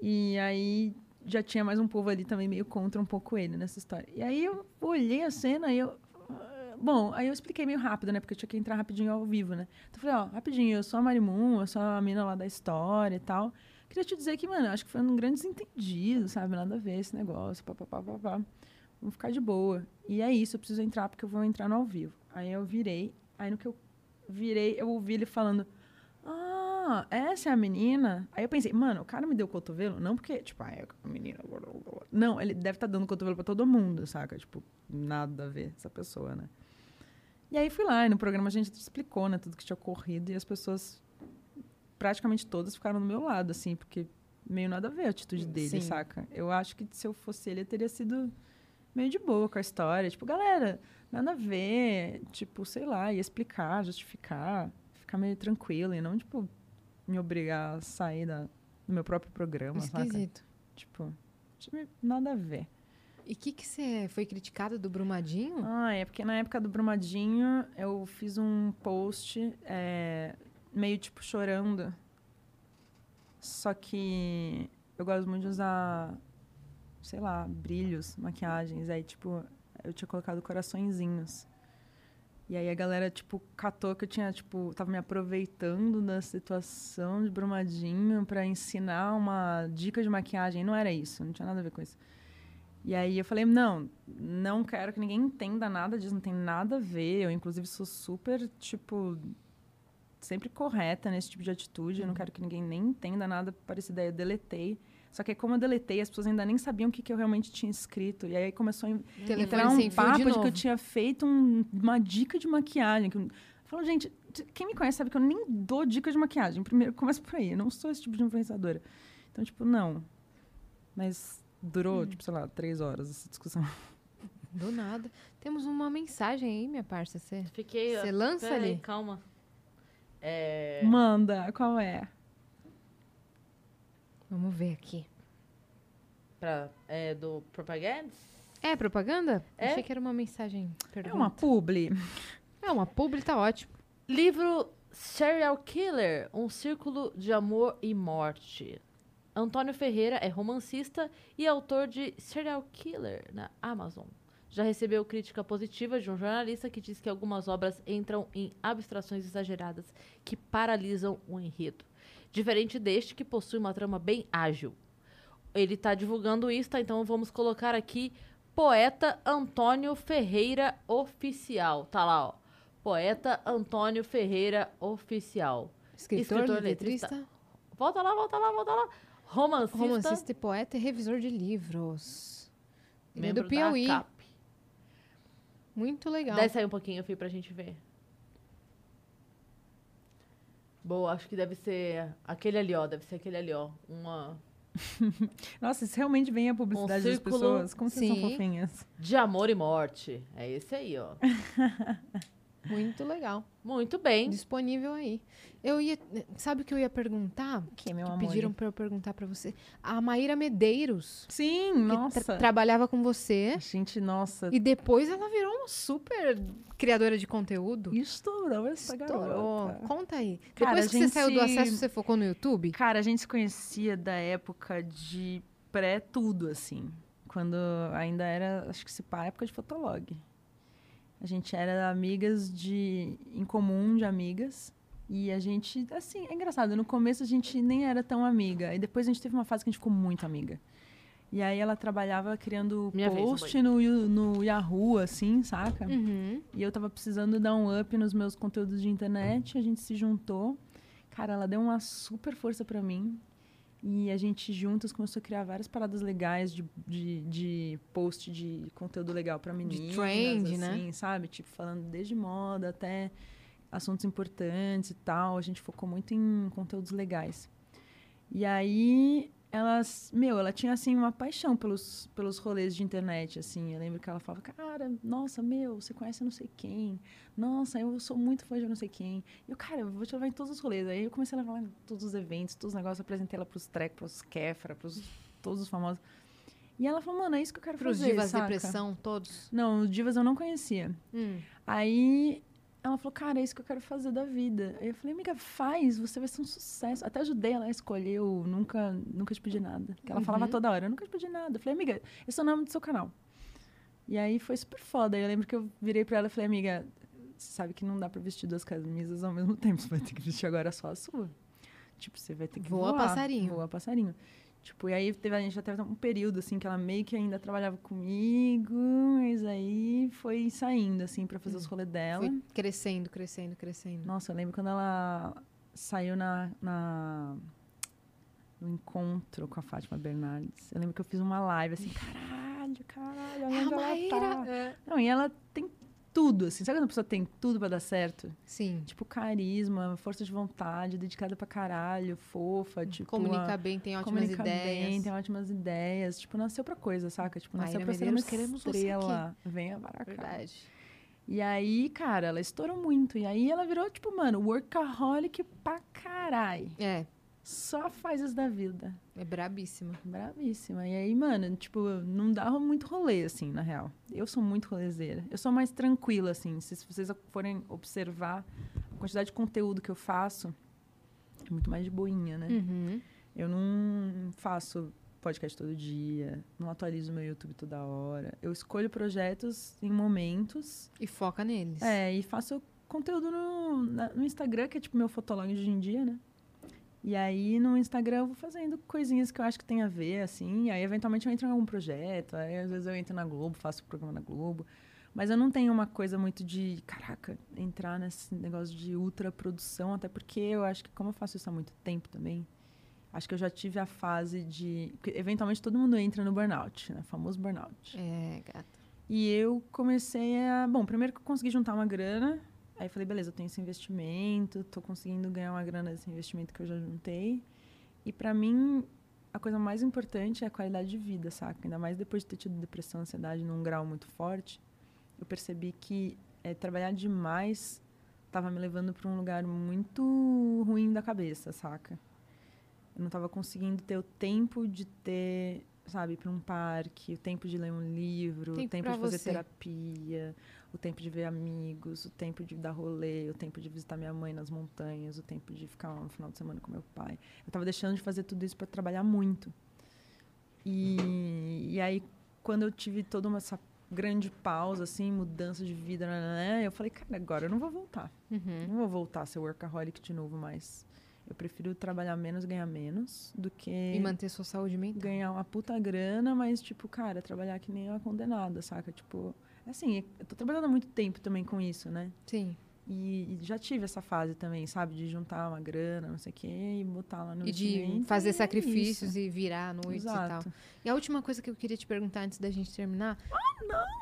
Speaker 3: E aí já tinha mais um povo ali também meio contra um pouco ele nessa história. E aí eu olhei a cena e eu. ah, Bom, aí eu expliquei meio rápido, né? Porque eu tinha que entrar rapidinho ao vivo, né? Então eu falei, ó, rapidinho, eu sou a Marimun, eu sou a mina lá da história e tal. Queria te dizer que, mano, acho que foi um grande desentendido, sabe? Nada a ver esse negócio, papapá, papá. Vamos ficar de boa. E é isso, eu preciso entrar porque eu vou entrar no ao vivo. Aí eu virei, aí no que eu virei, eu ouvi ele falando, ah, essa é a menina? Aí eu pensei, mano, o cara me deu o cotovelo? Não porque, tipo, ah, é a menina. blá, blá, blá, blá. Não, ele deve estar dando cotovelo pra todo mundo, saca? Tipo, nada a ver essa pessoa, né? E aí fui lá, e no programa a gente explicou, né, tudo que tinha ocorrido, e as pessoas, praticamente todas, ficaram do meu lado, assim, porque meio nada a ver a atitude dele,
Speaker 2: Sim.
Speaker 3: saca? Eu acho que se eu fosse ele, eu teria sido meio de boa com a história. Tipo, galera, nada a ver, tipo, sei lá, ia explicar, justificar, ficar meio tranquilo, e não, tipo, me obrigar a sair da, do meu próprio programa, saca?
Speaker 2: Esquisito.
Speaker 3: Tipo, tinha nada a ver.
Speaker 2: E o que que você foi criticada do Brumadinho?
Speaker 3: Ah, é porque na época do Brumadinho eu fiz um post é, meio tipo chorando. Só que eu gosto muito de usar, sei lá, brilhos, maquiagens. Aí, tipo, eu tinha colocado coraçõezinhos. E aí a galera, tipo, catou que eu tinha, tipo, tava me aproveitando da situação de Brumadinho pra ensinar uma dica de maquiagem. Não era isso, não tinha nada a ver com isso. E aí eu falei, não, não quero que ninguém entenda nada disso, não tem nada a ver. Eu, inclusive, sou super, tipo, sempre correta nesse tipo de atitude. Eu não quero que ninguém nem entenda nada parecido. Aí eu deletei. Só que como eu deletei, as pessoas ainda nem sabiam o que, que eu realmente tinha escrito. E aí começou a
Speaker 2: Telefone
Speaker 3: entrar um
Speaker 2: sem fio
Speaker 3: papo
Speaker 2: assim, de
Speaker 3: de, que
Speaker 2: novo.
Speaker 3: eu tinha feito um- uma dica de maquiagem. Que eu, falando, gente, t- quem me conhece sabe que eu nem dou dica de maquiagem. Primeiro, começa por aí. Eu não sou esse tipo de influenciadora. Então, tipo, não. Mas
Speaker 2: Hum.
Speaker 3: durou, tipo, sei lá, três horas essa discussão.
Speaker 2: Do nada. Temos uma mensagem aí, minha parça. Você
Speaker 1: Fiquei.
Speaker 2: você lança
Speaker 1: Pera aí,
Speaker 2: ali?
Speaker 1: calma. É.
Speaker 3: Manda, qual é?
Speaker 2: Vamos ver aqui.
Speaker 8: Pra, é, do propaganda?
Speaker 2: É propaganda?
Speaker 8: É.
Speaker 2: Achei que era uma mensagem.
Speaker 3: É
Speaker 2: pergunta.
Speaker 3: uma publi.
Speaker 2: É uma publi, tá ótimo.
Speaker 1: Livro Serial Killer, um círculo de amor e morte. Antônio Ferreira é romancista e autor de Serial Killer na Amazon. Já recebeu crítica positiva de um jornalista que diz que algumas obras entram em abstrações exageradas que paralisam o enredo. Diferente deste, que possui uma trama bem ágil. Ele está divulgando isso, tá? então vamos colocar aqui Poeta Antônio Ferreira Oficial. Tá lá, ó. Poeta Antônio Ferreira Oficial.
Speaker 2: Escritor,
Speaker 1: Escritor,
Speaker 2: letrista,
Speaker 1: Volta lá, volta lá, volta lá. Romancista,
Speaker 2: romancista e poeta e revisor de livros. Ele é
Speaker 1: membro
Speaker 2: do Piauí.
Speaker 1: da CAP.
Speaker 2: Muito legal.
Speaker 1: Desce aí um pouquinho, Fih, pra gente ver. Boa, acho que deve ser aquele ali, ó. Deve ser aquele ali, ó. Uma...
Speaker 3: Nossa, isso realmente vem a
Speaker 1: Um
Speaker 3: publicidade das
Speaker 1: círculo-
Speaker 3: pessoas. Como vocês
Speaker 2: Sim.
Speaker 3: são fofinhas.
Speaker 1: De amor e morte. É esse aí, ó.
Speaker 2: Muito legal.
Speaker 1: Muito bem.
Speaker 2: Disponível aí. Eu ia. Sabe o que eu ia perguntar?
Speaker 3: O que, meu amor?
Speaker 2: Pediram pra eu perguntar pra você. A Maíra Medeiros,
Speaker 3: Sim,
Speaker 2: que
Speaker 3: nossa.
Speaker 2: tra- trabalhava com você.
Speaker 3: Gente, nossa.
Speaker 2: E depois ela virou uma super criadora de conteúdo.
Speaker 3: Estourou essa
Speaker 2: Estourou.
Speaker 3: garota.
Speaker 2: Conta aí.
Speaker 3: Cara,
Speaker 2: depois
Speaker 3: a
Speaker 2: que você saiu do
Speaker 3: gente-
Speaker 2: acesso, você focou no YouTube?
Speaker 3: Cara, a gente se conhecia da época de pré-tudo, assim. Quando ainda era, acho que se pá, época de Fotolog. A gente era amigas de... Em comum de amigas. E a gente, assim, é engraçado. No começo a gente nem era tão amiga. E depois a gente teve uma fase que a gente ficou muito amiga. E aí ela trabalhava criando
Speaker 1: Minha vez,
Speaker 3: post no, Yu- no Yahoo, assim, saca?
Speaker 2: Uhum.
Speaker 3: E eu tava precisando dar um up nos meus conteúdos de internet, a gente se juntou. Cara, ela deu uma super força pra mim. E a gente juntas começou a criar várias paradas legais de, de, de post de conteúdo legal pra meninas.
Speaker 2: trend, né?
Speaker 3: assim, Sabe? Tipo, falando desde moda até assuntos importantes e tal. A gente focou muito em conteúdos legais. E aí, elas, meu, ela tinha assim uma paixão pelos, pelos rolês de internet, assim. Eu lembro que ela falava, cara, nossa, meu, você conhece não sei quem. Nossa, eu sou muito fã de não sei quem. E eu, cara, eu vou te levar em todos os rolês. Aí eu comecei a levar ela em todos os eventos, todos os negócios, eu apresentei ela pros Trek, pros Kefra, pros todos os famosos. E ela falou, mano, é isso que eu quero
Speaker 2: Pros
Speaker 3: fazer.
Speaker 2: divas
Speaker 3: saca?
Speaker 2: depressão, todos.
Speaker 3: Não, os divas eu não conhecia.
Speaker 2: Hum.
Speaker 3: Aí ela falou, cara, é isso que eu quero fazer da vida. Aí eu falei, amiga, faz, você vai ser um sucesso. Até ajudei ela a escolher o Nunca, nunca Te Pedi Nada. Que ela falava
Speaker 2: Uhum.
Speaker 3: toda hora, eu nunca te pedi nada. Eu falei, amiga, esse é o nome do seu canal. E aí foi super foda. Aí Eu lembro que eu virei pra ela e falei, amiga, você sabe que não dá pra vestir duas camisas ao mesmo tempo. Você vai ter que vestir agora só a sua. Tipo, você vai ter que
Speaker 2: Voa
Speaker 3: voar.
Speaker 2: passarinho.
Speaker 3: Voa passarinho. Tipo, e aí teve, a gente já teve um período, assim, que ela meio que ainda trabalhava comigo, mas aí foi saindo, assim, pra fazer os rolês dela.
Speaker 2: Hum. Foi crescendo, crescendo, crescendo.
Speaker 3: Nossa, eu lembro quando ela saiu na, na- no encontro com a Fátima Bernardes. Eu lembro que eu fiz uma live, assim, caralho, caralho, olha
Speaker 2: É a
Speaker 3: onde ela
Speaker 2: Maíra! É.
Speaker 3: tá. Não, e ela tem tudo, assim. Sabe quando a pessoa tem tudo pra dar certo?
Speaker 2: Sim.
Speaker 3: Tipo, carisma, força de vontade, dedicada pra caralho,
Speaker 2: Hum,
Speaker 3: fofa, tipo...
Speaker 2: Comunica
Speaker 3: a-
Speaker 2: bem, tem ótimas
Speaker 3: comunica
Speaker 2: ideias.
Speaker 3: bem, tem ótimas ideias. Tipo, nasceu pra coisa, saca? Tipo, nasceu
Speaker 2: Maíra
Speaker 3: pra ser uma
Speaker 2: Medeiros, queremos você um aqui.
Speaker 3: estrela. Venha para cá.
Speaker 2: Verdade.
Speaker 3: E aí, cara, ela estourou muito. E aí ela virou, tipo, mano, workaholic pra carai.
Speaker 2: É,
Speaker 3: Só faz isso da vida.
Speaker 2: é brabíssima.
Speaker 3: Bravíssima. E aí, mano, tipo, não dava muito rolê, assim, na real. Eu sou muito rolezeira. Eu sou mais tranquila, assim. Se vocês forem observar a quantidade de conteúdo que eu faço, é muito mais de boinha, né?
Speaker 2: Uhum.
Speaker 3: Eu não faço podcast todo dia, não atualizo meu YouTube toda hora. Eu escolho projetos em momentos
Speaker 2: E foca neles.
Speaker 3: É, e faço conteúdo no, na- no Instagram, que é tipo meu fotolog de hoje em dia, né? E aí no Instagram eu vou fazendo coisinhas que eu acho que tem a ver, assim. E aí eventualmente eu entro em algum projeto, aí às vezes eu entro na Globo, faço um programa na Globo. Mas eu não tenho uma coisa muito de, caraca, entrar nesse negócio de ultra produção, até porque eu acho que como eu faço isso há muito tempo também, acho que eu já tive a fase de. porque, Eventualmente todo mundo entra no burnout, né? Famoso burnout.
Speaker 2: É, gata.
Speaker 3: E eu comecei a. Bom, primeiro que eu consegui juntar uma grana. Aí eu falei, beleza, eu tenho esse investimento, tô conseguindo ganhar uma grana desse investimento que eu já juntei. E pra mim, a coisa mais importante é a qualidade de vida, saca? Ainda mais depois de ter tido depressão, ansiedade num grau muito forte, eu percebi que eh, trabalhar demais tava me levando pra um lugar muito ruim da cabeça, saca? Eu não tava conseguindo ter o tempo de ter sabe, para um parque, o tempo de ler um livro,
Speaker 2: Tempo
Speaker 3: o tempo
Speaker 2: pra
Speaker 3: de fazer
Speaker 2: você.
Speaker 3: terapia, o tempo de ver amigos, o tempo de dar rolê, o tempo de visitar minha mãe nas montanhas, o tempo de ficar um final de semana com meu pai. Eu tava deixando de fazer tudo isso para trabalhar muito. E, e aí, quando eu tive toda uma, essa grande pausa, assim, mudança de vida, né, eu falei, cara, agora eu não vou voltar.
Speaker 2: Hum.
Speaker 3: Não vou voltar a ser workaholic de novo, mas eu prefiro trabalhar menos, ganhar menos, do que
Speaker 2: E manter então. sua saúde mental.
Speaker 3: ganhar uma puta grana, mas, tipo, cara, trabalhar que nem uma condenada, saca? Tipo, assim, eu tô trabalhando há muito tempo também com isso, né?
Speaker 2: Sim.
Speaker 3: E, e já tive essa fase também, sabe? De juntar uma grana, não sei o quê, e botar lá no
Speaker 2: E de
Speaker 3: investimento, e
Speaker 2: fazer
Speaker 3: é
Speaker 2: sacrifícios
Speaker 3: isso.
Speaker 2: e virar à noite e tal.
Speaker 3: Exato.
Speaker 2: E a última coisa que eu queria te perguntar antes da gente terminar. Ah, não!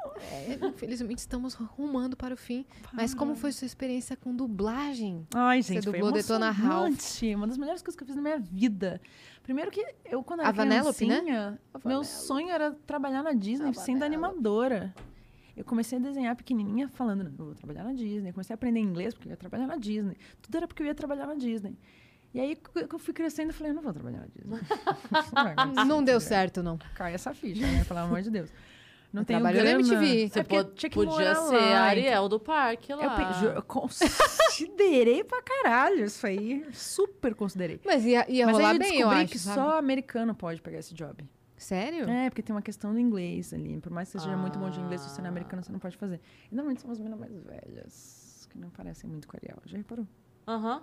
Speaker 2: infelizmente estamos rumando para o fim. Mas como foi sua experiência com dublagem?
Speaker 3: Ai, gente,
Speaker 2: Você dublou
Speaker 3: foi
Speaker 2: Detona Ralph.
Speaker 3: emocionante. Uma das melhores coisas que eu fiz na minha vida. Primeiro que eu, quando era
Speaker 2: A Vanellope, né?
Speaker 3: criancinha, meu sonho era trabalhar na Disney sendo animadora. Eu comecei a desenhar pequenininha falando, "Não, eu vou trabalhar na Disney. Eu comecei a aprender inglês porque eu ia trabalhar na Disney. Tudo era porque eu ia trabalhar na Disney. E aí, c- eu fui crescendo e falei, eu não vou trabalhar na Disney. Isso vai acontecer,
Speaker 2: Não deu
Speaker 3: né?
Speaker 2: certo, não.
Speaker 3: Cai essa ficha, né? Pelo amor de Deus. Não tenho
Speaker 2: trabalhou na
Speaker 3: grana.
Speaker 2: MTV.
Speaker 3: É
Speaker 1: Você
Speaker 3: porque
Speaker 1: po-
Speaker 3: tinha que
Speaker 1: podia
Speaker 3: morar
Speaker 1: ser a
Speaker 3: lá, então.
Speaker 1: Ariel do parque lá.
Speaker 3: Eu, pe-
Speaker 2: Ah.
Speaker 3: ju- eu considerei pra caralho isso aí. Super considerei.
Speaker 2: Mas ia, ia
Speaker 3: Mas
Speaker 2: rolar
Speaker 3: aí eu
Speaker 2: bem,
Speaker 3: descobri
Speaker 2: eu acho.
Speaker 3: que
Speaker 2: sabe?
Speaker 3: só americano pode pegar esse job.
Speaker 2: Sério?
Speaker 3: É, porque tem uma questão do inglês ali. Por mais que você seja muito bom de inglês, se você não é
Speaker 1: Ah.
Speaker 3: americano, você não pode fazer. E normalmente são as meninas mais velhas, que não parecem muito com a Ariel. Já reparou?
Speaker 1: Aham.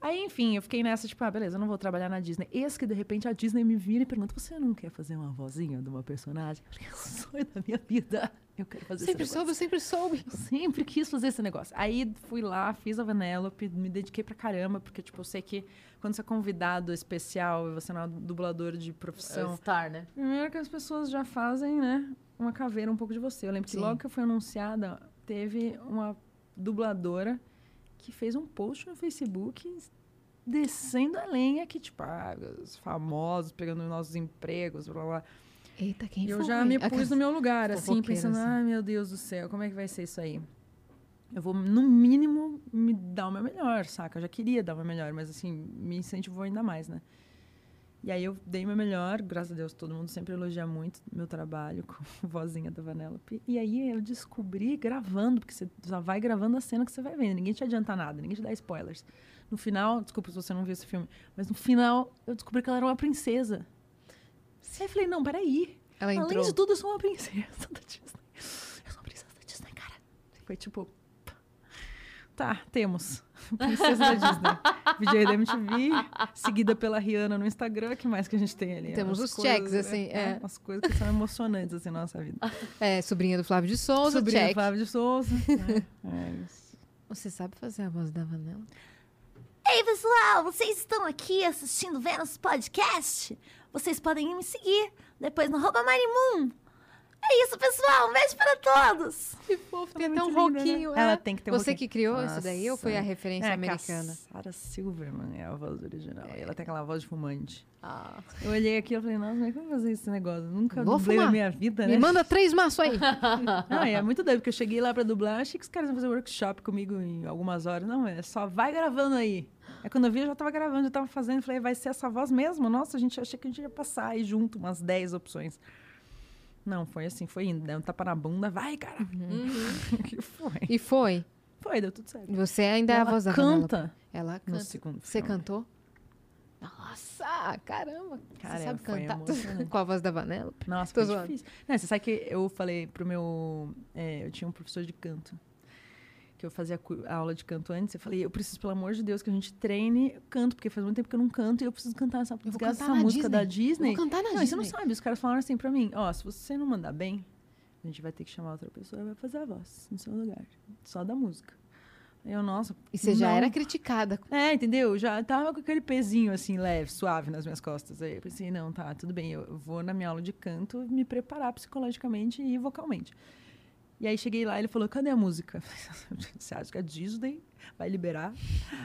Speaker 3: Aí, enfim, eu fiquei nessa, tipo, ah, beleza, eu não vou trabalhar na Disney. Eis que, de repente, a Disney me vira e pergunta, você não quer fazer uma vozinha de uma personagem? Porque é o sonho da minha vida. Eu quero fazer esse
Speaker 2: Sempre
Speaker 3: negócio.
Speaker 2: soube, eu sempre soube.
Speaker 3: Eu sempre quis fazer esse negócio. Aí fui lá, fiz a Vanellope, me dediquei pra caramba, porque, tipo, eu sei que quando você é convidado especial e você não é dublador de
Speaker 8: É o
Speaker 3: profissão,
Speaker 8: Star, né?
Speaker 3: primeiro que as pessoas já fazem, né, uma caveira um pouco de você. Eu lembro
Speaker 2: Sim.
Speaker 3: que logo que eu fui anunciada, teve uma dubladora que fez um post no Facebook descendo a lenha que, tipo, ah, os famosos pegando nossos empregos, blá, blá, blá.
Speaker 2: Eita, quem
Speaker 3: E eu
Speaker 2: foi?
Speaker 3: já me
Speaker 2: Aquelas-
Speaker 3: pus no meu lugar, assim,
Speaker 2: Fofoqueira,
Speaker 3: pensando,
Speaker 2: assim.
Speaker 3: ai meu Deus do céu, como é que vai ser isso aí? Eu vou, no mínimo, me dar o meu melhor, saca? Eu já queria dar o meu melhor, mas assim, me incentivou ainda mais, né? E aí eu dei o meu melhor, graças a Deus, todo mundo sempre elogia muito meu trabalho com a vozinha da Vanellope. E aí eu descobri gravando, porque você já vai gravando a cena que você vai vendo, ninguém te adianta nada, ninguém te dá spoilers. No final, desculpa se você não viu esse filme, mas no final eu descobri que ela era uma princesa. Aí eu falei, não, peraí,
Speaker 2: Ela entrou.
Speaker 3: Além de tudo, eu sou uma princesa da Disney. Eu sou uma princesa da Disney, cara. Foi tipo. pá. Tá, temos. Princesa da Disney. VJ da MTV, seguida pela Rihanna no Instagram. O que mais que a gente tem ali?
Speaker 2: Temos
Speaker 3: Umas
Speaker 2: os checks, assim, é.
Speaker 3: Umas coisas que são emocionantes, assim, na nossa vida.
Speaker 2: É, sobrinha do Flávio de Souza,
Speaker 3: Sobrinha
Speaker 2: check.
Speaker 3: Flávia de Souza. né? É isso.
Speaker 2: Você sabe fazer a voz da Vanella?
Speaker 4: Ei, pessoal, vocês estão aqui assistindo Vênus Podcast? Vocês podem me seguir depois no Rouba Marimun. É isso, pessoal. Um beijo para todos.
Speaker 2: Que fofo, tem
Speaker 3: É
Speaker 2: até um
Speaker 3: muito lindo, né?
Speaker 2: rouquinho. é.
Speaker 3: Ela tem que ter um
Speaker 2: Você
Speaker 3: rouquinho.
Speaker 2: que criou isso daí ou foi a
Speaker 3: Nossa.
Speaker 2: referência
Speaker 3: É, que a
Speaker 2: americana?
Speaker 3: Sarah Silverman é a voz original. E ela tem aquela voz de fumante.
Speaker 2: Ah.
Speaker 3: Eu olhei aqui e falei, nossa, como é que eu vou fazer esse negócio? Nunca
Speaker 2: Vou
Speaker 3: dublei na
Speaker 2: fumar.
Speaker 3: minha vida, né?
Speaker 2: Me manda três maços aí.
Speaker 3: Não, é muito doido, porque eu cheguei lá pra dublar, achei que os caras iam fazer workshop comigo em algumas horas. Não, é só vai gravando aí. Aí quando eu vi, eu já tava gravando, já tava fazendo. Falei, "Ah, vai ser essa voz mesmo? Nossa, a gente achei que a gente ia passar aí junto umas 10 opções. Não, foi assim, foi indo. Deu um tapa na bunda, vai, cara.
Speaker 2: Uhum.
Speaker 3: O que foi?
Speaker 2: E foi.
Speaker 3: Foi, deu tudo certo.
Speaker 2: Você ainda é a
Speaker 3: Ela
Speaker 2: voz da Vanella.
Speaker 3: canta
Speaker 2: Ela
Speaker 3: no
Speaker 2: canta.
Speaker 3: segundo
Speaker 2: Você
Speaker 3: filme.
Speaker 2: cantou? Nossa, caramba.
Speaker 3: Cara,
Speaker 2: Você sabe
Speaker 3: foi
Speaker 2: cantar
Speaker 3: emocionante.
Speaker 2: com a voz da Vanella?
Speaker 3: Nossa,
Speaker 2: Tô
Speaker 3: foi
Speaker 2: zoando.
Speaker 3: difícil. Não, você sabe que eu falei pro meu. é, eu tinha um professor de canto. Que eu fazia cu- a aula de canto antes. Eu falei, eu preciso, pelo amor de Deus, que a gente treine canto, porque faz muito tempo que eu não canto e eu preciso cantar essa, desgraça,
Speaker 2: cantar
Speaker 3: essa
Speaker 2: na
Speaker 3: música da
Speaker 2: Vou
Speaker 3: Disney.
Speaker 2: cantar na
Speaker 3: Não, e você
Speaker 2: Disney.
Speaker 3: não sabe. Os caras falaram assim pra mim: ó, se você não mandar bem, a gente vai ter que chamar outra pessoa e vai fazer a voz no seu lugar. Só da música. Aí Eu, nossa.
Speaker 2: E você já
Speaker 3: não.
Speaker 2: era criticada.
Speaker 3: É, entendeu? Já tava com aquele pezinho assim, leve, suave nas minhas costas. Aí eu pensei, não, tá, tudo bem, eu vou na minha aula de canto me preparar psicologicamente e vocalmente. E aí cheguei lá, ele falou, cadê a música? Você acha que a Disney vai liberar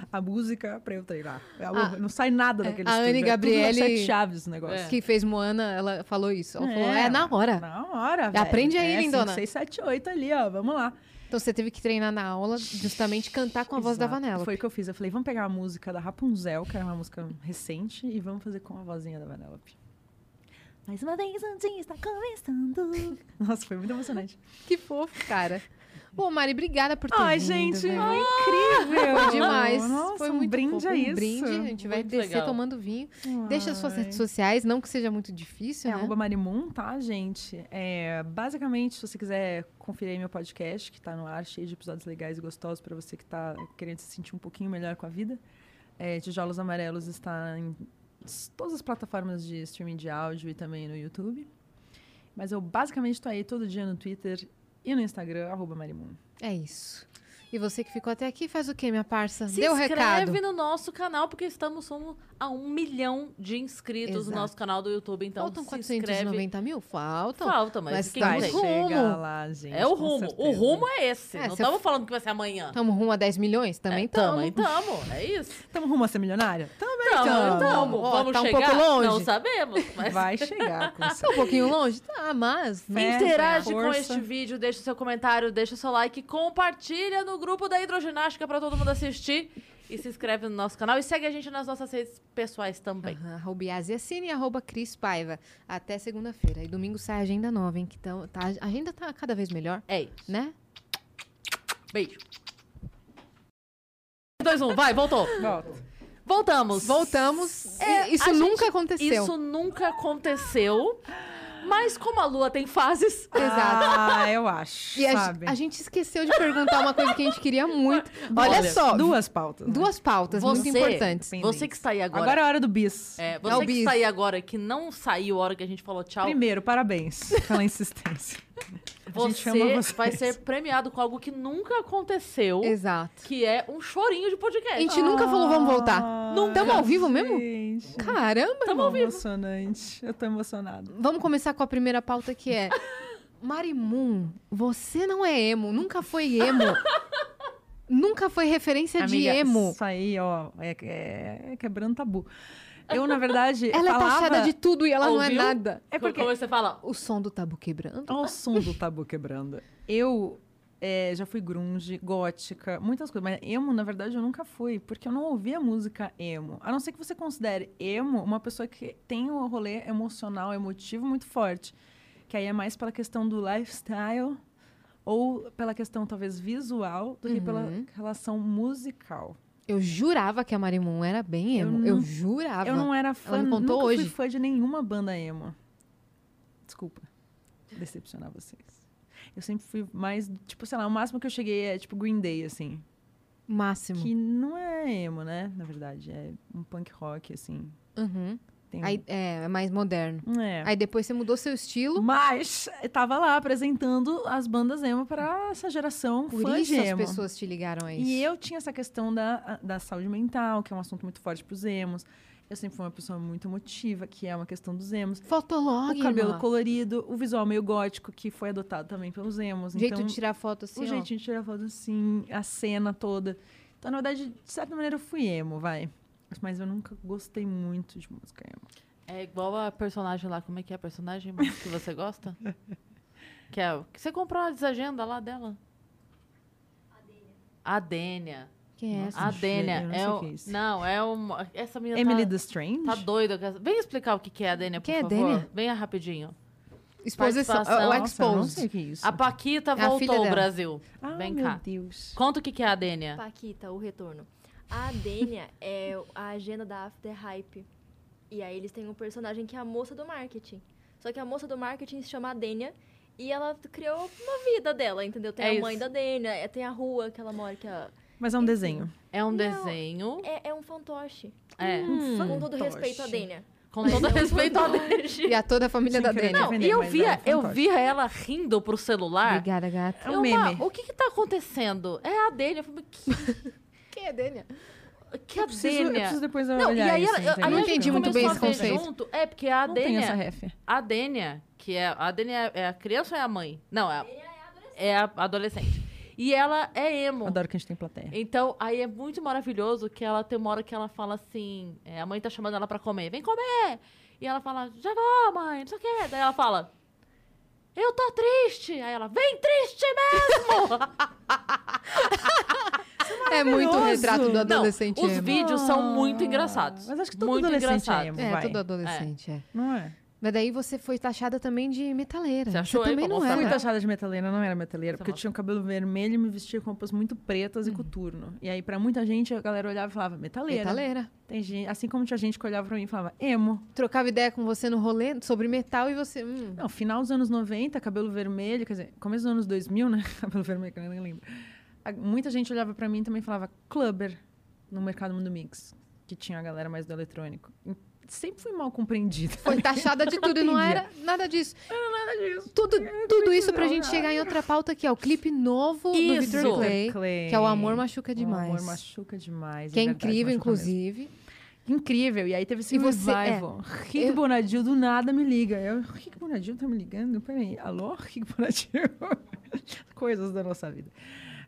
Speaker 3: a música pra eu treinar? Amor, não sai nada daquele
Speaker 2: Ah, a
Speaker 3: estúdio,
Speaker 2: Anne
Speaker 3: é tudo nas
Speaker 2: Gabriele-
Speaker 3: sete chaves o negócio.
Speaker 1: É.
Speaker 2: Que fez Moana, ela falou isso. Ela falou,
Speaker 3: É,
Speaker 2: é na hora.
Speaker 3: Na hora, velho.
Speaker 2: Aprende aí,
Speaker 3: é,
Speaker 2: lindona.
Speaker 3: 6, 7, 8 ali, ó, vamos lá.
Speaker 2: Então você teve que treinar na aula justamente cantar com a voz da
Speaker 3: Exato.
Speaker 2: Vanella.
Speaker 3: Foi o que eu fiz. Eu falei, vamos pegar a música da Rapunzel, que era uma música recente, e vamos fazer com a vozinha da Vanellope.
Speaker 4: Mais uma vez o dia está começando.
Speaker 3: Nossa, foi muito emocionante.
Speaker 2: Que fofo, cara. Bom, Mari, obrigada por ter
Speaker 3: Ai,
Speaker 2: vindo,
Speaker 3: gente,
Speaker 2: velho.
Speaker 3: foi incrível.
Speaker 2: Foi demais.
Speaker 3: Ah, Nossa,
Speaker 2: foi
Speaker 3: um
Speaker 2: muito
Speaker 3: brinde
Speaker 2: fofo.
Speaker 3: a
Speaker 2: Um
Speaker 3: isso.
Speaker 2: brinde, a gente vai
Speaker 1: Muito
Speaker 2: descer
Speaker 1: legal.
Speaker 2: tomando vinho. Deixa as suas
Speaker 3: Ai.
Speaker 2: redes sociais, não que seja muito
Speaker 3: É
Speaker 2: difícil, né?
Speaker 3: arroba Marimun, tá, gente? É, basicamente, se você quiser conferir aí meu podcast, que tá no ar, cheio de episódios legais e gostosos pra você que tá querendo se sentir um pouquinho melhor com a vida, é, Tijolos Amarelos está em s- todas as plataformas de streaming de áudio e também no YouTube. Mas eu basicamente tô aí todo dia no Twitter e no Instagram, arroba Marimun.
Speaker 2: É isso. E você que ficou até aqui, faz o quê, minha parça?
Speaker 1: Se
Speaker 2: Deu o
Speaker 1: inscreve então,
Speaker 2: recado.
Speaker 1: no nosso canal, porque estamos somos a um milhão de inscritos no
Speaker 2: Exato.
Speaker 1: nosso canal do YouTube. Então,
Speaker 2: Faltam
Speaker 1: se inscreve.
Speaker 2: 490 mil? Faltam.
Speaker 1: Falta, mas,
Speaker 2: mas
Speaker 1: quem
Speaker 2: tá
Speaker 1: não
Speaker 3: Vai
Speaker 1: tem?
Speaker 2: rumo.
Speaker 3: chegar lá, gente.
Speaker 1: É o
Speaker 3: com
Speaker 1: rumo. O
Speaker 3: certeza.
Speaker 1: rumo é esse.
Speaker 2: É,
Speaker 1: não
Speaker 2: se eu-
Speaker 1: estamos falando que vai ser amanhã.
Speaker 2: Tamo rumo a 10 milhões? Também
Speaker 1: é,
Speaker 2: tamo.
Speaker 1: Tamo, tamo. É isso.
Speaker 3: Tamo rumo a ser milionária? Também
Speaker 1: Tamo,
Speaker 3: tamo.
Speaker 1: tamo.
Speaker 2: Ó,
Speaker 1: Vamos
Speaker 2: tá um
Speaker 1: chegar?
Speaker 2: pouco longe.
Speaker 1: Não sabemos, mas...
Speaker 3: Vai chegar, com
Speaker 2: Tá um pouquinho longe? Tá, mas...
Speaker 3: Né?
Speaker 1: Interage com
Speaker 3: Força.
Speaker 1: este vídeo, deixa o seu comentário, deixa o seu like, compartilha no grupo da Hidroginástica pra todo mundo assistir e se inscreve no nosso canal e segue a gente nas nossas redes pessoais também.
Speaker 2: Aham, Arroba Yasiacine e arroba Cris Paiva. Até segunda-feira. E domingo sai a agenda nova, hein? Que tão- tá, a agenda tá cada vez melhor,
Speaker 1: É isso.
Speaker 2: né?
Speaker 1: Beijo. 2, 1, vai, voltou.
Speaker 3: Volta.
Speaker 1: Voltamos.
Speaker 2: Voltamos.
Speaker 1: É,
Speaker 2: E- isso
Speaker 1: a
Speaker 2: nunca
Speaker 1: gente-
Speaker 2: aconteceu.
Speaker 1: Isso nunca aconteceu, mas como a lua tem fases,
Speaker 2: Exato.
Speaker 3: Ah, eu acho.
Speaker 2: E a,
Speaker 3: sabe?
Speaker 2: a gente esqueceu de perguntar uma coisa que a gente queria muito. Olha,
Speaker 1: Olha,
Speaker 2: só, duas,
Speaker 3: Duas pautas. né?
Speaker 2: pautas
Speaker 1: você,
Speaker 2: muito importantes.
Speaker 1: você que está aí agora,
Speaker 3: Agora, é a hora do bis.
Speaker 1: é,
Speaker 2: é o
Speaker 1: você que
Speaker 2: bis.
Speaker 1: está aí agora, que não saiu a hora que a gente falou tchau,
Speaker 3: Primeiro, parabéns pela insistência. A gente ama
Speaker 1: Você
Speaker 3: vocês.
Speaker 1: vai ser premiado com algo que nunca aconteceu,
Speaker 2: Exato.
Speaker 1: que é um chorinho de
Speaker 2: A
Speaker 1: podcast.
Speaker 2: gente nunca falou vamos voltar.
Speaker 1: Ah.
Speaker 3: Nunca.
Speaker 2: Tamo ao vivo mesmo?
Speaker 3: Ah, Gente,
Speaker 2: Caramba!
Speaker 3: tamo ao vivo. emocionante. Eu tô emocionada.
Speaker 2: Vamos começar com a primeira pauta que é... Marimun, você não é emo, nunca foi emo. nunca foi referência é de
Speaker 3: Amiga,
Speaker 2: emo.
Speaker 3: Isso aí, ó, é, é- é quebrando tabu. Eu, na verdade,
Speaker 2: Ela é
Speaker 3: falava...
Speaker 2: taxada de tudo e ela não é
Speaker 1: Ouviu?
Speaker 2: nada.
Speaker 3: É porque...
Speaker 1: Como Ah. você fala,
Speaker 2: O som do tabu quebrando.
Speaker 3: Olha o som do tabu quebrando. Eu é, já fui grunge, gótica, muitas coisas. Mas emo, na verdade, eu nunca fui, porque eu não ouvia música emo. A não ser que você considere emo uma pessoa que tem um rolê emocional, emotivo muito forte. Que aí é mais pela questão do lifestyle ou pela questão, talvez, visual do que pela
Speaker 2: Uhum.
Speaker 3: relação musical.
Speaker 2: Eu jurava que a Marimun era bem
Speaker 3: Eu
Speaker 2: emo.
Speaker 3: não-
Speaker 2: Eu, jurava.
Speaker 3: Eu não era fã,
Speaker 2: me contou
Speaker 3: nunca
Speaker 2: hoje.
Speaker 3: fui fã de nenhuma banda emo. Desculpa decepcionar vocês. Eu sempre fui mais, tipo, sei lá, o máximo que eu cheguei é tipo Green Day, assim.
Speaker 2: Máximo.
Speaker 3: Que não é emo, né? Na verdade, é um punk rock, assim.
Speaker 2: Uhum.
Speaker 3: Tem um-
Speaker 2: Aí, é, é mais moderno.
Speaker 3: É.
Speaker 2: Aí depois você mudou seu estilo.
Speaker 3: Mas eu tava lá apresentando as bandas emo pra essa geração
Speaker 2: Por
Speaker 3: fã
Speaker 2: isso
Speaker 3: de
Speaker 2: as
Speaker 3: emo.
Speaker 2: pessoas te ligaram a isso.
Speaker 3: E eu tinha essa questão da, da saúde mental, que é um assunto muito forte pros emos. Eu sempre fui uma pessoa muito emotiva, que é uma questão dos emos.
Speaker 2: Fotolog,
Speaker 3: o cabelo
Speaker 2: irmã.
Speaker 3: colorido, o visual meio gótico que foi adotado também pelos emos.
Speaker 2: Jeito
Speaker 3: então,
Speaker 2: de tirar foto assim,
Speaker 3: o
Speaker 2: ó.
Speaker 3: jeitinho de tirar foto assim, a cena toda. Então, na verdade, de certa maneira eu fui emo, vai. Mas eu nunca gostei muito de música emo.
Speaker 1: é igual a personagem lá, como é que é a personagem mas que você gosta? que é, o- que você comprou a desagenda lá dela? A Dênia.
Speaker 2: Quem é essa?
Speaker 1: A
Speaker 3: Nossa,
Speaker 1: Dênia.
Speaker 3: eu não
Speaker 1: é
Speaker 3: sei o
Speaker 1: o-
Speaker 3: que é isso.
Speaker 1: Não, é uma... Essa menina
Speaker 3: Emily
Speaker 1: tá,
Speaker 3: the Strange?
Speaker 1: tá doida. com essa- Vem explicar o que que é a Dênia, por
Speaker 2: Quem é
Speaker 1: favor.
Speaker 2: Dênia?
Speaker 1: Venha rapidinho.
Speaker 2: Exposição.
Speaker 1: Participação.
Speaker 2: O
Speaker 3: Nossa, eu não
Speaker 2: Expose.
Speaker 3: sei o que é isso.
Speaker 1: A Paquita
Speaker 2: É a filha
Speaker 1: voltou ao
Speaker 2: dela.
Speaker 1: Brasil.
Speaker 3: ah,
Speaker 1: Ah, Vem
Speaker 3: meu
Speaker 1: cá.
Speaker 3: Deus.
Speaker 1: Conta o que que é a Dênia.
Speaker 9: Paquita, o retorno. A Dênia é a agenda da After Hype. E aí eles têm um personagem que é a moça do marketing. Só que a moça do marketing se chama Dênia e ela criou uma vida dela, entendeu? Tem
Speaker 1: É
Speaker 9: a
Speaker 1: isso.
Speaker 9: mãe da Dênia, é- tem a rua que ela mora, que é,
Speaker 3: Mas é um desenho.
Speaker 1: É um
Speaker 9: Não,
Speaker 1: desenho.
Speaker 9: é, é um fantoche.
Speaker 1: É.
Speaker 2: Hum,
Speaker 3: Um
Speaker 9: Com todo
Speaker 3: fantoche.
Speaker 9: respeito à É um Dênia.
Speaker 1: Com todo respeito a Dênia.
Speaker 2: E a toda a família
Speaker 3: Sem
Speaker 2: da
Speaker 3: querer
Speaker 2: Dani.
Speaker 1: Não,
Speaker 3: defender,
Speaker 1: e eu
Speaker 3: mas
Speaker 1: via,
Speaker 3: é um
Speaker 1: eu
Speaker 3: fantoche.
Speaker 1: via ela rindo pro celular.
Speaker 2: Obrigada, gata.
Speaker 3: É um
Speaker 1: Eu,
Speaker 3: meme.
Speaker 1: "Ma, o que que tá acontecendo? É a Dênia. Eu falei, que,
Speaker 2: Quem é a Dênia?
Speaker 1: que a
Speaker 3: Eu preciso, eu
Speaker 1: Dênia?
Speaker 3: preciso depois
Speaker 1: Não, e
Speaker 3: olhar
Speaker 1: aí,
Speaker 3: isso,
Speaker 1: ela, eu- aí
Speaker 3: entendeu?
Speaker 1: a
Speaker 2: Não entendi
Speaker 1: gente
Speaker 2: muito bem
Speaker 1: começou
Speaker 2: esse
Speaker 1: a ver
Speaker 2: conceito.
Speaker 1: junto. É, porque a
Speaker 3: Não tem essa
Speaker 1: Dênia,
Speaker 3: ref.
Speaker 1: a Dênia, que é, a Dênia é a criança ou é a mãe? Não, é a, é a adolescente. E ela é emo.
Speaker 3: Adoro que a gente tem plateia.
Speaker 1: Então, aí é muito maravilhoso que ela tem uma hora que ela fala assim: é, a mãe tá chamando ela pra comer, vem comer! E ela fala: já vou, mãe, não sei o quê. Daí ela fala: eu tô triste! Aí ela: vem triste mesmo!
Speaker 2: É muito
Speaker 3: Maravilhoso.
Speaker 2: retrato do
Speaker 3: Não,
Speaker 1: não, os
Speaker 2: adolescente emo.
Speaker 1: vídeos são muito
Speaker 3: Ah,
Speaker 1: engraçados.
Speaker 3: Mas acho que todo
Speaker 1: muito
Speaker 3: adolescente é
Speaker 1: engraçados.
Speaker 3: emo,
Speaker 2: É,
Speaker 3: vai.
Speaker 2: todo adolescente, é.
Speaker 3: Não é?
Speaker 2: Mas daí você foi taxada também de metaleira.
Speaker 1: Você achou, hein,
Speaker 2: também
Speaker 1: pra
Speaker 2: não
Speaker 1: mostrar
Speaker 2: era.
Speaker 1: pra
Speaker 3: Fui taxada de metaleira, não era metaleira,
Speaker 1: Você
Speaker 2: Tá
Speaker 3: porque eu
Speaker 1: mostra.
Speaker 3: tinha o cabelo vermelho e me vestia com roupas muito pretas
Speaker 2: Uhum.
Speaker 3: e coturno. E aí, pra muita gente, a galera olhava e falava, metaleira.
Speaker 2: Metaleira.
Speaker 3: Tem gente, assim como tinha gente que olhava pra mim e falava, emo.
Speaker 2: Trocava ideia com você no rolê sobre metal e você. hum,
Speaker 3: Não, final dos anos 90, cabelo vermelho, quer dizer, começo dos anos 2000, né? Cabelo vermelho, que eu nem lembro. A- Muita gente olhava pra mim e também falava, clubber, no Mercado Mundo Mix, que tinha a galera mais do eletrônico. E sempre fui mal compreendida.
Speaker 2: Foi taxada de tudo e não era nada disso.
Speaker 3: Nada disso.
Speaker 2: Tudo, tudo isso pra
Speaker 3: não,
Speaker 2: gente
Speaker 3: não.
Speaker 2: chegar em outra pauta que é o clipe novo do
Speaker 1: Isso.
Speaker 2: Victor Clay,
Speaker 3: Clay.
Speaker 2: que é o Amor Machuca Demais.
Speaker 3: O amor machuca demais.
Speaker 2: que é,
Speaker 3: verdade,
Speaker 2: incrível,
Speaker 3: machuca mesmo.
Speaker 2: inclusive.
Speaker 3: Incrível. E é, aí teve esse
Speaker 2: E você-
Speaker 3: revival. Rick Bonadil do nada me liga. Eu, Rick Bonadil tá me ligando? Peraí. Alô, Rick Bonadil? Coisas da nossa vida.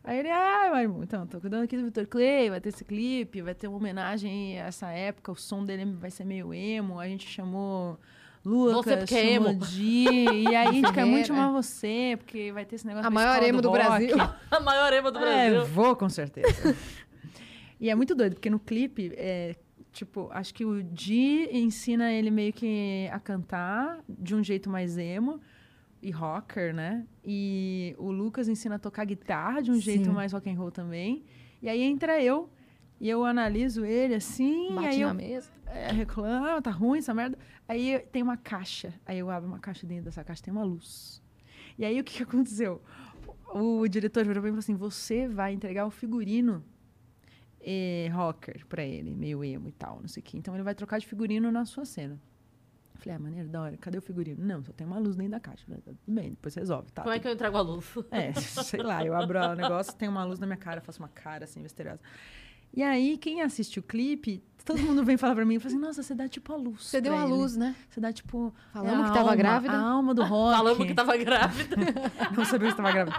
Speaker 3: Aí ele, ah, Marimu, então, tô cuidando aqui do Vitor Clay, vai ter esse clipe, vai ter uma homenagem a essa época, o som dele vai ser meio emo, a gente chamou Lucas,
Speaker 1: Você porque é
Speaker 3: chamou
Speaker 1: emo.
Speaker 3: Di, e aí a gente quer
Speaker 2: Ferreira.
Speaker 3: muito chamar você, porque vai ter esse negócio
Speaker 2: A
Speaker 3: da
Speaker 2: maior
Speaker 3: escola
Speaker 2: emo do
Speaker 3: rock.
Speaker 2: Brasil.
Speaker 1: A maior emo do Brasil.
Speaker 3: É, vou, com certeza. e é muito doido, porque no clipe, é, tipo, acho que o Di ensina ele meio que a cantar de um jeito mais emo e rocker, né? E o Lucas ensina a tocar guitarra de um jeito
Speaker 2: Sim.
Speaker 3: mais rock and roll também. E aí entra eu. E eu analiso ele assim, e
Speaker 2: Bate
Speaker 3: aí eu
Speaker 2: na mesa.
Speaker 3: é, reclama, tá ruim essa merda. Aí tem uma caixa. Aí eu abro uma caixa dentro dessa caixa tem uma luz. E aí o que, que aconteceu? O, o diretor virou pra mim e falou assim: você vai entregar o figurino eh, rocker pra ele, meio emo e tal, não sei o quê. Então ele vai trocar de figurino na sua cena. Eu Falei, ah, maneiro, da hora, cadê o figurino? Não, só tem uma luz dentro da caixa. Eu falei, "Tá, Tudo bem, depois resolve, tá?
Speaker 1: Como é que eu entrego a luz?
Speaker 3: É, sei lá, eu abro o negócio, tem uma luz na minha cara, faço uma cara assim, misteriosa. E aí, quem assiste o clipe, todo mundo vem falar pra mim e fala assim: nossa, você dá tipo a luz.
Speaker 2: Você deu
Speaker 3: pra
Speaker 2: a
Speaker 3: ele.
Speaker 2: luz, né?
Speaker 3: Você dá tipo.
Speaker 2: Falamos
Speaker 3: a
Speaker 2: que tava
Speaker 3: alma,
Speaker 2: grávida.
Speaker 3: A alma do rock.
Speaker 1: Falamos que tava grávida.
Speaker 3: Não sabia que tava grávida.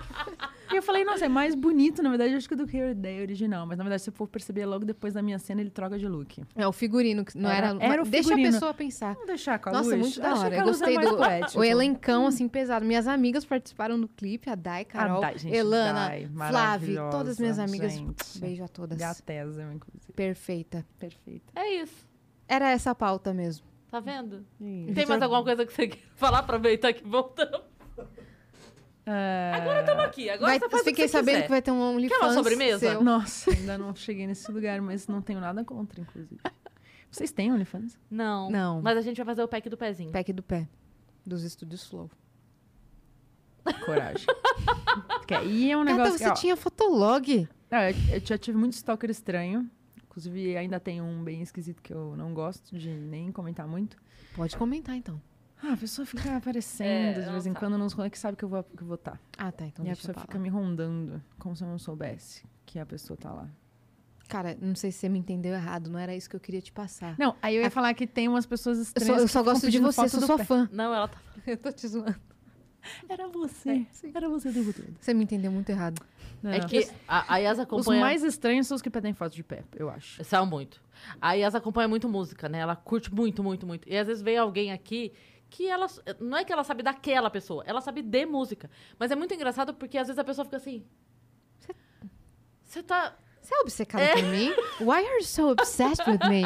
Speaker 3: E eu falei, nossa, é mais bonito, na verdade, acho que do que a ideia original. Mas na verdade, se eu for perceber logo depois da minha cena, ele troca de look.
Speaker 2: É o figurino que não
Speaker 3: Era-
Speaker 2: era.
Speaker 3: era o
Speaker 2: Deixa a
Speaker 3: figurino.
Speaker 2: pessoa pensar.
Speaker 3: Vamos deixar com a luz.
Speaker 2: Nossa, muito da
Speaker 3: Acho
Speaker 2: hora.
Speaker 3: que a
Speaker 2: Eu
Speaker 3: luz é
Speaker 2: gostei
Speaker 3: mais
Speaker 2: do
Speaker 3: poético.
Speaker 2: o elencão, assim, pesado. Minhas amigas participaram do clipe, a Dai, Carol,
Speaker 3: Ah, Dai, gente,
Speaker 2: Elana,
Speaker 3: Dai,
Speaker 2: Flávia, todas
Speaker 3: maravilhosa,
Speaker 2: minhas amigas.
Speaker 3: gente.
Speaker 2: Beijo a todas.
Speaker 3: Gatesa, inclusive.
Speaker 2: Perfeita.
Speaker 3: Perfeita.
Speaker 1: É isso.
Speaker 2: Era essa a pauta mesmo.
Speaker 1: Tá vendo?
Speaker 3: Isso.
Speaker 1: Tem mais alguma coisa que você quer falar pra aproveitar que voltamos? Agora estamos aqui. Agora
Speaker 2: Vai-
Speaker 1: você faz o
Speaker 2: É, fiquei
Speaker 1: que você
Speaker 2: sabendo
Speaker 1: quiser.
Speaker 2: que vai ter um OnlyFans.
Speaker 1: Quer uma sobremesa?
Speaker 2: seu.
Speaker 3: Tá. Nossa, ainda não cheguei nesse lugar, mas não tenho nada contra, inclusive. Vocês têm OnlyFans?
Speaker 1: Não.
Speaker 2: Não.
Speaker 1: Mas a gente vai fazer o pack do pezinho.
Speaker 2: Pack do pé. Dos estúdios Flow.
Speaker 3: Coragem. Porque aí é um
Speaker 2: Gata,
Speaker 3: negócio
Speaker 2: você
Speaker 3: que, ó,
Speaker 2: tinha fotolog.
Speaker 3: não, eu, eu já tive muito stalker estranho. Inclusive, ainda tem um bem esquisito que eu não gosto de nem comentar muito.
Speaker 2: Pode comentar, então.
Speaker 3: Ah, a pessoa fica
Speaker 1: É,
Speaker 3: aparecendo de
Speaker 1: não
Speaker 3: vez em
Speaker 1: tá.
Speaker 3: quando nos rolê que sabe que eu vou que eu vou tá.
Speaker 2: Ah, tá. Então
Speaker 3: e a
Speaker 2: deixa
Speaker 3: pessoa
Speaker 2: pra
Speaker 3: fica
Speaker 2: lá.
Speaker 3: me rondando, como se eu não soubesse que a pessoa tá lá.
Speaker 2: Cara, não sei se você me entendeu errado. Não era isso que eu queria te passar.
Speaker 3: Não, aí eu ia falar que tem umas pessoas
Speaker 2: Eu
Speaker 3: estranhas.
Speaker 2: só, eu
Speaker 3: que
Speaker 2: só
Speaker 3: ficam
Speaker 2: gosto de
Speaker 3: pedindo
Speaker 2: você,
Speaker 3: foto
Speaker 2: sou
Speaker 3: do
Speaker 2: sua
Speaker 3: pé.
Speaker 2: fã.
Speaker 1: Não, ela tá.
Speaker 2: Eu tô te zoando.
Speaker 3: Era você. Era você do todo.
Speaker 2: Você me entendeu muito errado.
Speaker 1: É que a, a Yas
Speaker 3: Os
Speaker 1: acompanha.
Speaker 3: mais estranhos são os que pedem foto de pé, eu acho.
Speaker 1: São muito. A Yas acompanha muito música, né? Ela curte muito, muito, muito. E às vezes vem alguém aqui que ela. Não é que ela sabe daquela pessoa, ela sabe de música. Mas é muito engraçado porque às vezes a pessoa fica assim. Você tá.
Speaker 2: Você é obcecada por mim? Why are you so obsessed with me?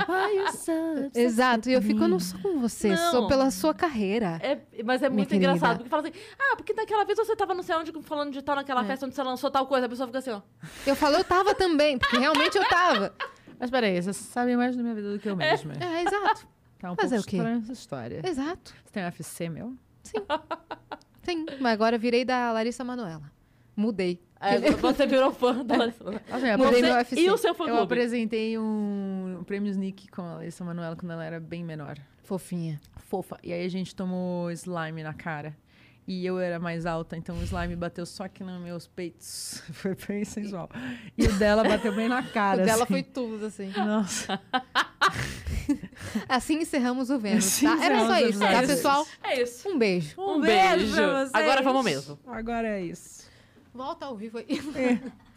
Speaker 2: Exato. E eu fico, eu não sou com você,
Speaker 1: Não.
Speaker 2: sou pela sua carreira.
Speaker 1: É, mas é
Speaker 2: Minha
Speaker 1: muito
Speaker 2: querida.
Speaker 1: engraçado. Porque fala assim, ah, porque naquela vez você tava não sei onde falando de tal naquela festa onde você lançou tal coisa. A pessoa fica assim, ó.
Speaker 2: Eu falo, eu tava também, porque realmente eu tava.
Speaker 3: Mas peraí, vocês sabem mais da minha vida do que eu mesma.
Speaker 2: É, exato.
Speaker 3: Tá um
Speaker 2: Mas
Speaker 3: pouco
Speaker 2: é o quê?
Speaker 3: estranha essa história.
Speaker 2: Exato.
Speaker 3: Você tem um FC meu?
Speaker 2: Sim. Mas agora eu virei da Larissa Manoela. Mudei.
Speaker 1: É, você virou fã da Larissa.
Speaker 3: Nossa, minha
Speaker 2: Mudei
Speaker 1: Você
Speaker 2: meu UFC.
Speaker 1: E o seu fã
Speaker 3: um Eu
Speaker 1: clube.
Speaker 3: apresentei um prêmio Sneak com a Larissa Manoela quando ela era bem menor.
Speaker 2: Fofinha.
Speaker 3: Fofa. E aí a gente tomou slime na cara. E eu era mais alta, então o slime bateu só aqui nos meus peitos. Foi bem sensual. E o dela bateu bem na cara.
Speaker 2: o dela
Speaker 3: assim.
Speaker 2: foi tudo, assim.
Speaker 3: Nossa.
Speaker 2: Assim encerramos o Vênus,
Speaker 3: Assim
Speaker 2: tá? Era só
Speaker 3: encerramos
Speaker 2: isso,
Speaker 3: o
Speaker 2: tá,
Speaker 3: Vênus.
Speaker 2: pessoal?
Speaker 1: É isso.
Speaker 2: Um beijo.
Speaker 1: Um beijo.
Speaker 3: pra vocês.
Speaker 1: Agora vamos mesmo.
Speaker 3: Agora é isso.
Speaker 2: Volta ao vivo aí.